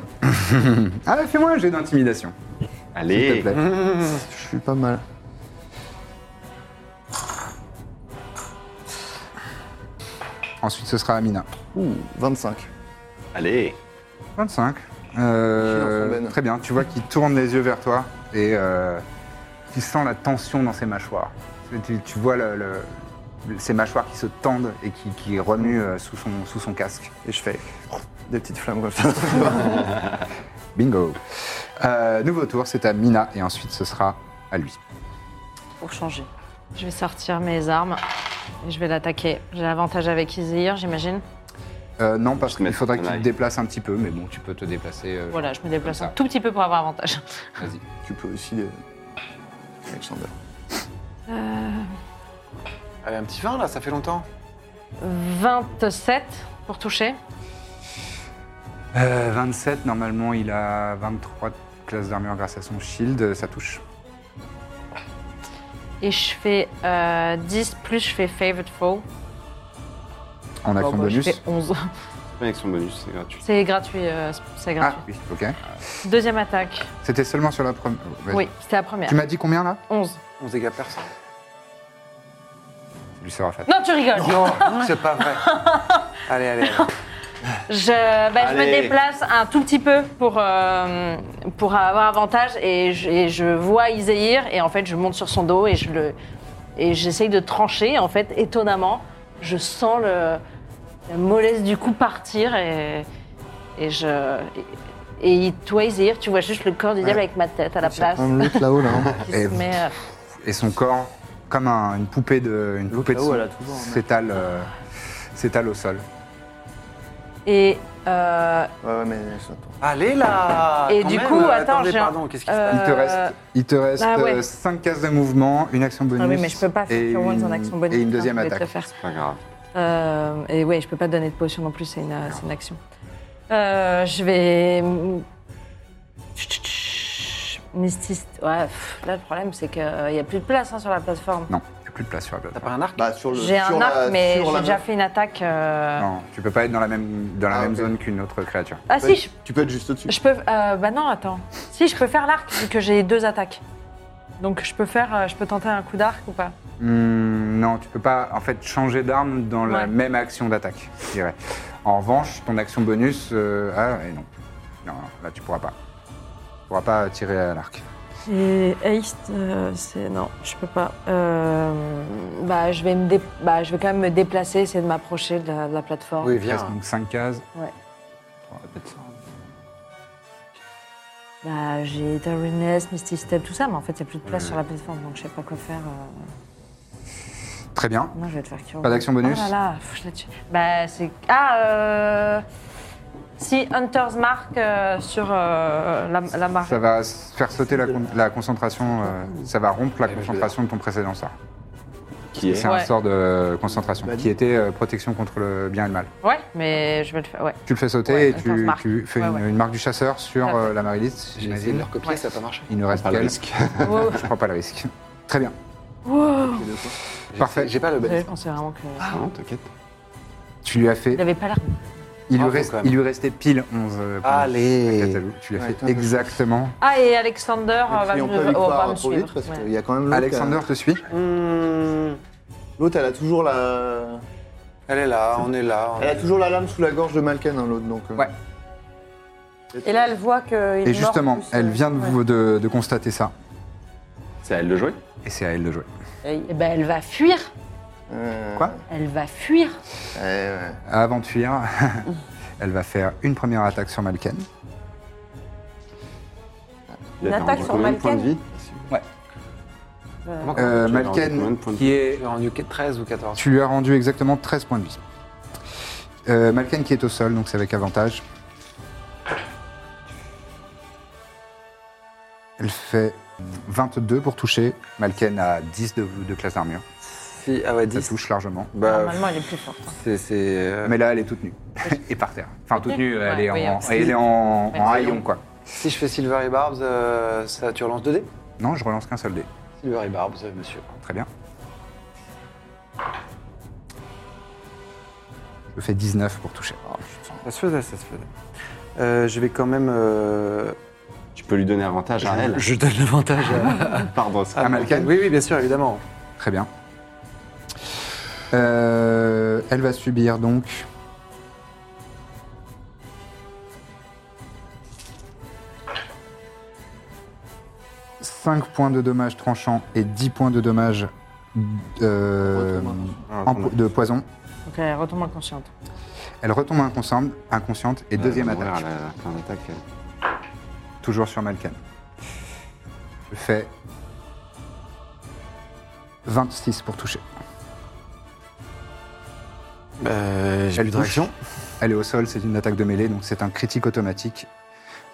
Ah, fais-moi un jet d'intimidation, s'il te
Allez
plaît.
Je suis pas mal.
Ensuite, ce sera Amina.
Ouh, 25.
Allez
25. Euh,
Je suis dans son ben.
très bien, tu vois qu'il tourne les yeux vers toi et euh, tu sens la tension dans ses mâchoires. Tu, tu vois le- le- le- ses mâchoires qui se tendent et qui, qui remuent euh, sous, son, sous son casque.
Et je fais des petites flammes comme ça.
Bingo. Euh, nouveau tour, c'est à Mina et ensuite ce sera à lui.
Pour changer.
Je vais sortir mes armes et je vais l'attaquer. J'ai l'avantage avec Izir, j'imagine.
Euh, non, parce qu'il faudrait que tu te déplaces un petit peu, mais bon, tu peux te déplacer. euh,
Voilà, je me déplace
comme
un
ça.
tout petit peu pour avoir avantage.
Vas-y.
Tu peux aussi. euh, Alexander.
Euh,
[LAUGHS] Allez, un petit vin là, ça fait longtemps.
27 pour toucher.
Euh, 27, normalement, il a 23 de classe d'armure grâce à son shield, euh, ça touche.
Et je fais euh, 10 plus je fais Favorite Foe.
En action
Bon, bah,
bonus.
Je fais 11.
Une action bonus, c'est gratuit.
[LAUGHS] C'est gratuit. euh, c'est- c'est
Ah,
gratuit.
oui, ok.
Deuxième attaque.
C'était seulement sur la première. oh, Ah. vas-y.
Oui, c'était la première.
Tu m'as dit combien là
11.
11 dégâts personne.
Lui sera fatal.
Non, tu rigoles.
Non, c'est pas
[LAUGHS]
vrai. Allez, allez, allez.
Je, bah, je me
Allez.
déplace un tout petit peu pour, euh, pour avoir avantage et je, et je vois Iséir et en fait je monte sur son dos et je le et j'essaye de trancher en fait étonnamment je sens le la mollesse du coup partir et, et je et, et toi Iséir tu vois juste le corps du diable avec ma tête à la place
Un loot là-haut, là. hein.
[LAUGHS] qui
Et-
se met euh,
Et son corps, comme un- une poupée de, une poupée de
là-haut,
son,
elle a tout le temps, hein.
s'étale, euh, s'étale au sol.
et euh,
Ouais, ouais, mais ça tombe.
Allez là
Et
quand
du
même,
coup,
euh,
attends,
attendez,
j'ai un-
pardon, qu'est-ce qui
euh,
se
Il te reste, il te reste
ah ouais.
5 cases de mouvement, une action bonus.
Ah oui, mais je peux pas faire
et
Cure Wounds en
une-
action bonus,
Et une
ça,
deuxième
hein, je vais te
attaque.
faire.
C'est pas grave.
Euh, et ouais, je peux pas donner de potion non plus, c'est une, c'est une action. Euh, je vais. Mystiste. Ouais, pff, là le problème c'est qu'il n'y a plus de place hein, sur la plateforme.
Non, tu n'as plus de place sur la plateforme.
T'as pas un arc
Bah, sur le.
J'ai
sur
un
la-
arc, mais
sur
j'ai
la
déjà
meuf.
fait une attaque. euh,
Non, tu peux pas être dans la même, dans la
Ah,
même
ok.
zone qu'une autre créature.
Ah si, je,
Tu peux être juste au-dessus.
je peux. euh, bah non, attends. Si, je peux faire l'arc, vu que j'ai deux attaques. Donc je peux faire. euh, Je peux tenter un coup d'arc ou pas
Hmm, non, tu peux pas en fait changer d'arme dans la
Ouais.
même action d'attaque, je dirais. En revanche, ton action bonus, euh, ah et non. non, non, là tu pourras pas. Tu pourras pas tirer à l'arc.
Et haste, euh, c'est. Non, je peux pas.
Euh, bah, je vais me dé- bah, je vais quand même me déplacer, essayer de m'approcher de, la- de la plateforme.
Oui,
Il
viens.
reste donc 5 cases.
Ouais.
Trois, peut-être ça.
Bah, j'ai Darkness, Misty Step, tout ça, mais en fait, il n'y a plus de place sur la plateforme, donc je sais pas quoi faire. euh.
Très bien.
Non, je vais te faire cure.
Pas d'action bonus
Oh là là, faut que je la tue. Bah, c'est. Ah, euh. Si Hunter's Mark euh, sur euh, la, la marque.
Ça va s- faire sauter la, con- la concentration, euh, ça va rompre la
Eh
concentration de ton précédent sort.
ben, Qui est Bah,
C'est un
Ouais.
sort de concentration qui était euh, protection contre le bien et le mal.
Ouais, mais je vais le faire. Ouais.
Tu le fais sauter
Ouais,
et
attends, je
tu,
marque.
tu fais
Ouais,
une,
ouais.
une marque du chasseur sur
Tout à fait.
euh, la Marilith,
J'ai essayé de
j'imagine.
leur copier, ça n'a pas marché.
Il ne reste
Ah,
pas le
qu'elle.
risque.
Wow.
[LAUGHS] Je prends pas le risque. Très bien.
J'ai-
Parfait.
J'ai pas le
J'avais
bête.
pensé vraiment que.
Ah,
Non, t'inquiète.
Tu lui as fait.
Il avait pas l'air.
Il lui,
Bravo,
reste,
quand même.
il lui restait pile 11. euh, points.
Allez.
Catalou, Tu l'as
Ouais,
fait
attends,
exactement.
Ah, et Alexander euh,
Et
va
puis,
me,
on peut lui
oh, va
croire
me
trop
suivre.
vite parce
Ouais.
qu'il y a quand même l'autre.
Alexander
qui
te suit
Hmm,
a- L'autre, elle a toujours la.
Elle est là, on est là. on
Elle a
est-
toujours la lame sous la gorge de Malken, hein, l'autre, donc. euh,
Ouais.
Et là, elle voit qu'il est
Et justement, elle vient de, vous- de- de constater ça.
C'est à elle de jouer
Et c'est à elle de jouer.
Eh ben, elle va fuir.
euh,
Quoi
Elle va fuir.
Euh.
ouais, Eh, ouais.
Avant de fuir, elle va faire une première attaque sur Malken.
Il
Une
avait
attaque
rendu
sur
combien de points de
Malken
vie
Comment-
Euh,
Tu l'as rendu combien
Malken,
de points de
qui est.
Tu as rendu que 13 ou 14
Tu lui as rendu exactement 13 points de vie. Euh, Malken qui est au sol, donc c'est avec avantage. Elle fait 22 pour toucher. Malken a 10 de, de classe d'armure.
Si, ah ouais,
Ça
10.
touche largement.
Bah,
Normalement, elle est plus forte. hein.
c'est. c'est, euh,
Mais là, elle est toute
[LAUGHS]
nue. et par terre. Enfin, toute nue, elle,
Ouais,
est,
oui,
en,
hein.
elle est en, en
Ouais.
rayon, quoi.
Si je fais Silver et Barbs, euh, ça, tu relances 2D
Non, je relance qu'un seul dé.
Silver et Barbs, euh, monsieur.
Très bien. Je fais 19 pour toucher.
Oh, Ça se faisait, ça se faisait. Euh, je vais quand même. euh,
Tu peux lui donner avantage à elle.
Je donne l'avantage à,
Pardon,
à Malken. Oui, oui, bien sûr, évidemment.
Très bien. Euh, elle va subir donc. Cinq points de dommages tranchants et 10 points de dommages euh, en- de poison.
Donc, elle retombe inconsciente.
Elle retombe inconsciente, inconsciente et deuxième attaque,
Fin d'attaque.
toujours sur Malkan. Je fais 26 pour toucher.
Euh, J'ai plus de
touche.
réaction.
Elle est au sol, c'est une attaque de mêlée, donc c'est un critique automatique.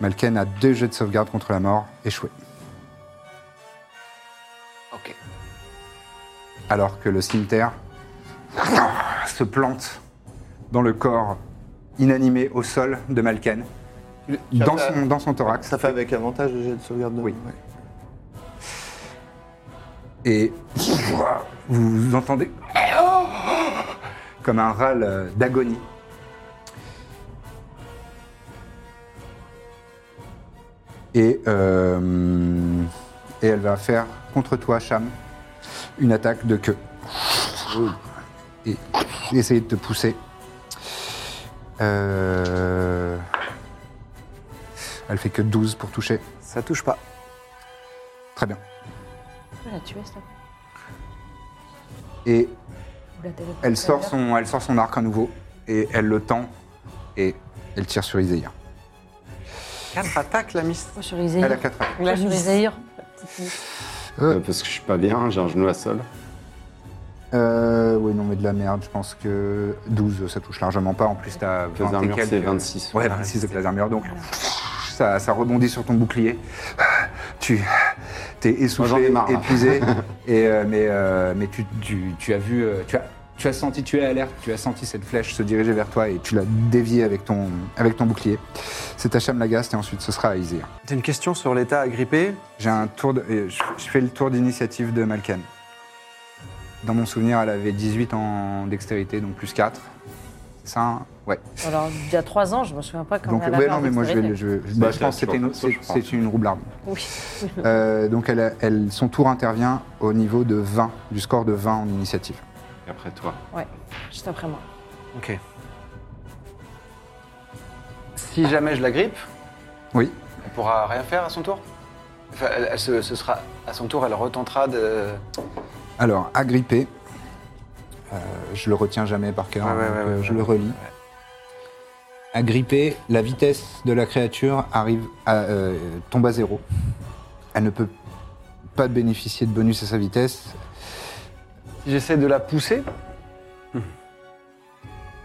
Malken a deux jets de sauvegarde contre la mort, échoué.
Ok.
Alors que le cimetière [LAUGHS] se plante dans le corps inanimé au sol de Malken, dans
Ça fait-
son, dans son thorax.
Ça fait avec avantage le jet de sauvegarde de Oui.
Et vous entendez comme un râle euh, d'agonie. Et, euh, et elle va faire contre toi, Cham, une attaque de queue. Et essayer de te pousser. Euh, elle fait que 12 pour toucher.
Ça touche pas.
Très bien.
Tu peux la tuer, ça.
Et
Ou la téléporter
Elle sort,
ailleurs.
son, elle sort son arc à nouveau et elle le tend et elle tire sur Iséia.
Quatre attaques, la miss.
Oh, sur Iséir.
Elle a quatre attaques.
Là, sur Iséir.
Euh, parce que je suis pas bien, j'ai un genou à sol.
Euh, oui, non, mais de la merde, je pense que 12, ça touche largement pas. En plus, t'as 20
Les
et
armures,
quelques-
c'est 26.
Ouais, 26 avec les armures, donc ça, ça rebondit sur ton bouclier. Tu es
Moi, j'en
essoufflé,
ai marre, là. [LAUGHS]
épuisé, et, euh, mais, euh, mais tu, tu- tu as vu, euh, tu as, tu as senti, tu es alerte, tu as senti cette flèche se diriger vers toi et tu l'as déviée avec ton, avec ton bouclier. C'est à Cham Lagast et ensuite ce sera à Isir.
T'as une question sur l'état agrippé
J'ai un tour de- euh, je je fais le tour d'initiative de Malkan. Dans mon souvenir, elle avait 18 en dextérité, donc plus 4. C'est ça hein Ouais.
Alors, il y a 3 ans, je me souviens pas comment
Donc,
elle
ouais,
avait
non,
en
mais moi, je, vais, le-
dextérité.
je, vais- bah,
Bah,
je
c'est
pense que c'était
sûr,
une,
ça, je
c'est-
pense.
c'est une roublarde.
Oui.
[LAUGHS] Euh, donc, elle, a- elle- son tour intervient au niveau de 20, du score de 20 en initiative.
Et après toi.
Ouais, juste après moi.
Ok. Si jamais je la grippe,
Oui.
elle pourra rien faire à son tour Enfin, elle- elle se- ce sera, à son tour, elle retentera de.
Alors, agrippé. Euh, je le retiens jamais par cœur,
Ouais, ouais,
donc,
ouais,
euh,
ouais,
je
ouais.
le relis. Agrippé, la vitesse de la créature arrive à, euh, tombe à zéro. Elle ne peut pas bénéficier de bonus à sa vitesse.
Si j'essaie de la pousser,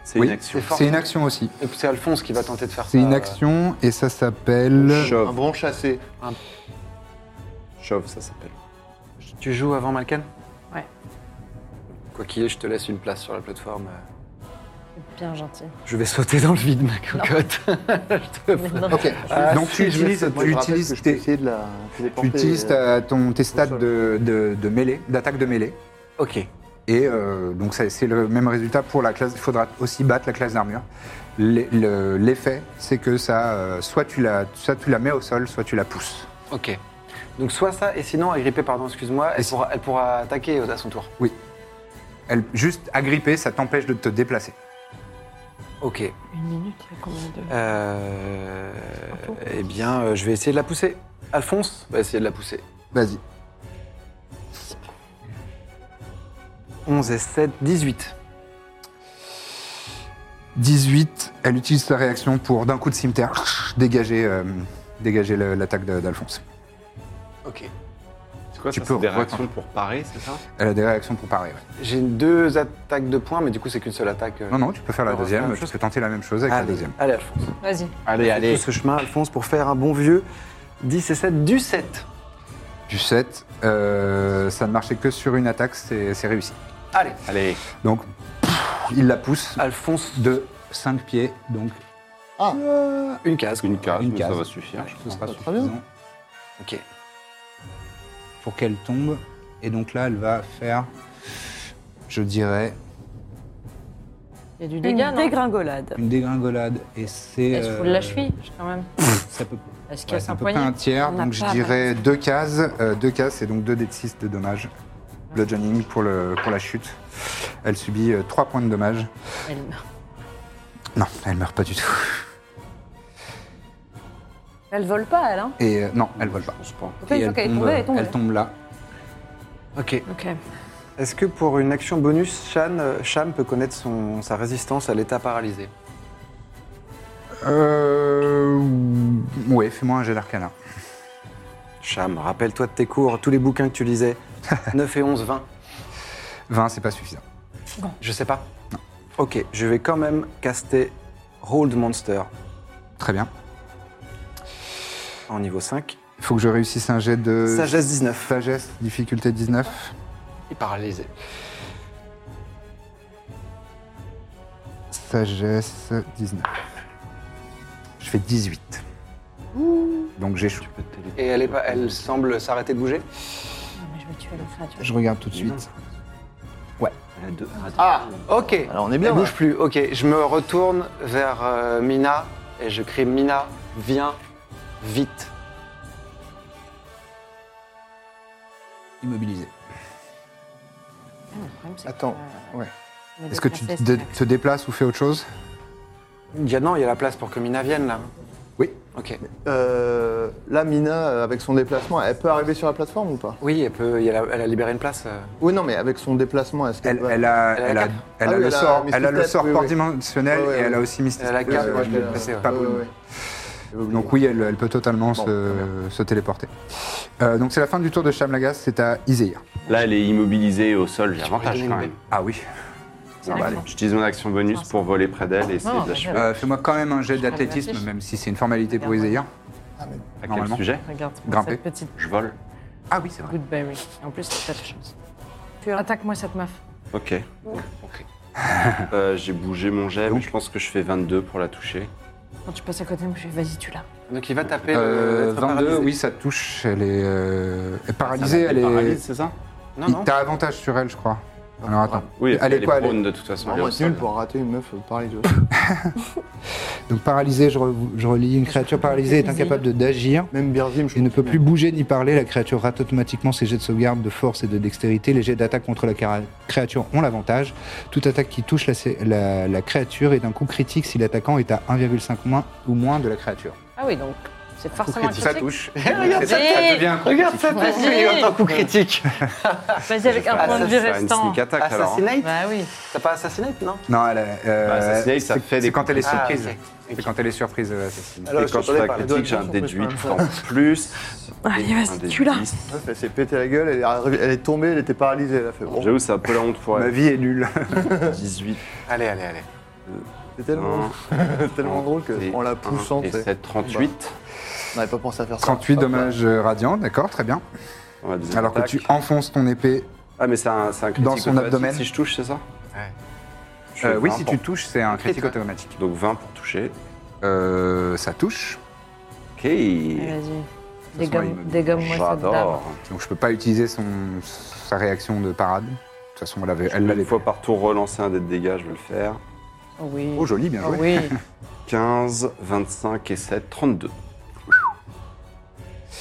C'est
Oui.
une action.
C'est fort.
C'est une action aussi.
et c'est Alphonse qui va tenter de faire ça.
C'est
Ah.
une
euh,
action et ça s'appelle.
Chauve.
Un bon chassé.
Chauve, ça s'appelle.
Tu joues avant Malken
Ouais.
Quoi qu'il est, je te laisse une place sur la plateforme. euh.
Bien
[LAUGHS]
gentil.
Je vais sauter dans le vide, ma cocotte. [LAUGHS] Je te
Mais
ferai-
non.
Ah,
Donc tu
Je vais
utilises,
essayer- moi,
tu
je rappelle
utilises
que je peux
tes,
essayer de la téléporter,
tu utilises
euh,
ta- ton, tes stats de, de- de mêlée, d'attaque de mêlée.
Ok.
Et euh, donc ça- c'est le même résultat pour la classe. Il faudra aussi battre la classe d'armure. L'e- le- L'effet, c'est que ça, euh, soit tu la, soit tu la mets au sol, soit tu la pousses.
Ok. Donc soit ça, et sinon, agrippée, pardon, excuse-moi, elle,
Et si-
pourra, elle pourra attaquer à son tour.
Oui. Elle, juste agripper, ça t'empêche de te déplacer.
Ok.
Une minute, il y a combien de.
Euh, eh bien, euh, je vais essayer de la pousser. Alphonse va essayer de la pousser.
Vas-y.
11 et 7, 18.
18, elle utilise sa réaction pour d'un coup de cimetière dégager, euh, dégager le- l'attaque de- d'Alphonse.
Ok.
C'est quoi
Tu
ça
peux
C'est des
reprendre.
réactions pour parer, c'est ça
Elle a des réactions pour parer. ouais.
J'ai deux attaques de points, mais du coup, c'est qu'une seule attaque. euh.
Non, non, tu peux faire la
On va faire la
deuxième,
même
tu
chose.
peux tenter la même chose avec la
Allez,
deuxième.
allez, Alphonse.
Vas-y.
Allez, allez.
Tout ce chemin, Alphonse, pour faire un bon vieux 10 et 7, du 7.
Du 7, euh, ça ne marchait que sur une attaque, c'est c'est réussi.
Allez,
Allez.
Donc, pff, il la pousse
Alphonse,
de 5 pieds, donc
une case.
Une case,
Une
Ah, mais
case.
ça va suffire. je
ce
pense.
sera
très bien.
suffisant
Ok.
pour qu'elle tombe. Et donc là, elle va faire, je dirais,
Il y a du
Une
dégât, non
dégringolade.
une dégringolade. Et c'est.
Elle se fout de
euh,
la cheville, quand même.
Ça peut
Elle se
Ouais,
casse
c'est à
un
peu près
poignet.
un tiers,
On n'a
donc je
pas
dirais deux cases. Euh, deux cases, c'est donc 2 d 6 de dommages. Bludgeoning pour, le, pour la chute. Elle subit 3 points de dommages.
Elle meurt.
Non, elle meurt pas du tout.
Elle vole pas, elle, hein
Et euh, non, elle vole pas.
Pourquoi une
Et
fois qu'elle est tombée, elle est tombée.
elle tombe là.
Ok.
Ok.
Est-ce que pour une action bonus, Shan, euh, Sham peut connaître son, sa résistance à l'état paralysé
Euh. Ouais, fais-moi un jet d'arcana.
Cham, rappelle-toi de tes cours, tous les bouquins que tu
[LAUGHS]
lisais. 9 et 11, 20.
20, c'est pas suffisant.
Je sais pas. Ok, je vais quand même caster Hold Monster.
Très bien.
En niveau 5.
Il faut que je réussisse un jet de.
Euh,
Sagesse 19.
Sagesse, difficulté 19.
Il est paralysé.
Sagesse 19. Je fais 18. Donc j'échoue.
Et elle, est pas- elle semble s'arrêter de bouger
Je vais tuer la créature.
Je regarde tout de suite. Ouais.
Ah, ok.
Alors, on est bien,
Elle
là.
bouge plus. Ok, je me retourne vers euh, Mina et je crie Mina, viens vite. Mmh.
Immobilisé.
Attends,
euh,
ouais.
me
Est-ce que tu
déplacer,
te-
c'est vrai.
te déplaces ou fais autre chose
Il y a- non, il y a la place pour que Mina vienne là.
Oui.
Ok.
Euh, là, Mina, euh, avec son déplacement, elle peut arriver sur la plateforme ou pas
Oui, elle, peut, il y a la- elle a libéré une place. euh.
Oui, non, mais avec son déplacement, est-ce qu'elle
Elle,
va-
elle a, elle a,
quatre.
elle
Ah
a
oui,
le
elle a
sort, elle a le
Mystic
sort
Step, oui,
port
oui.
dimensionnel
Ouais, ouais,
et elle a
ouais.
aussi mystique.
Elle a la carte, moi, je l'ai,
c'est
ouais.
pas
Ouais,
bon.
ouais, ouais. J'avais oublié.
Donc oui, elle, elle peut totalement
Bon,
se, se téléporter. Euh, donc c'est la fin du tour de Shamlagas, c'est à Iséir.
Là, elle est immobilisée au sol, j'ai
pourrais
avantage
donner
quand
une
même.
Ah oui.
Bon, bah, allez, J'utilise mon action bonus pour voler près d'elle et essayer
Non,
de
mais
la
je-
choper.
Euh, Fais-moi quand même un jet
regarde
d'athlétisme,
la fiche.
même si c'est une formalité pour Iséir.
À quel
normalement.
sujet
Regarde,
Grimper.
cette petite
Je vole.
Ah oui, c'est vrai.
goodberry. En plus, t'as de la chance. Attaque-moi cette meuf.
Ok. [LAUGHS] Euh, j'ai bougé mon jet, mais je pense que je fais 22 pour la toucher.
Quand tu passes à côté, de moi, je fais vas-y, tu l'as.
Donc il va taper
Euh,
le.
22,
être paralysé.
oui, ça te touche. Elle est, euh, elle est
Ça
paralysée,
m'appelle
elle est.
paralyse, c'est ça
Non,
Il-
non.
T'as avantage sur elle, je crois. Alors attends.
Oui,
elle est quoi elle est-
prone de toute façon. elle est
Vraiment,
au
Ah, c'est nul
sol.
pour rater une meuf pareil.
Donc paralysée, je, re- je relis. Une créature paralysée est incapable de- d'agir.
Même Birzim, je
et ne peut
trouve
plus bouger ni parler, la créature rate automatiquement ses jets de sauvegarde de force et de dextérité. Les jets d'attaque contre la cara- créature ont l'avantage. Toute attaque qui touche la, sé- la- la créature est d'un coup critique si l'attaquant est à 1,5 moins ou moins de la créature.
Ah oui, donc c'est forcément un critique.
touche.
[LAUGHS] Regarde ça,
ça devient
Regarde ça, t'as
Vas-y.
fait un coup critique.
Vas-y, avec un
Ah,
point de
ça,
vue
ça sera une
restant.
sneak attack alors. hein.
Assassinate
Bah oui.
T'as pas assassinate, non
Non, elle, a- euh,
Bah, assassinate, ça
c'est-
fait
c'est
des-
quand elle est
Ah,
surprise.
ok.
C'est quand elle est surprise. euh, assassinate.
Alors,
Et quand je fais un critique, j'ai un déduit en
[LAUGHS]
plus.
Allez, vas-y,
Un déduit
tue-la.
10.
Elle s'est pété la gueule, elle est, arrivée- elle est tombée, elle était paralysée. Elle a fait oh. bon.
J'avoue, c'est un peu la honte pour
Ma
elle.
vie est nulle.
18.
Allez, allez, allez.
C'est tellement, c'est [LAUGHS] tellement drôle que en la poussant,
Et
tu sais,
7, 38.
on n'avait pas pensé à
[LAUGHS]
faire ça.
38
Hop là.
dommages euh, radiants, d'accord, très bien.
On va deuxième
Alors que
attaque.
tu enfonces ton épée.
Ah, mais c'est un, c'est un critique
Dans son
automatique
abdomen.
Si je touche, c'est ça
Ouais.
Je
Euh,
fais
oui,
20
si
pour-
tu touches, c'est un critique
ouais.
automatique.
Donc 20 pour toucher.
Euh, ça touche.
Ok.
Vas-y.
il
Dégomme-
me-
Dégomme-moi cette dame.
J'adore.
Donc je peux pas utiliser son, sa réaction de parade. De toute façon, elle l'avait. Elle
Elle
l'avait
une fois par tour relancer un dé de dégâts, je vais le faire.
Oh oui.
Oh joli, bien
Oh
joué.
oui.
[LAUGHS]
15, 25 et 7, 32.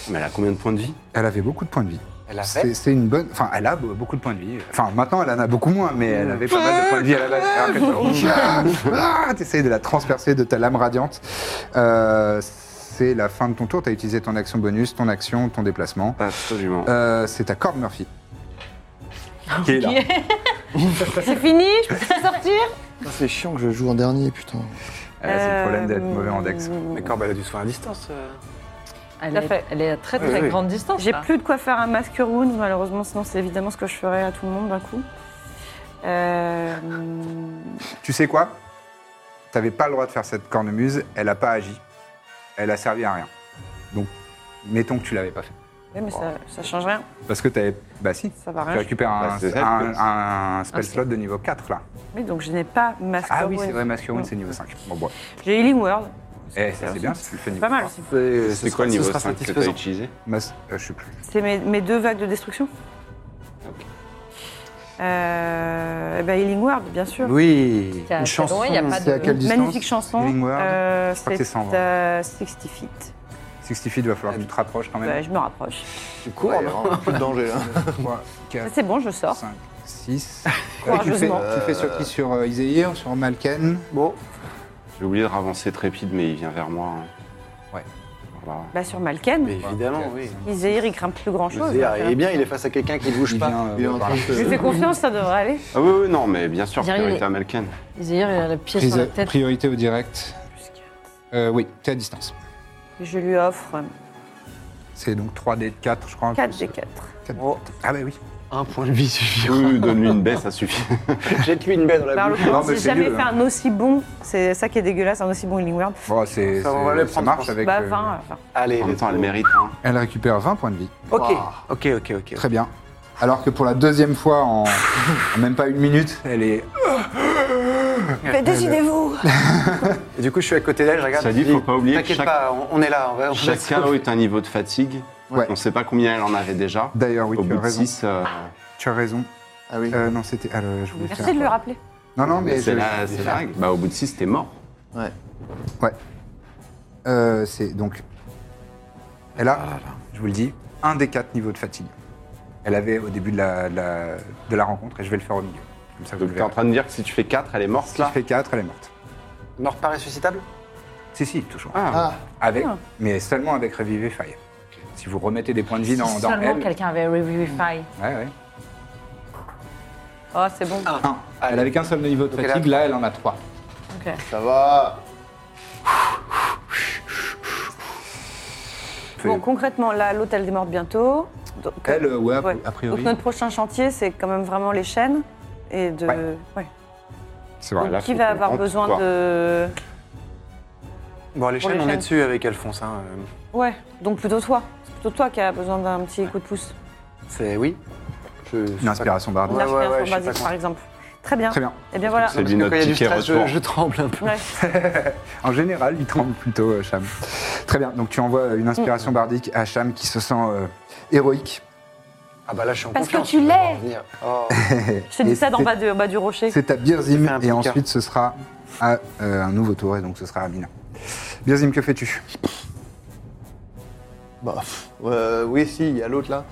Mais elle a combien de points de vie
Elle avait beaucoup de points de vie.
Elle a fait.
C'est c'est une bonne. Enfin, elle a be- beaucoup de points de vie. Enfin, maintenant, elle en a beaucoup moins, mais elle avait pas mal de points de vie à la base. Alors
[LAUGHS]
que- Ah, T'essayes de la transpercer de ta lame radiante. Euh, C'est la fin de ton tour. T'as utilisé ton action bonus, ton action, ton déplacement.
Absolument.
Euh, C'est ta corde Murphy. Qui est là.
C'est fini Je peux plus sortir
Putain, C'est chiant que je joue en dernier, putain.
Ah, C'est le problème d'être
Euh,
mauvais en dex.
Mais Corbe, elle a du soin à distance. euh.
Elle
Tout à
est,
fait.
elle est à très
Oui,
très
oui.
grande distance.
J'ai
là.
plus de quoi faire un masque wound, malheureusement, sinon c'est évidemment ce que je ferais à tout le monde d'un coup. Euh,
Tu sais quoi T'avais pas le droit de faire cette cornemuse, elle a pas agi. Elle a servi à rien. Donc, mettons que tu l'avais pas fait.
ouais, mais ça, ça change rien,
Parce que t'avais. Bah si,
ça va
tu
rien.
récupères
Bah,
un,
c'est ça
un,
que-
un spell slot de niveau 4 là.
Oui, donc je n'ai pas masque
Ah oui,
wound.
c'est vrai, Masculine
Non.
c'est niveau 5. Bon, bon.
J'ai Healing World,
Eh, ça c'est bien, si tu le fais
c'est
niveau
pas mal.
3.
c'est-
C'est quoi le niveau 5 que t'as
satisfaisant.
utilisé
Mas- euh, je sais plus.
C'est mes, mes deux vagues de destruction.
Ok.
Euh, et ben Healing World, bien sûr.
Oui.
C'est à- c'est loin, y a pas
C'est à
de-
quelle distance
Magnifique chanson.
Healing World
Euh,
crois que c'est
c'est
120.
à 60 feet.
60 feet, va falloir que tu te rapproches quand
Bah,
même.
je me rapproche.
Tu cours,
Ouais,
non
vraiment, plus de danger
hein.
là.
3,
Ça,
4,
C'est bon, je sors.
5, 6. Tu fais,
Courageusement.
tu fais sur qui Sur euh, Iséir, sur Malken
Bon.
J'ai oublié de ravancer Trépide, mais il vient vers moi. hein.
Ouais.
Voilà.
Bah, sur Malken,
Mais évidemment, oui.
Iséir, il grimpe plus grand chose.
Zéa, Eh bien, il est face à quelqu'un qui bouge
Il
pas.
vient, euh,
Il est en train de
voilà.
Je lui fais
se.
confiance, ça devrait aller.
Ah oui, oui, non, mais bien sûr,
J'arrive.
priorité à Melken.
Zéhir, il a le pied sur la
Prise-
tête.
Priorité au direct. Euh, oui, t'es à distance.
Je lui offre
C'est donc 3D de 4, je crois.
4 des 4.
Ah bah oui.
Un point de vie suffira.
Oui, oui, donne-lui une baie,
[LAUGHS]
ça suffit.
Jette-lui une baie dans la
Par le
bouche.
coup, j'ai jamais fait
hein.
un aussi bon, c'est ça qui est dégueulasse, un aussi bon Healing Word.
Bon, c'est,
Ça, on va
c'est-
les
ça
prendre,
marche
je
avec.
Bah,
euh,
20, enfin.
Allez,
En même
let's
temps, elle
go.
mérite. hein.
Elle récupère 20 points de vie.
Ok, ok, ok, ok.
Très bien. Alors que pour la deuxième fois en, en même pas une minute, elle est.
Mais décidez-vous
Et du coup, je suis à côté d'elle, je regarde.
Ça dit,
je dis,
faut pas oublier que
T'inquiète
chaque-
pas, on, on est là. On va, on va se- [LAUGHS]
Chacun est un niveau de fatigue.
Ouais.
On ne sait pas combien elle en avait déjà.
D'ailleurs, oui,
Au
tu as
bout de euh,
raison.
6,
Tu as raison.
Ah oui.
Euh, non, c'était. ah, le- je voulais
Merci
faire-
de le rappeler.
Non, non, mais.
c'est
je-
la, c'est la règle. Bah, au bout de 6, t'es mort.
Ouais.
Ouais. Euh, c'est donc. Elle a, Ah je vous le dis, un des quatre niveaux de fatigue. Elle avait au début de la, de la- de la rencontre et je vais le faire au milieu. Comme ça, vous
Donc
le
t'es en
verrez.
train de dire que si tu fais 4, elle est morte
Si je
là
fais 4, elle est morte.
Mort pas ressuscitable
Si, si, toujours.
Ah,
Avec, mais seulement avec Revivify. Si vous remettez des points de vie dans, dans
Seulement
elle.
quelqu'un avait Revivify.
Ouais, ouais.
Oh, c'est bon.
Un. Ah, Elle avait qu'un seul niveau de
elle a-
fatigue, là elle en a trois.
Ça va.
Bon, concrètement, là, l'autre, elle démorde bientôt. Donc,
Elle, euh, ouais, a-
ouais.
a priori.
Donc, notre prochain chantier, c'est quand même vraiment les chaînes. Et de.
Ouais.
ouais.
C'est
Donc, qui va avoir besoin de.
Bon, les
Pour
chaînes,
les
on est
chaînes.
dessus avec Alphonse. Hein. euh,
Ouais, donc plutôt toi. C'est plutôt toi qui as besoin d'un petit coup de pouce.
C'est oui. Je, je
Une inspiration bardienne.
Ouais, ouais, ouais,
L'inspiration
je suis pas
basique,
con.
par exemple. Très bien.
Très bien.
Et bien voilà.
C'est lui
Parce que quand
notre
il y a du
ticket
stress, je,
retour.
je tremble un peu.
Ouais.
En général, il tremble plutôt, euh, Cham. Très bien, donc tu envoies euh, une inspiration bardique à Cham qui se sent euh, héroïque.
Ah bah là, je suis en
Parce que
confiance,
tu
je vais
l'es.
revenir.
[LAUGHS]
Oh.
Je te dis
Et
ça d'en
c'est-
bas, de, en bas du rocher.
C'est à Birzim
Je fais un
et
petit
ensuite ce sera à euh, un nouveau tour et donc ce sera à Mina. Birzim, que fais-tu
Bah, pff, euh, oui, si, il y a l'autre là.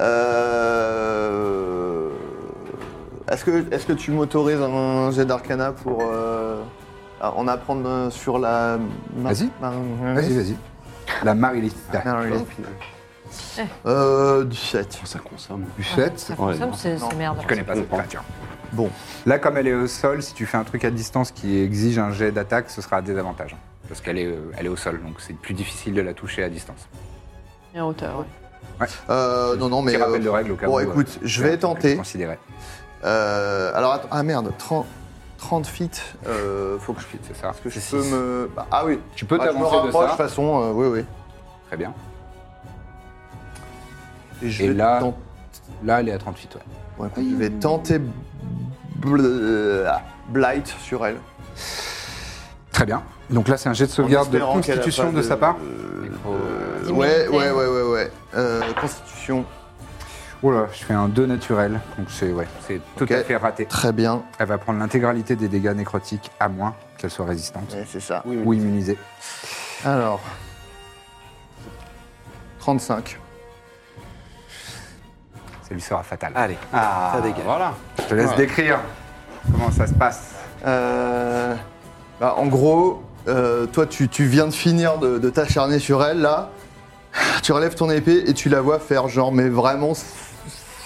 Euh, Est-ce que, est que tu m'autorises un jet d'arcana pour euh, en apprendre euh, sur la. ma-
Vas-y.
ma-
Vas-y, vas-y. La Marilith.
Ah, Marilyn. Euh, 17.
Oh, Ça consomme.
Tu fais
Ouais,
Ça,
non.
c'est c'est merde.
Je connais pas cette créature.
Bon.
Là, comme elle est au sol, si tu fais un truc à distance qui exige un jet d'attaque, ce sera à désavantage. hein, Parce qu'elle est, euh, elle est au sol, donc c'est plus difficile de la toucher à distance.
Et en hauteur, ouais.
Euh, non, non, mais.
Petit rappel
euh,
de règle au cas
bon,
où, euh,
écoute, je
c'est
vais
un truc que
tenter.
je considérais.
Euh, alors, attends, ah merde, 30, 30 feet. Euh, faut que je.
C'est ça.
Est-ce que je
C'est
peux
six.
me. bah, ah oui.
Tu peux
Ah, je me
t'avancer de
rapproche,
ça.
De toute façon, euh, oui, oui.
Très bien.
je
Et
vais
là-
tenter-
Là, elle est à 38, ouais.
Ouais, écoute, je vais tenter bl- ah, Blight sur elle.
Très bien. Donc là, c'est un jet de sauvegarde de
espérant qu'elle a
constitution
pas
de sa part.
Euh, ouais, ouais, ouais, ouais, ouais. Euh, constitution,
Oh là, je fais un 2 naturel. Donc c'est ouais, c'est tout
Ok.
à fait raté.
très bien.
Elle va prendre l'intégralité des dégâts nécrotiques, à moins qu'elle soit résistante
Ouais, c'est ça.
ou immunisée.
Alors. 35.
Ça lui sera fatal. Ah,
Allez, ça dégage.
Voilà.
Je te laisse décrire comment ça se passe.
Euh, bah, en gros, euh, toi, tu, tu viens de finir de, de t'acharner sur elle, là. Tu relèves ton épée et tu la vois faire genre, mais vraiment s-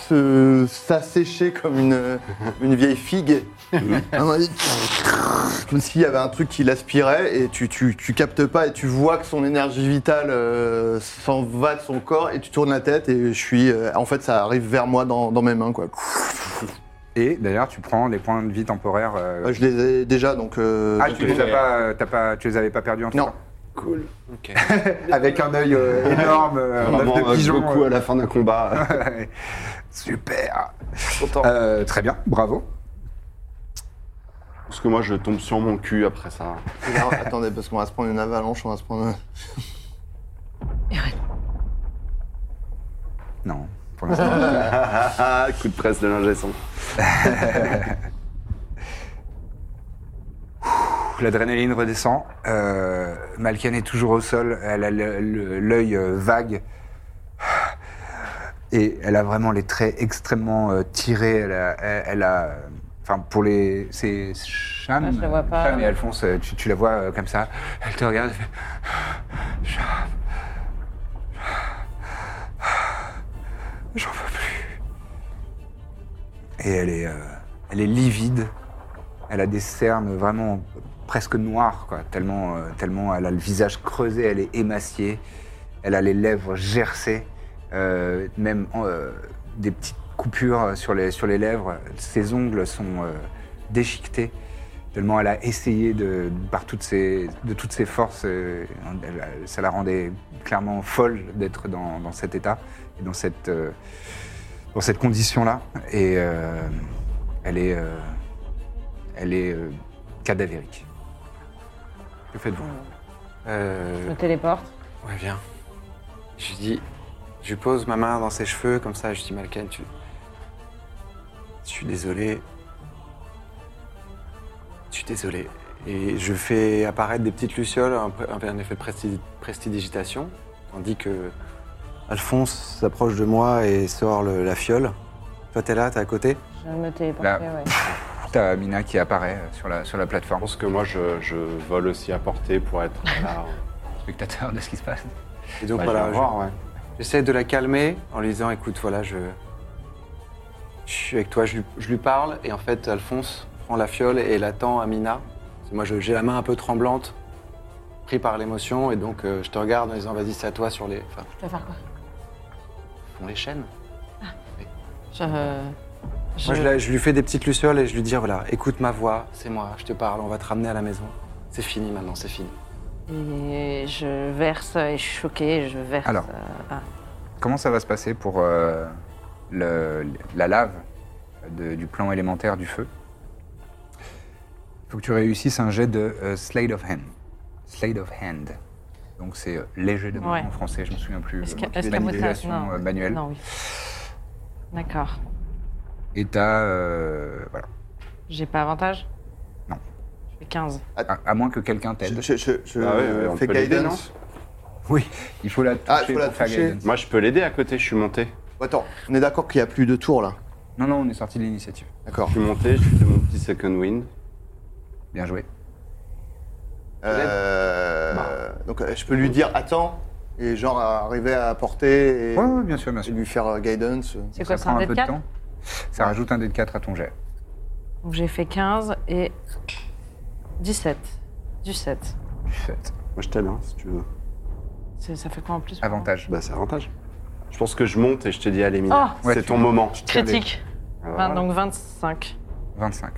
se- s'assécher comme
[LAUGHS]
une, une vieille figue. À mon avis, comme s'il y avait un truc qui l'aspirait et tu, tu, tu captes pas et tu vois que son énergie vitale euh, s'en va de son corps et tu tournes la tête et je suis... euh, en fait, ça arrive vers moi dans, dans mes mains, quoi.
Et d'ailleurs, tu prends les points de vie temporaires. euh,
Je les ai déjà, donc... euh,
Ah, tu les, as pas, euh, t'as pas, tu les avais pas perdus en
Non.
Cool. Ok.
Avec un œil
[LAUGHS]
euh, énorme, euh, un œuf
Vraiment,
de pigeon.
beaucoup
euh.
à la fin d'un combat.
[LAUGHS] Super.
Content.
Euh, très bien, bravo.
Parce que moi, je tombe sur mon cul après ça.
Non, [LAUGHS] attendez, parce qu'on va se prendre une avalanche, on va se prendre.
Non, pour l'instant.
Ah, coup de presse de l'ingé son.
L'adrénaline redescend. Euh, Malkian est toujours au sol. Elle a le- le- l'œil euh, vague. Et elle a vraiment les traits extrêmement euh, tirés. Elle a. elle- elle a- Enfin, pour les. C'est Cham.
Ah, je la vois pas.
Cham et Alphonse, euh, tu, tu la vois euh, comme ça. Elle te regarde. elle fait, Cham. J'en peux plus. Et elle est. euh, elle est livide. Elle a des cernes vraiment presque noires, quoi, tellement, euh, tellement elle a le visage creusé, elle est émaciée, elle a les lèvres gercées, euh, même euh, des petites coupures sur les, sur les lèvres. Ses ongles sont euh, déchiquetés. Tellement elle a essayé de, par toutes ses, de toutes ses forces, euh, elle- ça la rendait clairement folle d'être dans, dans cet état, et dans cette, euh, dans cette condition-là. Et euh, elle est, euh, elle est euh, cadavérique. Que faites-vous
Euh,
Je me téléporte.
Ouais, viens. Je dis, je lui pose ma main dans ses cheveux comme ça. Je dis, Malken, tu. Je suis désolé. Je suis désolé. Et je fais apparaître des petites lucioles, un, pre- un effet de presti- prestidigitation, tandis que Alphonse s'approche de moi et sort le- la fiole. Toi, t'es là, t'es à côté.
Je me téléporte.
Là.
ouais.
T'as Mina qui apparaît euh, sur la, sur la plateforme.
Je pense que moi, je, je vole aussi à portée pour être là.
Spectateur de ce qui se passe.
Et donc
Bah, je
voilà,
vais
je-
voir, ouais.
j'essaie de la calmer en lui disant écoute, voilà, je, je suis avec toi, je lui, je lui parle, et en fait, Alphonse prend la fiole et l'attend à Mina. Parce que Moi, je- j'ai la main un peu tremblante, pris par l'émotion, et donc euh, je te regarde en disant vas-y, c'est à toi sur les. Enfin,
Tu vas faire quoi
font les chaînes.
Je, euh,
Moi, je, la- je lui fais des petites lucioles et je lui dis voilà, écoute ma voix, c'est moi, je te parle, on va te ramener à la maison. C'est fini maintenant, c'est fini.
Et je verse, et je suis choquée, je verse.
Alors.
euh, ah.
Comment ça va se passer pour euh, le- la lave de- du plan élémentaire du feu Il faut que tu réussisses un jet de euh, Slade of Hand. Slade of Hand. Donc c'est euh, léger de
Ouais.
en français, je me souviens plus.
Est-ce
euh,
que- est-ce
des
qu'à moi, ça-
manipulations,
non,
euh, manuelles.
Non, oui. D'accord.
Et t'as... euh, voilà.
J'ai pas avantage
Non.
Je fais 15.
À, à moins que quelqu'un t'aide.
Je, je- je
Ah ouais, ouais, on
fais
peut l'aider,
guidance.
Oui, il faut la toucher
Ah, il faut la
pour faire
toucher.
guidance.
Moi, je peux l'aider à côté, je suis monté.
Attends, on est d'accord qu'il n'y a plus de tours là.
Non, non, on est sorti de l'initiative.
D'accord.
Je suis monté, je fais mon petit second wind.
Bien joué.
Euh, Donc euh, je peux lui dire attends et genre arriver à porter et,
Ouais, ouais, bien sûr, bien
et
sûr.
lui faire euh, guidance.
C'est quoi, c'est
prend
un
un
dé
peu
de
de
4
temps. Ça rajoute un dé de 4 à ton jet.
Donc j'ai fait 15 et 17. 17.
Du fait.
Moi, je t'aide, hein, si tu veux.
C'est- Ça fait quoi en plus pour moi
Avantage.
Bah, c'est avantage. Je pense que je monte et je te dis, allez, Mina,
Ah
Ouais,
c'est
tu-
ton moment.
Critique.
Alors,
Vingt-
voilà.
Donc 25.
25.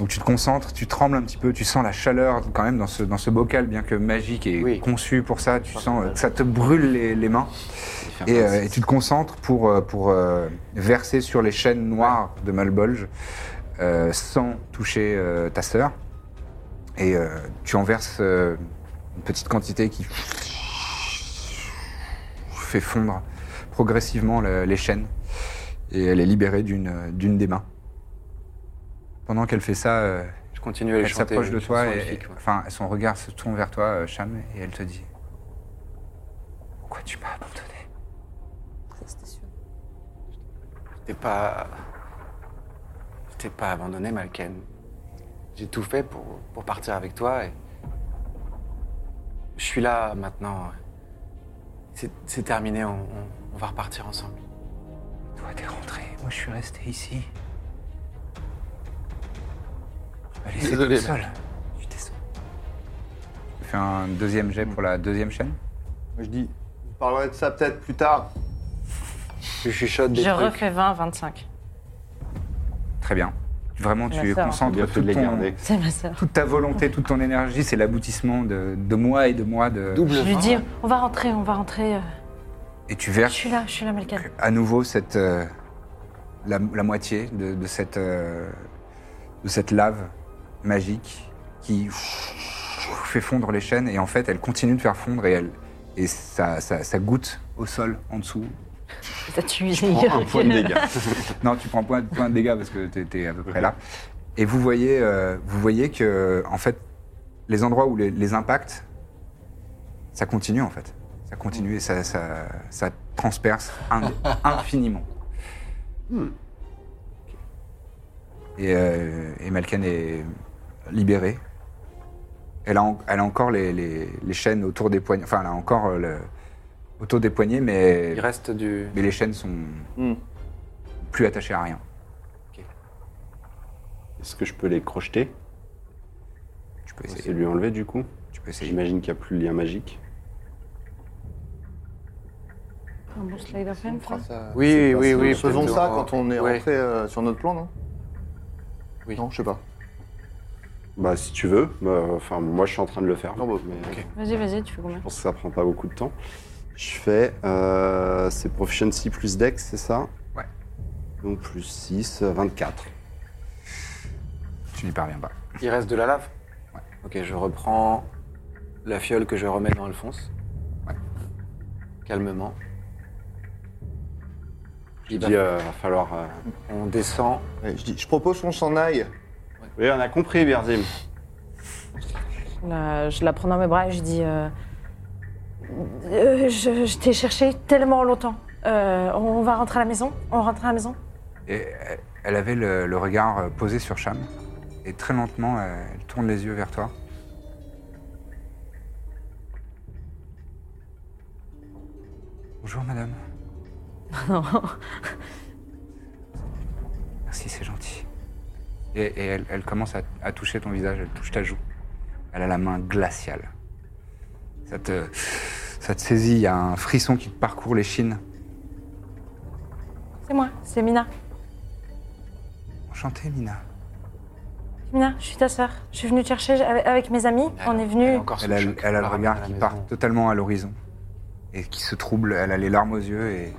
Donc tu te concentres, tu trembles un petit peu, tu sens la chaleur quand même dans ce, dans ce bocal, bien que magique et
Oui.
conçu pour ça, tu sens euh, que ça te brûle les, les mains. Et, euh, et tu te concentres pour, euh, pour euh, verser sur les chaînes noires de Malbolge euh, sans toucher euh, ta sœur. Et euh, tu en verses euh, une petite quantité qui fait fondre progressivement le- les chaînes. Et elle est libérée d'une euh, d'une des mains. Pendant qu'elle fait ça, euh,
Je continue à les
elle
chanter. euh,
s'approche de
une
toi
chanson
et,
elfique, ouais.
enfin, son regard se tourne vers toi, euh, Cham, et elle te dit Pourquoi tu m'as abandonné
T'es pas. T'es pas abandonné, Malken. J'ai tout fait pour, pour partir avec toi et. Je suis là maintenant. C'est c'est terminé, on, on- on va repartir ensemble.
Toi, t'es rentré, moi, je suis resté ici. Tu m'as laissé
Désolé,
toute seule. Je suis désolé. Tu fais un deuxième jet pour la deuxième chaîne
Moi, Je dis, on parlera de ça peut-être plus tard.
Je chuchote des
Je
trucs.
refais 20, 25.
Très bien. Vraiment,
Ma
tu
sœur.
Bien
concentres
fait de
toute,
les
ton-
garder.
C'est ma sœur.
toute ta volonté, toute ton énergie, c'est l'aboutissement de, de mois et de mois de.
Je lui
Ah
dis, on va rentrer, on va rentrer. euh,
Et tu
Je
verses
suis là, je suis là, Malcolm.
à nouveau cette, euh, la, la moitié de, de cette, euh, de cette lave magique qui fait fondre les chaînes et en fait elle continue de faire fondre et, elle, et ça, ça- ça goutte au sol en dessous.
T'as tué
Prends un point de dégâts.
Non, tu prends point, point de dégâts parce que tu étais à peu près là. Et vous voyez, euh, vous voyez que en fait les endroits où les, les impacts, ça continue en fait. Ça continue et ça, ça- ça transperce ind- infiniment. Et, euh, et Malken est libérée. Elle a, en- elle a encore les, les- les chaînes autour des poignets. Enfin, elle a encore euh, le- autour des poignets, mais,
Il reste du.
mais les chaînes sont
Hmm.
plus attachées à rien.
Est-ce que je peux les crocheter
Tu peux
C'est
essayer.
lui enlever, du coup
Tu peux essayer.
J'imagine qu'il n'y a plus le lien magique.
Un bon slide of hand, ça
C'est
Oui,
pas
oui,
ça.
oui.
Faisons
plutôt.
ça quand on est
Ouais.
rentré euh, sur notre plan, non Oui. Non, je sais pas.
Bah, si tu veux. Bah, Enfin, moi, je suis en train de le faire. mais
Vas-y, vas-y, tu fais combien
Je pense que ça prend pas beaucoup de temps. Je fais. Euh, c'est Proficiency plus Dex, c'est ça
Ouais.
Donc, plus 6, 24.
Tu n'y parviens pas.
Il reste de la lave Ok, je reprends la fiole que je remets dans Alphonse. Calmement.
Je dis, euh, va falloir. euh,
On descend.
je, dis- je propose qu'on s'en aille.
Oui, on a compris, Birzim.
Là, je la prends dans mes bras et je dis euh, Euh, Je, je t'ai cherché tellement longtemps. Euh, on va rentrer à la maison On rentre à la maison
Et elle- elle avait le, le regard euh, posé sur Cham. Et très lentement, euh, elle tourne les yeux vers toi. Bonjour, madame.
Non.
Merci, c'est gentil. Et, et elle, elle commence à, à toucher ton visage, elle touche ta joue. Elle a la main glaciale. Ça te, ça te saisit, il y a un frisson qui te parcourt l'échine.
C'est moi, c'est Mina.
Enchantée, Mina.
Mina, je suis ta sœur. Je suis venue te chercher avec, avec mes amis. on est venu.
Elle a, elle
Ah,
a le regard qui part totalement à l'horizon et qui se trouble. Elle a les larmes aux yeux et,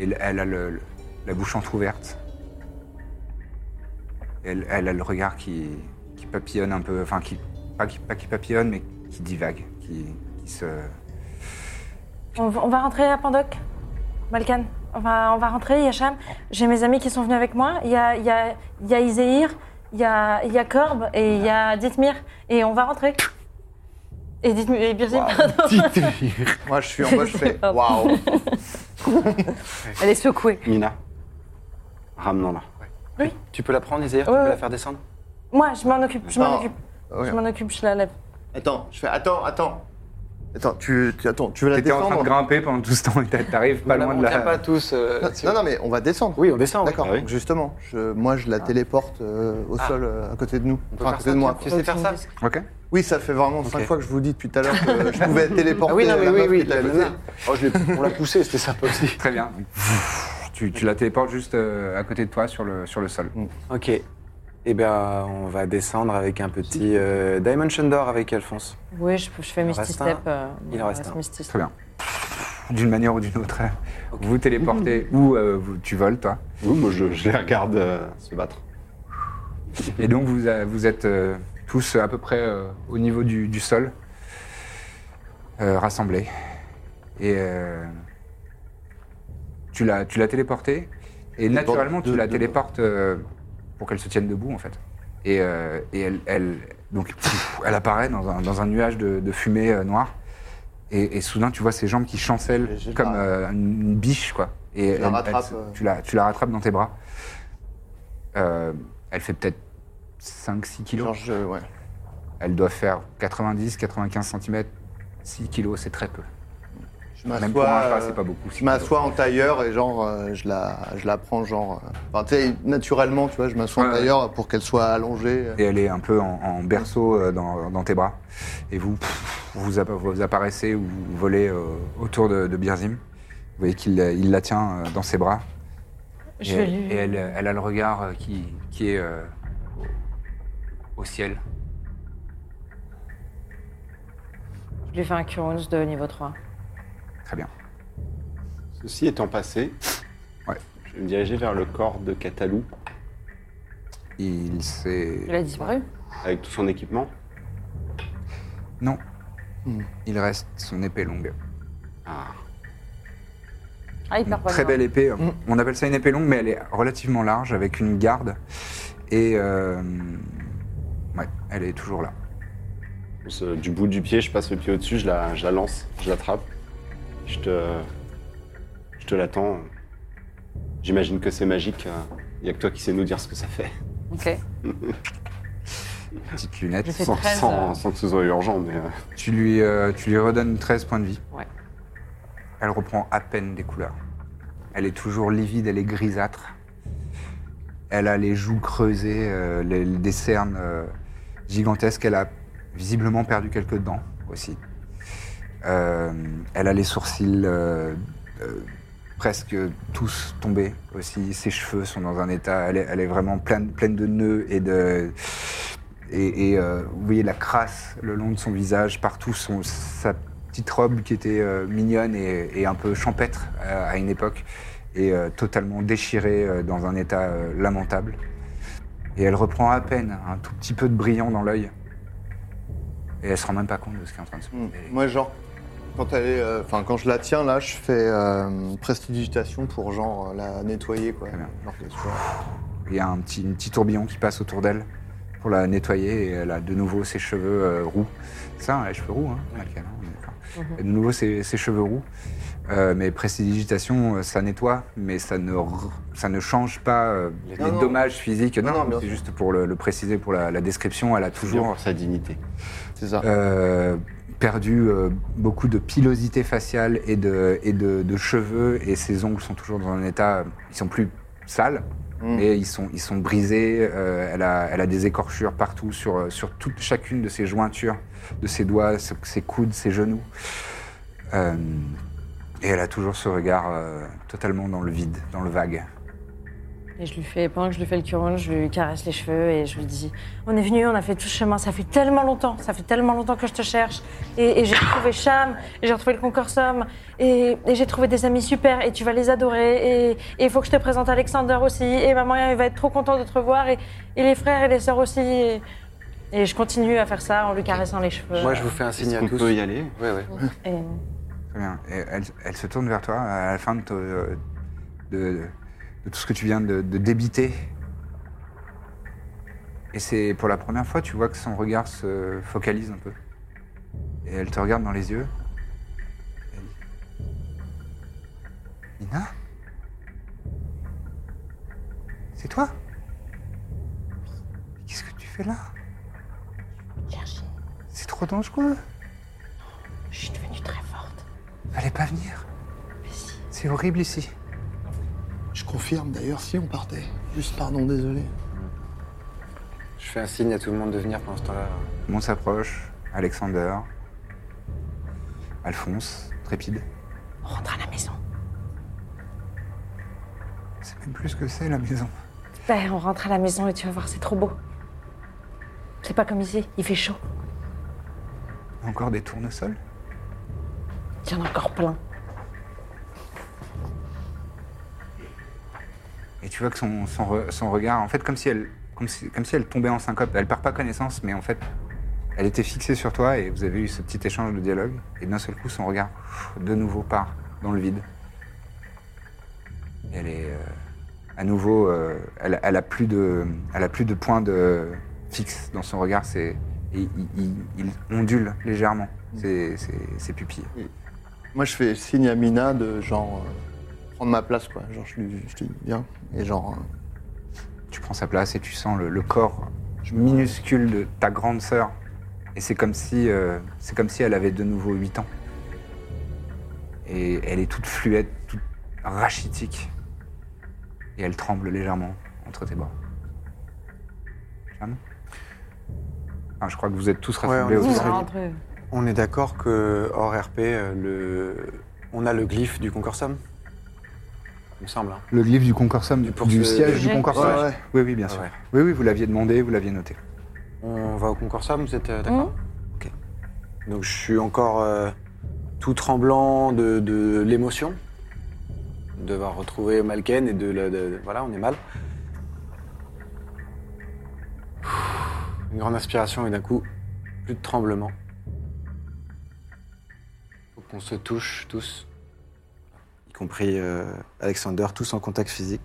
et elle a le- le- la bouche entrouverte. Elle, elle a le regard qui, qui papillonne un peu, enfin qui pas, qui pas qui papillonne mais qui divague, qui, qui se.
On, va- on va rentrer à Pandoc, Balkan. On va, on va rentrer, il y a Cham. J'ai mes amis qui sont venus avec moi. Il y a, il y a, il y a Iséir, il y a, il y a Corbe et il y a Dithmir. Et on va rentrer. Et Dithmir, et Birzim,
[LAUGHS]
pardon.
Moi, je suis en mode,
[LAUGHS]
je fais waouh.
Elle est secouée.
Mina, ramenons-la.
Oui.
Tu peux la prendre, Isaïr
Ouais,
Tu peux
ouais.
la faire descendre
Moi, je m'en occupe, je m'en
Attends.
occupe.
Ouais.
Je m'en occupe, je la lève.
Attends, je fais attends, attends. Attends, tu, tu- attends, tu veux la
T'étais en
descendre
train de grimper pendant tout ce temps et t'a- t'arrives pas loin de la.
tous. euh,
Non, non, non, mais on va descendre.
Ah Oui, on descend.
D'accord, donc justement, je, moi je la téléporte euh, au sol euh, à côté de nous. Enfin, à côté de moi.
Tu sais faire ça
Ok.
Oui, ça fait vraiment cinq fois que je vous dis depuis tout à l'heure que je
[LAUGHS]
pouvais téléporter.
Ah oui, non, mais
la
oui,
meuf
oui,
qui était à
la
côté.
nana. Oh, je l'ai- on l'a poussée, c'était sympa aussi.
Très bien. Tu, tu la téléportes juste euh, à côté de toi sur le, sur le sol.
Mm.
Ok. Eh bien, on va descendre avec un petit euh, Dimension Door avec Alphonse.
Oui, je, je fais
Il
mes
en
petits
reste
steps.
un.
euh,
Il en reste un.
mes petits steps.
Très bien. D'une manière ou d'une autre, euh, vous téléportez ou euh, vous- tu voles, toi.
Oui, moi, je, je les regarde euh, se battre.
Et donc vous, euh, vous êtes euh, tous à peu près euh, au niveau du, du sol, euh, rassemblés. Et euh, tu l'as tu l'as téléportée, et naturellement tu la téléportes euh, pour qu'elle se tienne debout en fait. Et, euh, et elle, elle- donc, pff, elle apparaît dans un, dans un nuage de, de fumée euh, noire. Et, et soudain, tu vois ses jambes qui chancellent
Je- je
comme
la-
euh, une une biche, quoi. Et
Je la rattrape,
se-
euh.
tu, la, tu la rattrapes dans tes bras. Euh, elle fait peut-être 5-6 kilos.
Genre, je- ouais.
Elle doit faire 90-95 cm. 6 kilos, c'est très peu.
Je
Même pour un
m'assois.
chat,
euh,
c'est pas beaucoup.
Je m'assois en tailleur et genre euh, je la je la prends genre euh, enfin, tu sais naturellement tu vois je m'assois en
Ouais, ouais.
tailleur pour qu'elle soit allongée
Et elle est un peu en, en berceau euh, dans, dans tes bras. Et vous, pff, vous, appa- vous apparaissez ou vous volez euh, autour de, de Birzim. Vous voyez qu'il euh, il la tient euh, dans ses bras.
Je
et
vais
elle,
lui-
et elle, euh, elle a le regard euh, qui, qui est euh, au au ciel.
Je lui fais un Curons de niveau 3.
Très bien.
Ceci étant passé,
Ouais.
je vais me diriger vers le corps de Catalou
Il s'est.
Il a disparu
avec tout son équipement.
Non. Il reste son épée longue.
Ah.
Ah, il
Une
perd pas
très
bien.
belle épée. On appelle ça une épée longue, mais elle est relativement large avec une garde. Et euh, ouais, elle est toujours là.
Je pousse, euh, Du bout du pied, je passe le pied au-dessus, je la, je la lance, je l'attrape. Je te. Je te l'attends. J'imagine que c'est magique. Il n'y a que toi qui sais nous dire ce que ça fait.
Ok.
Petite lunette.
Je fais
Sans,
13,
sans-
euh,
sans que ce soit urgent, mais. euh,
Tu lui, euh, tu lui redonnes 13 points de vie.
Ouais.
Elle reprend à peine des couleurs. Elle est toujours livide, elle est grisâtre. Elle a les joues creusées, euh, les, des cernes euh, gigantesques. Elle a visiblement perdu quelques dents aussi. Euh, elle a les sourcils euh, euh, presque tous tombés aussi. Ses cheveux sont dans un état, elle est, elle est vraiment pleine, pleine de nœuds et de. Et, et, euh, vous voyez la crasse le long de son visage, partout son, sa petite robe qui était euh, mignonne et, et, un peu champêtre euh, à, à une époque, est euh, totalement déchirée euh, dans un état lamentable. Et elle reprend à peine un tout petit peu de brillant dans l'œil. Et elle se rend même pas compte de ce qui est en train de se passer.
[LAUGHS] Moi, genre, quand, elle est, euh, 'fin, quand je la tiens, là, je fais euh, prestidigitation pour, genre, euh, la nettoyer, quoi. Genre que, tu vois.
Il y a un petit, une petit tourbillon qui passe autour d'elle pour la nettoyer et elle a de nouveau ses cheveux euh, roux. Ça, les cheveux roux, hein, Malka, hein, on est d'accord.
Mhm.
Et De nouveau ses, ses cheveux roux. Euh, mais prestidigitation, euh, ça nettoie, mais ça ne, r- ça ne change pas euh, les
Non, non.
dommages physiques.
Non,
Non,
non, bien
c'est
sûr.
juste pour le, le préciser, pour la, la description, elle a toujours.
pour sa dignité.
C'est
Euh,
ça.
perdu euh, beaucoup de pilosité faciale et, de, et de, de cheveux, et ses ongles sont toujours dans un état. euh, Ils sont plus sales,
Mm.
mais ils sont, ils sont brisés. euh, elle, a, elle a des écorchures partout, sur, euh, sur toute, chacune de ses jointures, de ses doigts, ses, ses coudes, ses genoux. Euh, et elle a toujours ce regard euh, totalement dans le vide, dans le vague.
Et je lui fais, pendant que je lui fais le curon, je lui caresse les cheveux et je lui dis On est venu, on a fait tout ce chemin, ça fait tellement longtemps, ça fait tellement longtemps que je te cherche. Et, et j'ai retrouvé Cham, et j'ai retrouvé le Concorsum, et, et j'ai trouvé des amis super, et tu vas les adorer. Et il faut que je te présente Alexander aussi, et maman elle va être trop contente de te revoir, et, et les frères et les sœurs aussi. Et, et je continue à faire ça en lui caressant les cheveux.
Moi, je vous fais un signe à tous.
On peut y aller.
Ouais, ouais.
Et-
Très bien. Et elle, elle se tourne vers toi à la fin de, te- de- de tout ce que tu viens de, de débiter. Et c'est pour la première fois, tu vois que son regard se focalise un peu. Et elle te regarde dans les yeux. Elle dit, Nina C'est toi Qu'est-ce que tu fais là C'est trop dangereux.
Je suis devenue très forte.
Fallait pas venir. C'est horrible ici.
Je confirme, d'ailleurs, si on partait. Juste, pardon, désolé.
Je fais un signe à tout le monde de venir pendant ce temps-là.
On s'approche. Alexander. Alphonse, trépide.
On rentre à la maison.
C'est même plus ce que c'est la maison.
Ben, on rentre à la maison et tu vas voir, c'est trop beau. C'est pas comme ici, il fait chaud.
Encore des tournesols
Il y en a encore plein.
Et tu vois que son, son re- son regard, en fait, comme si, elle, comme, si, comme si elle tombait en syncope. Elle perd pas connaissance, mais en fait, elle était fixée sur toi et vous avez eu ce petit échange de dialogue. Et d'un seul coup, son regard, pff, de nouveau, part dans le vide. Et elle est euh, à nouveau. euh, elle, elle a plus de, elle a plus de points de fixe dans son regard. C'est, et il, il- il ondule légèrement ses, ses- ses pupilles.
Moi, je fais signe à Mina de, genre, euh, prendre ma place, quoi. Genre, je lui je lui dis, viens. Et genre, euh,
Tu prends sa place et tu sens le, le corps minuscule de ta grande sœur. Et c'est comme si euh, c'est comme si elle avait de nouveau 8 ans. Et elle est toute fluette, toute rachitique. Et elle tremble légèrement entre tes bras. Cham Ah, je crois que vous êtes tous rassemblés autour.
On est d'accord que hors RP, euh, le... on a le glyphe du concorsum Il me semble. hein.
Le livre du Concorsum, du,
du
siège du Concorsum. Ah
Ouais, ouais.
Oui, oui, bien sûr.
Ouais.
Oui, oui, vous l'aviez demandé, vous l'aviez noté.
On va au concorsum, vous êtes euh, d'accord Ok. Donc je suis encore euh, tout tremblant de, de l'émotion, de devoir retrouver Malken et de, la- de- de- Voilà, on est mal. Une grande inspiration et d'un coup, plus de tremblement. Faut qu'on se touche tous, y compris euh, Alexander, tous en contact physique.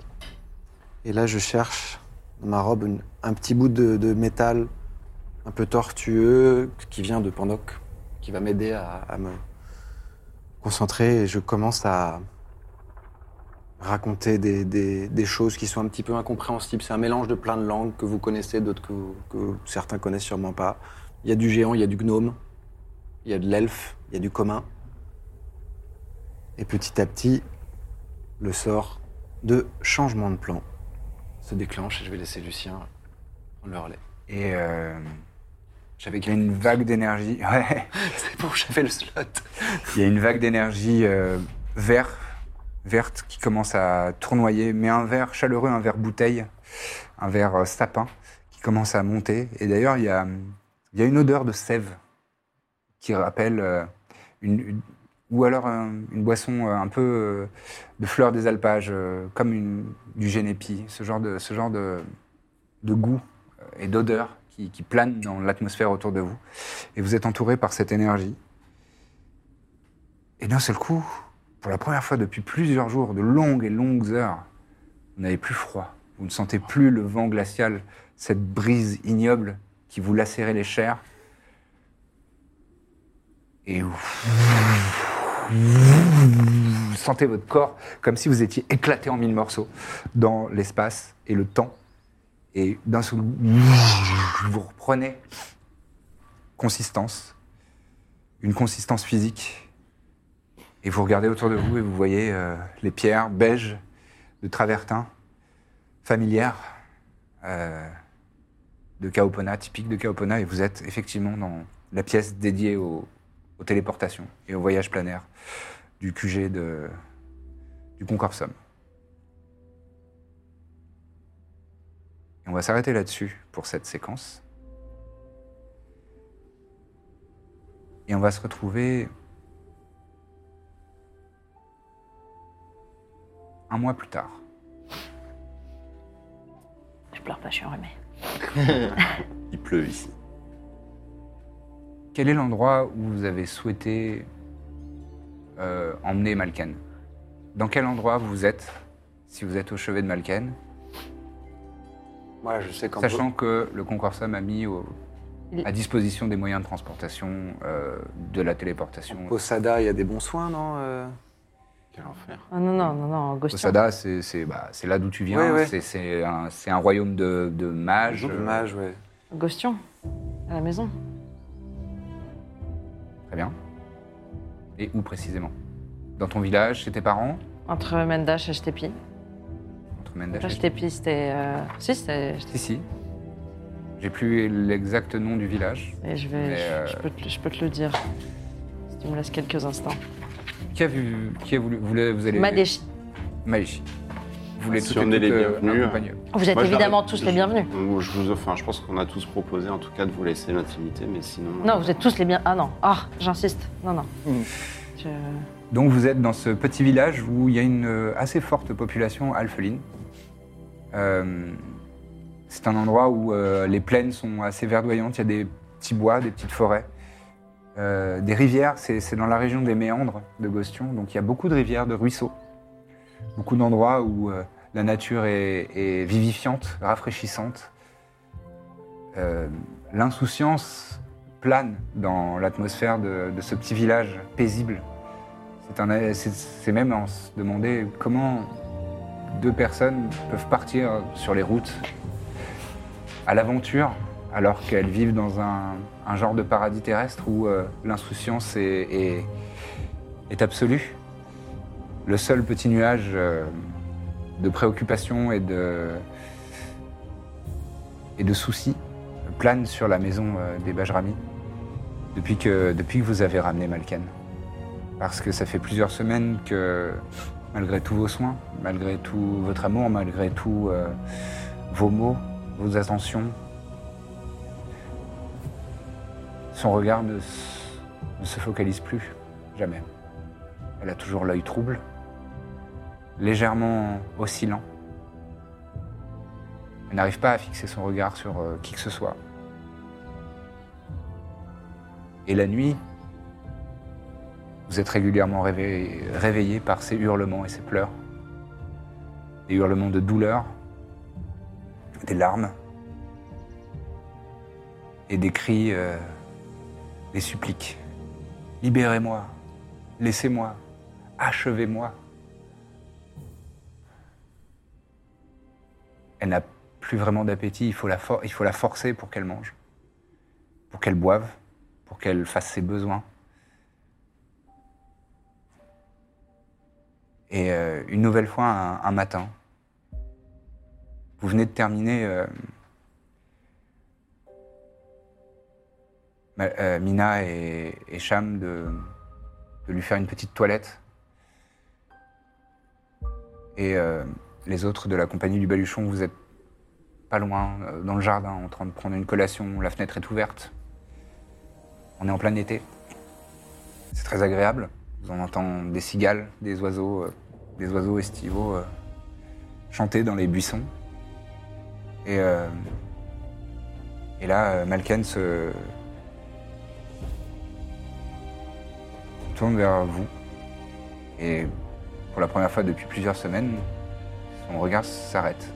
Et là, je cherche dans ma robe une- un petit bout de, de métal un peu tortueux qui vient de Pandoc, qui va m'aider à, à me concentrer. Et je commence à raconter des, des- des choses qui sont un petit peu incompréhensibles. C'est un mélange de plein de langues que vous connaissez, d'autres que, vous- que certains connaissent sûrement pas. Il y a du géant, il y a du gnome, il y a de l'elfe, il y a du commun. Et petit à petit, le sort de changement de plan se déclenche et je vais laisser Lucien prendre le relais.
Et euh,
j'avais
une vague d'énergie. [LAUGHS] Ouais.
C'est bon, j'avais le slot.
Il y a une vague d'énergie euh, vert verte qui commence à tournoyer, mais un verre chaleureux, un verre bouteille, un verre euh, sapin qui commence à monter. Et d'ailleurs, il y a, il y a une odeur de sève qui rappelle euh, une, une- ou alors euh, une boisson euh, un peu euh, de fleurs des alpages, euh, comme une, du génépi, ce genre de, ce genre de, de goût euh, et d'odeur qui, qui plane dans l'atmosphère autour de vous. Et vous êtes entouré par cette énergie. Et d'un seul coup, pour la première fois depuis plusieurs jours, de longues et longues heures, vous n'avez plus froid. Vous ne sentez plus le vent glacial, cette brise ignoble qui vous lacérait les chairs. Et vous vous sentez votre corps comme si vous étiez éclaté en mille morceaux dans l'espace et le temps. Et d'un seul coup, vous reprenez consistance, une consistance physique. Et vous regardez autour de vous et vous voyez euh, les pierres beiges de travertin, familières, euh, de Kaopona, typiques de Kaopona. Et vous êtes effectivement dans la pièce dédiée au- aux téléportations et au voyage planaire du QG de, du Concorsum. Et on va s'arrêter là-dessus pour cette séquence. Et on va se retrouver un mois plus tard.
Je pleure pas, je suis enrhumée.
Il pleut ici.
Quel est l'endroit où vous avez souhaité euh, emmener Malken Dans quel endroit vous êtes si vous êtes au chevet de Malken
Moi, je sais quand
Sachant que le Concorsum a mis au- à disposition des moyens de transportation, euh, de la téléportation.
Posada, il y a des bons soins, non euh Quel enfer.
Ah non, non, non, non, Gostion.
Posada, c'est c'est- bah, c'est là d'où tu viens.
Ouais, ouais.
c'est- C'est un, c'est un royaume de, de mages.
De mages, ouais.
Gostion, à la maison.
Très bien. Et où précisément Dans ton village, chez tes parents
Entre Mendash et Stepi.
Entre Mendash et-
Mendash Stepi, c'était. euh, Si, c'était.
Si, si. J'ai plus l'exact nom du village.
Et je vais.
Mais, euh,
je, je peux te, je peux te le dire. Si tu me laisses quelques instants.
Qui a vu Qui a voulu Vous, voulez- vous allez.
Madeshi.
Madeshi. Vous voulez
Si
tout et
on est
toutes,
les
euh,
bienvenus.
accompagner.
Vous êtes
Moi, je
évidemment
la-
tous
je-
les bienvenus.
Je vous enfin, je pense qu'on a tous proposé en tout cas de vous laisser l'intimité, mais sinon.
Non, vous êtes tous les bienvenus. Ah non, ah, j'insiste. Non, non. Je-
Donc vous êtes dans ce petit village où il y a une euh, assez forte population alpheline. Euh, c'est un endroit où euh, les plaines sont assez verdoyantes, il y a des petits bois, des petites forêts, euh, des rivières, c'est c'est dans la région des méandres de Gostion, donc il y a beaucoup de rivières, de ruisseaux, beaucoup d'endroits où euh, la nature est, est vivifiante, rafraîchissante. Euh, L'insouciance plane dans l'atmosphère de- de ce petit village paisible. C'est un- C'est c'est même en se demander comment deux personnes peuvent partir sur les routes à l'aventure alors qu'elles vivent dans un, un genre de paradis terrestre où euh, l'insouciance est, est- est absolue. Le seul petit nuage euh, de préoccupation et de, et de soucis plane sur la maison euh, des Bajrami depuis que, depuis que vous avez ramené Malken parce que ça fait plusieurs semaines que, malgré tous vos soins, malgré tout votre amour, malgré tous euh, vos mots, vos attentions, son regard ne, s- ne se focalise plus, jamais. Elle a toujours l'œil trouble, légèrement oscillant. Elle n'arrive pas à fixer son regard sur euh, qui que ce soit. Et la nuit, vous êtes régulièrement réveillé, réveillé par ces hurlements et ces pleurs. Des hurlements de douleur, des larmes et des cris, euh, des suppliques. Libérez-moi, laissez-moi, achevez-moi. Elle n'a plus vraiment d'appétit, il, faut la for- il faut la forcer pour qu'elle mange, pour qu'elle boive, pour qu'elle fasse ses besoins. Et euh, une nouvelle fois, un, un matin, vous venez de terminer euh, Ma- euh, Mina et, et Cham de, de lui faire une petite toilette. Et euh, les autres de la compagnie du Baluchon, vous êtes pas loin, euh, dans le jardin, en train de prendre une collation. La fenêtre est ouverte. On est en plein été. C'est très agréable. On entend des cigales, des oiseaux, euh, des oiseaux estivaux euh, chanter dans les buissons. Et, euh, et là, euh, Malken se tourne vers vous. Et pour la première fois depuis plusieurs semaines, son regard s'arrête.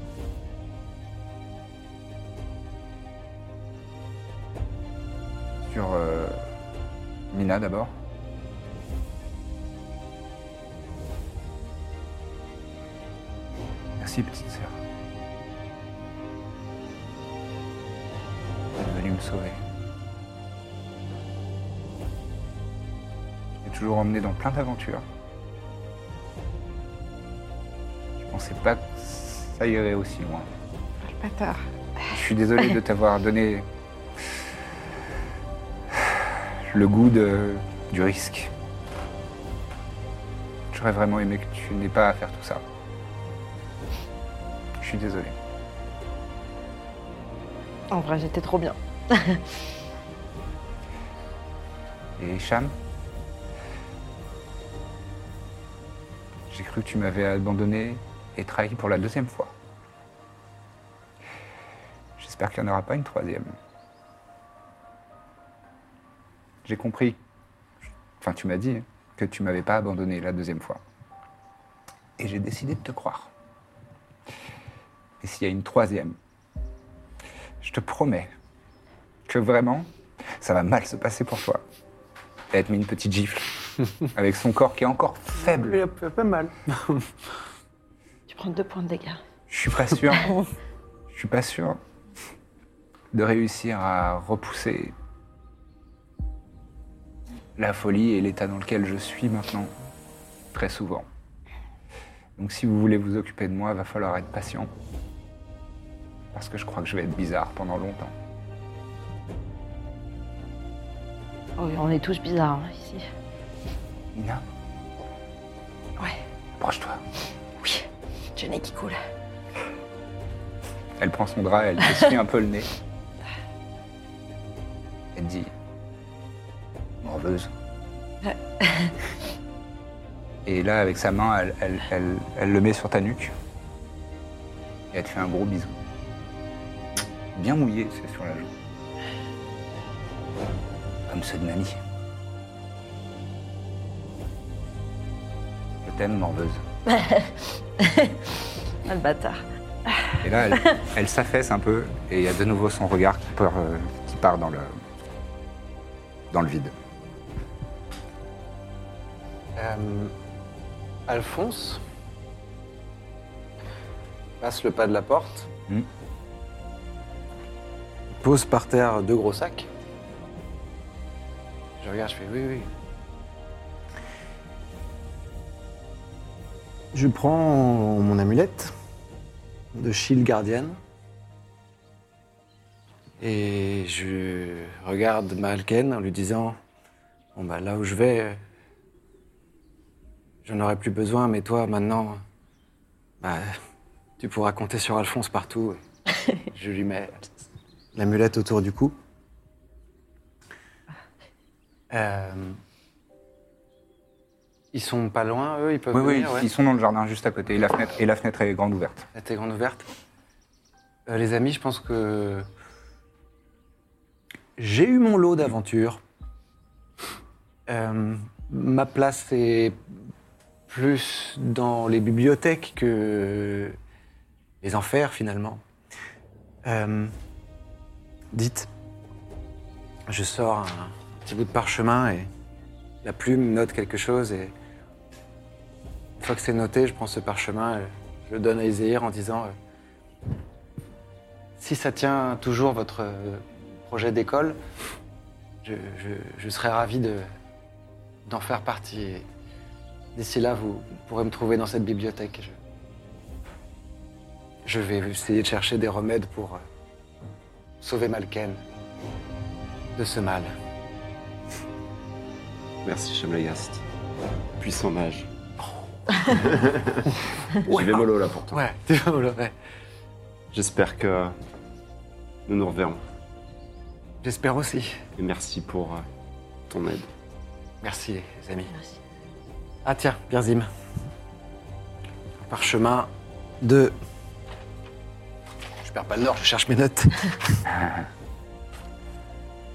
Sur euh, Mina d'abord. Merci, petite sœur. Elle est venue me sauver. Je m'ai toujours emmené dans plein d'aventures. Je pensais pas que ça irait aussi loin.
Bâtard.
Je suis désolé de t'avoir donné le goût de- du risque. J'aurais vraiment aimé que tu n'aies pas à faire tout ça. Je suis désolé.
En vrai, j'étais trop bien.
Et Cham J'ai cru que tu m'avais abandonné et trahi pour la deuxième fois. J'espère qu'il n'y en aura pas une troisième. J'ai compris, enfin tu m'as dit, hein, que tu m'avais pas abandonné la deuxième fois. Et j'ai décidé de te croire. Et s'il y a une troisième, je te promets que vraiment, ça va mal se passer pour toi. Elle te mis une petite gifle avec son corps qui est encore faible.
Pas mal.
Tu prends deux points de dégâts.
Je suis pas sûr. Je suis pas sûr de réussir à repousser la folie et l'état dans lequel je suis maintenant très souvent. Donc si vous voulez vous occuper de moi, va falloir être patient. Parce que je crois que je vais être bizarre pendant longtemps.
Oh, on est tous bizarres hein, ici.
Nina
Ouais.
Approche-toi.
Oui, j'ai le nez qui coule.
Elle prend son drap, elle essuie un peu le nez. Elle dit Morveuse.
Euh.
Ouais.
Et là, avec sa main, elle, elle- elle- elle le met sur ta nuque. Et elle te fait un gros bisou. Bien mouillé, c'est sur la joue. Comme ceux de mamie. Je t'aime, morveuse.
ah, le bâtard.
Et là, elle, elle s'affaisse un peu et il y a de nouveau son regard qui part, euh, qui part dans, le, dans le vide.
Euh, Alphonse passe le pas de la porte,
Hmm.
pose par terre deux gros sacs. Je regarde, je fais oui, oui. Je prends mon amulette de Shield Guardian et je regarde Malken en lui disant Bon, bah là où je vais, J'en aurais plus besoin, mais toi, maintenant, bah, tu pourras compter sur Alphonse partout. Je lui mets l'amulette autour du cou. Euh, Ils sont pas loin, eux, ils peuvent
Oui, oui,
venir, ouais.
ils sont dans le jardin juste à côté. La fenêtre, et la fenêtre est grande ouverte.
La grande ouverte. Euh, les amis, je pense que j'ai eu mon lot d'aventures. Euh, ma place est plus dans les bibliothèques que les enfers finalement. Euh, dites, je sors un petit bout de parchemin et la plume note quelque chose et une fois que c'est noté, je prends ce parchemin et je le donne à Iséir en disant euh, Si ça tient toujours votre euh, projet d'école, je, je- je serais ravi de- d'en faire partie. Et D'ici là, vous pourrez me trouver dans cette bibliothèque. Je, je vais essayer de chercher des remèdes pour euh, sauver Malken de ce mal.
[LAUGHS]
Merci, Chamlagast. Puissant mage. J'y vais mollo là pourtant.
Ouais, [LAUGHS] t'es mollo, ouais.
J'espère que nous nous reverrons.
J'espère aussi.
Et merci pour euh, ton aide.
Ah,
Merci, les amis. Ah tiens, Birzim. Un Parchemin de... Je perds pas le nord, je cherche mes notes.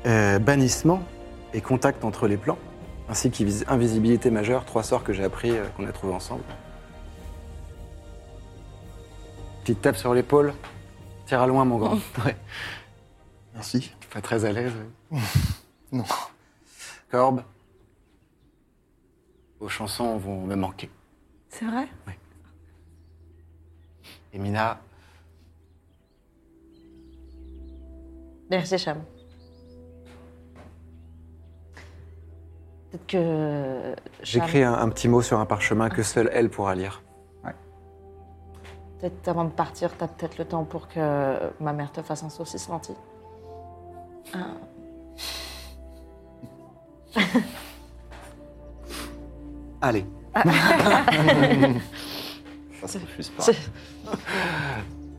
Euh, bannissement et contact entre les plans, ainsi qu'invisibilité majeure, trois sorts que j'ai appris, euh, qu'on a trouvé ensemble. Petite tape sur l'épaule. Tire à loin, mon grand. [LAUGHS] Ouais.
Merci.
Pas très à l'aise. ouais.
Non.
Corbe. Vos chansons vont me manquer.
C'est vrai
Et Mina,
Merci, Cham. Peut-être que. Cham,
j'écris un, un petit mot sur un parchemin que seule elle pourra lire.
Peut-être avant de partir, t'as peut-être le temps pour que ma mère te fasse un saucisse lentille. Ah.
Allez.
Ça se refuse pas.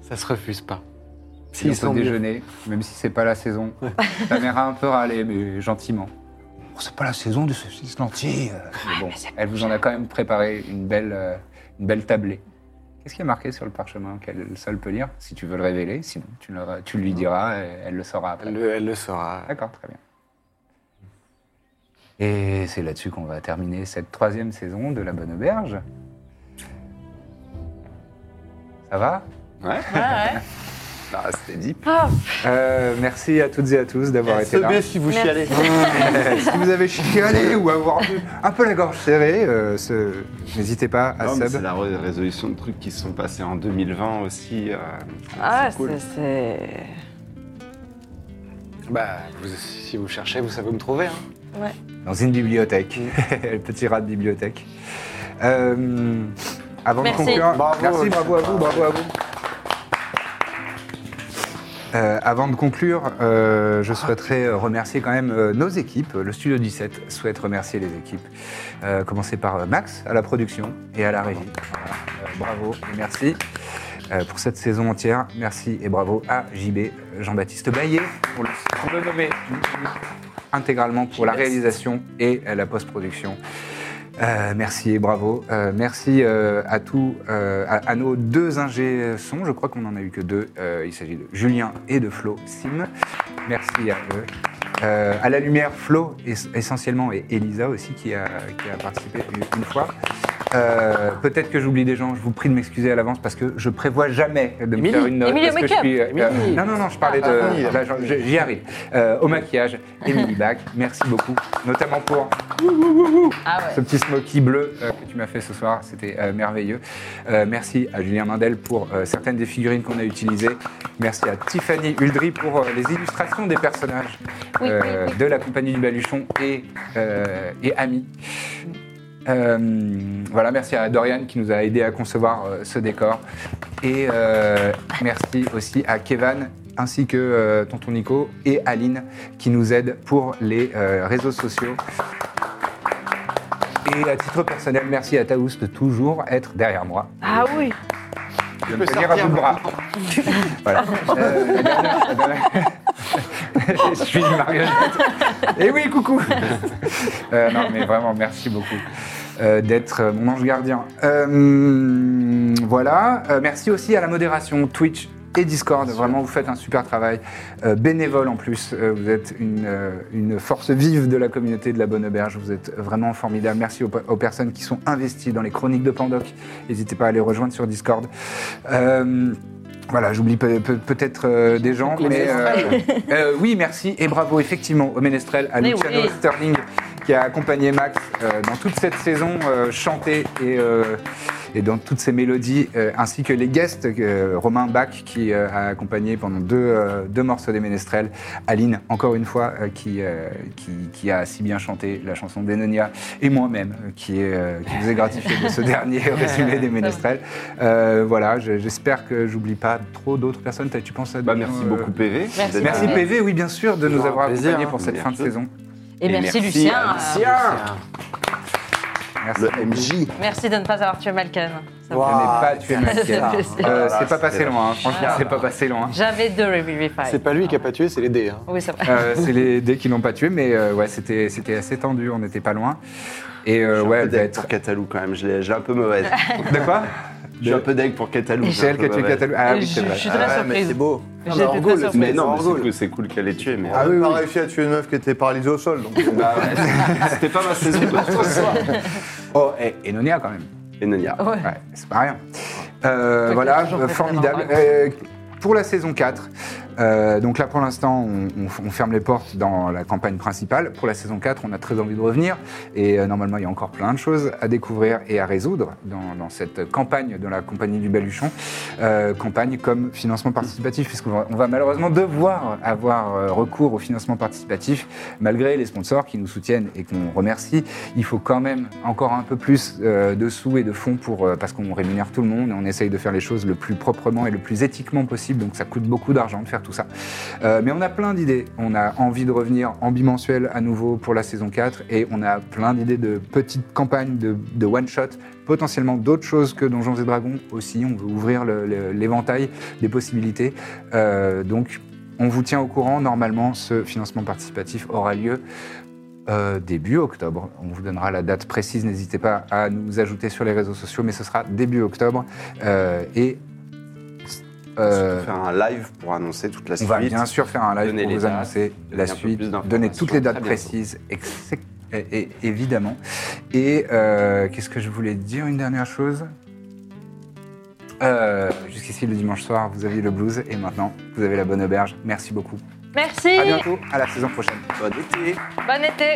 Ça se refuse pas.
Si on peut déjeuner, même si c'est pas la saison. Ta mère a un peu râlé, mais gentiment. Oh, c'est pas la saison de saucisses lentilles. euh. Mais bon, elle vous en a quand même préparé une belle, euh, une belle tablée. Qu'est-ce qui est marqué sur le parchemin qu'elle seule peut lire Si tu veux le révéler, sinon tu, le- tu lui diras, et elle le saura après.
Elle le, elle le saura.
D'accord, très bien. Et c'est là-dessus qu'on va terminer cette troisième saison de La Bonne Auberge. Ça va
Ouais.
Ouais,
[LAUGHS]
Bah, c'était dit.
Ah,
Euh, merci à toutes et à tous d'avoir été là.
SEB si vous
Merci.
chialez.
si vous avez chialé ou avoir eu un peu la gorge serrée, euh, ce- n'hésitez pas à
Non, mais
sub.
c'est la re- résolution de trucs qui se sont passés en 2020 aussi. euh,
ah
c'est cool.
c'est- c'est.
Bah, vous- si vous cherchez, vous savez où me trouver. hein.
Ouais.
Dans une bibliothèque. [LAUGHS] Le petit rat de bibliothèque. Euh, avant
Merci.
de conclure,
Bravo.
merci, bravo à vous, bravo à vous. Euh, avant de conclure, euh, je souhaiterais euh, remercier quand même euh, nos équipes. Le Studio 17 souhaite remercier les équipes. Euh, commencer par euh, Max à la production et à la régie. Voilà. Euh, bravo et merci euh, pour cette saison entière. Merci et bravo à JB euh, Jean-Baptiste Baillet pour le on peut nommer intégralement pour la réalisation et euh, la post-production. Euh, merci et bravo. Euh, merci euh, à tous, euh, à, à nos deux ingés euh, sons. Je crois qu'on n'en a eu que deux. Euh, il s'agit de Julien et de Flo Sim. Merci à eux. Euh, à la lumière, Flo es- essentiellement et Elisa aussi qui a, qui a participé une, une fois. Euh, Peut-être que j'oublie des gens, je vous prie de m'excuser à l'avance parce que je prévois jamais de me
Émilie,
faire une note.
Émilie au
parce que je
make-up.
suis, euh,
Émilie.
non, non, non, je parlais
Ah,
de.
oui,
là, j'en- je- J'y arrive. Euh, au maquillage, Émilie Bach, merci beaucoup, notamment pour
Ah ouais.
ce petit smoky bleu euh, que tu m'as fait ce soir, c'était euh, merveilleux. Euh, merci à Julien Mandel pour euh, certaines des figurines qu'on a utilisées. Merci à Tiffany Uldry pour euh, les illustrations des personnages
Oui,
euh,
oui, oui.
de la compagnie du Baluchon et, euh, et Ami. Euh, voilà, merci à Dorian qui nous a aidé à concevoir euh, ce décor. Et euh, merci aussi à Kevan ainsi que euh, Tonton Nico et Aline qui nous aident pour les euh, réseaux sociaux. Et à titre personnel, merci à Taous de toujours être derrière moi.
Ah oui.
Je me tenir à bout de bras. [LAUGHS] voilà. Euh, [LAUGHS] la dernière- la dernière- Je suis une marionnette. Et oui, coucou Euh, Non, mais vraiment, merci beaucoup euh, d'être euh, mon ange gardien. Euh, voilà. Euh, merci aussi à la modération Twitch et Discord. Vraiment, vous faites un super travail. Euh, bénévole en plus. Euh, vous êtes une, euh, une force vive de la communauté de la Bonne Auberge. Vous êtes vraiment formidable. Merci aux, pe- aux personnes qui sont investies dans les chroniques de Pandoc. N'hésitez pas à les rejoindre sur Discord. Euh, voilà, j'oublie pe- pe- peut-être euh, des gens, mais euh, [LAUGHS] euh, oui, merci et bravo effectivement au Ménestrel, à
Mais
Luciano
oui.
Sterling qui a accompagné Max euh, dans toute cette saison euh, chantée et, euh, et dans toutes ses mélodies, euh, ainsi que les guests, euh, Romain Bach qui euh, a accompagné pendant deux, euh, deux morceaux des Ménestrels, Aline encore une fois euh, qui, euh, qui, qui a si bien chanté la chanson d'Enonia et moi-même euh, qui, est, euh, qui vous est gratifié de ce dernier résumé des Ménestrels. Euh, voilà, je- j'espère que j'oublie pas trop d'autres personnes. T'as- Tu penses à des
Bah,
gens,
merci
euh,
beaucoup, PV.
merci,
d'être
Merci
là.
PV, oui bien sûr, de nous
Toujours un
avoir
plaisir,
accompagnés
hein,
pour cette
bien
fin de
sûr.
saison.
hein.
Et,
Et
merci,
merci
Lucien.
à
euh,
Lucien.
Tiens.
Merci.
Le MJ.
Merci de ne pas avoir tué Malken. Ça me
Ah.
Je
fait-
n'ai pas
ça
tué [LAUGHS]
me fait
Malken.
plaisir.
Euh, c'est pas passé loin, hein. franchement,
Ah.
c'est pas passé loin.
J'avais deux Revivified.
Ah, C'est pas lui qui a pas tué, c'est les dés. hein.
Ah,
Oui, c'est vrai.
Euh, c'est les dés qui l'ont pas tué, mais euh, ouais, c'était c'était assez tendu, on n'était pas loin. Et euh, ouais, elle va être.
Pour Catalou quand même, je l'ai je l'ai un peu
[LAUGHS]
mauvaise.
De quoi
Je suis un peu deg pour Catalou.
C'est elle qui a tué Catalou. Ah oui,
Je-
c'est vrai.
je suis très Ah ouais, surprise. mais c'est beau.
J'ai été très surprise.
Mais non,
Ah
mais c'est cool- c'est cool qu'elle ait tué, mais.
Ah oui, pas réussi à tuer une meuf qui était paralysée au sol. Donc...
Bah ouais,
[LAUGHS]
C'était pas ma saison [LAUGHS] de ce soir.
Oh, et, et Nonia quand même.
Et Nonia.
Ouais. c'est pas rien. Euh,
Toi,
voilà,
t'as toujours
euh,
préféré
formidable.
Barbara.
Euh, pour la saison 4, euh, donc là pour l'instant on, on- on ferme les portes dans la campagne principale. Pour la saison 4, on a très envie de revenir et euh, normalement il y a encore plein de choses à découvrir et à résoudre dans, dans cette campagne de la compagnie du Baluchon. Euh, campagne comme financement participatif, puisqu'on va, on va malheureusement devoir avoir euh, recours au financement participatif malgré les sponsors qui nous soutiennent et qu'on remercie. Il faut quand même encore un peu plus euh, de sous et de fonds pour, euh, parce qu'on rémunère tout le monde et on essaye de faire les choses le plus proprement et le plus éthiquement possible. Donc ça coûte beaucoup d'argent de faire tout ça. Euh, mais on a plein d'idées. On a envie de revenir en bimensuel à nouveau pour la saison 4 et on a plein d'idées de petites campagnes, de, de one-shot, potentiellement d'autres choses que Donjons et Dragons aussi. On veut ouvrir le- le- l'éventail des possibilités. Euh, donc on vous tient au courant. Normalement, ce financement participatif aura lieu euh, début octobre. On vous donnera la date précise. N'hésitez pas à nous ajouter sur les réseaux sociaux, mais ce sera début octobre. Euh, et euh,
Faire un live pour annoncer toute la
on
suite.
va bien sûr faire un live
Donner
pour
les
vous
dates,
annoncer
donner
la
un peu
suite,
plus d'informations
donner toutes les dates
très bientôt.
précises, ex- et- et- évidemment. Et euh, qu'est-ce que je voulais dire Une dernière chose. Euh, Jusqu'ici, le dimanche soir, vous aviez le blues et maintenant, vous avez la bonne auberge. Merci beaucoup.
Merci.
À bientôt, à la saison prochaine.
Bon été.
Bon été.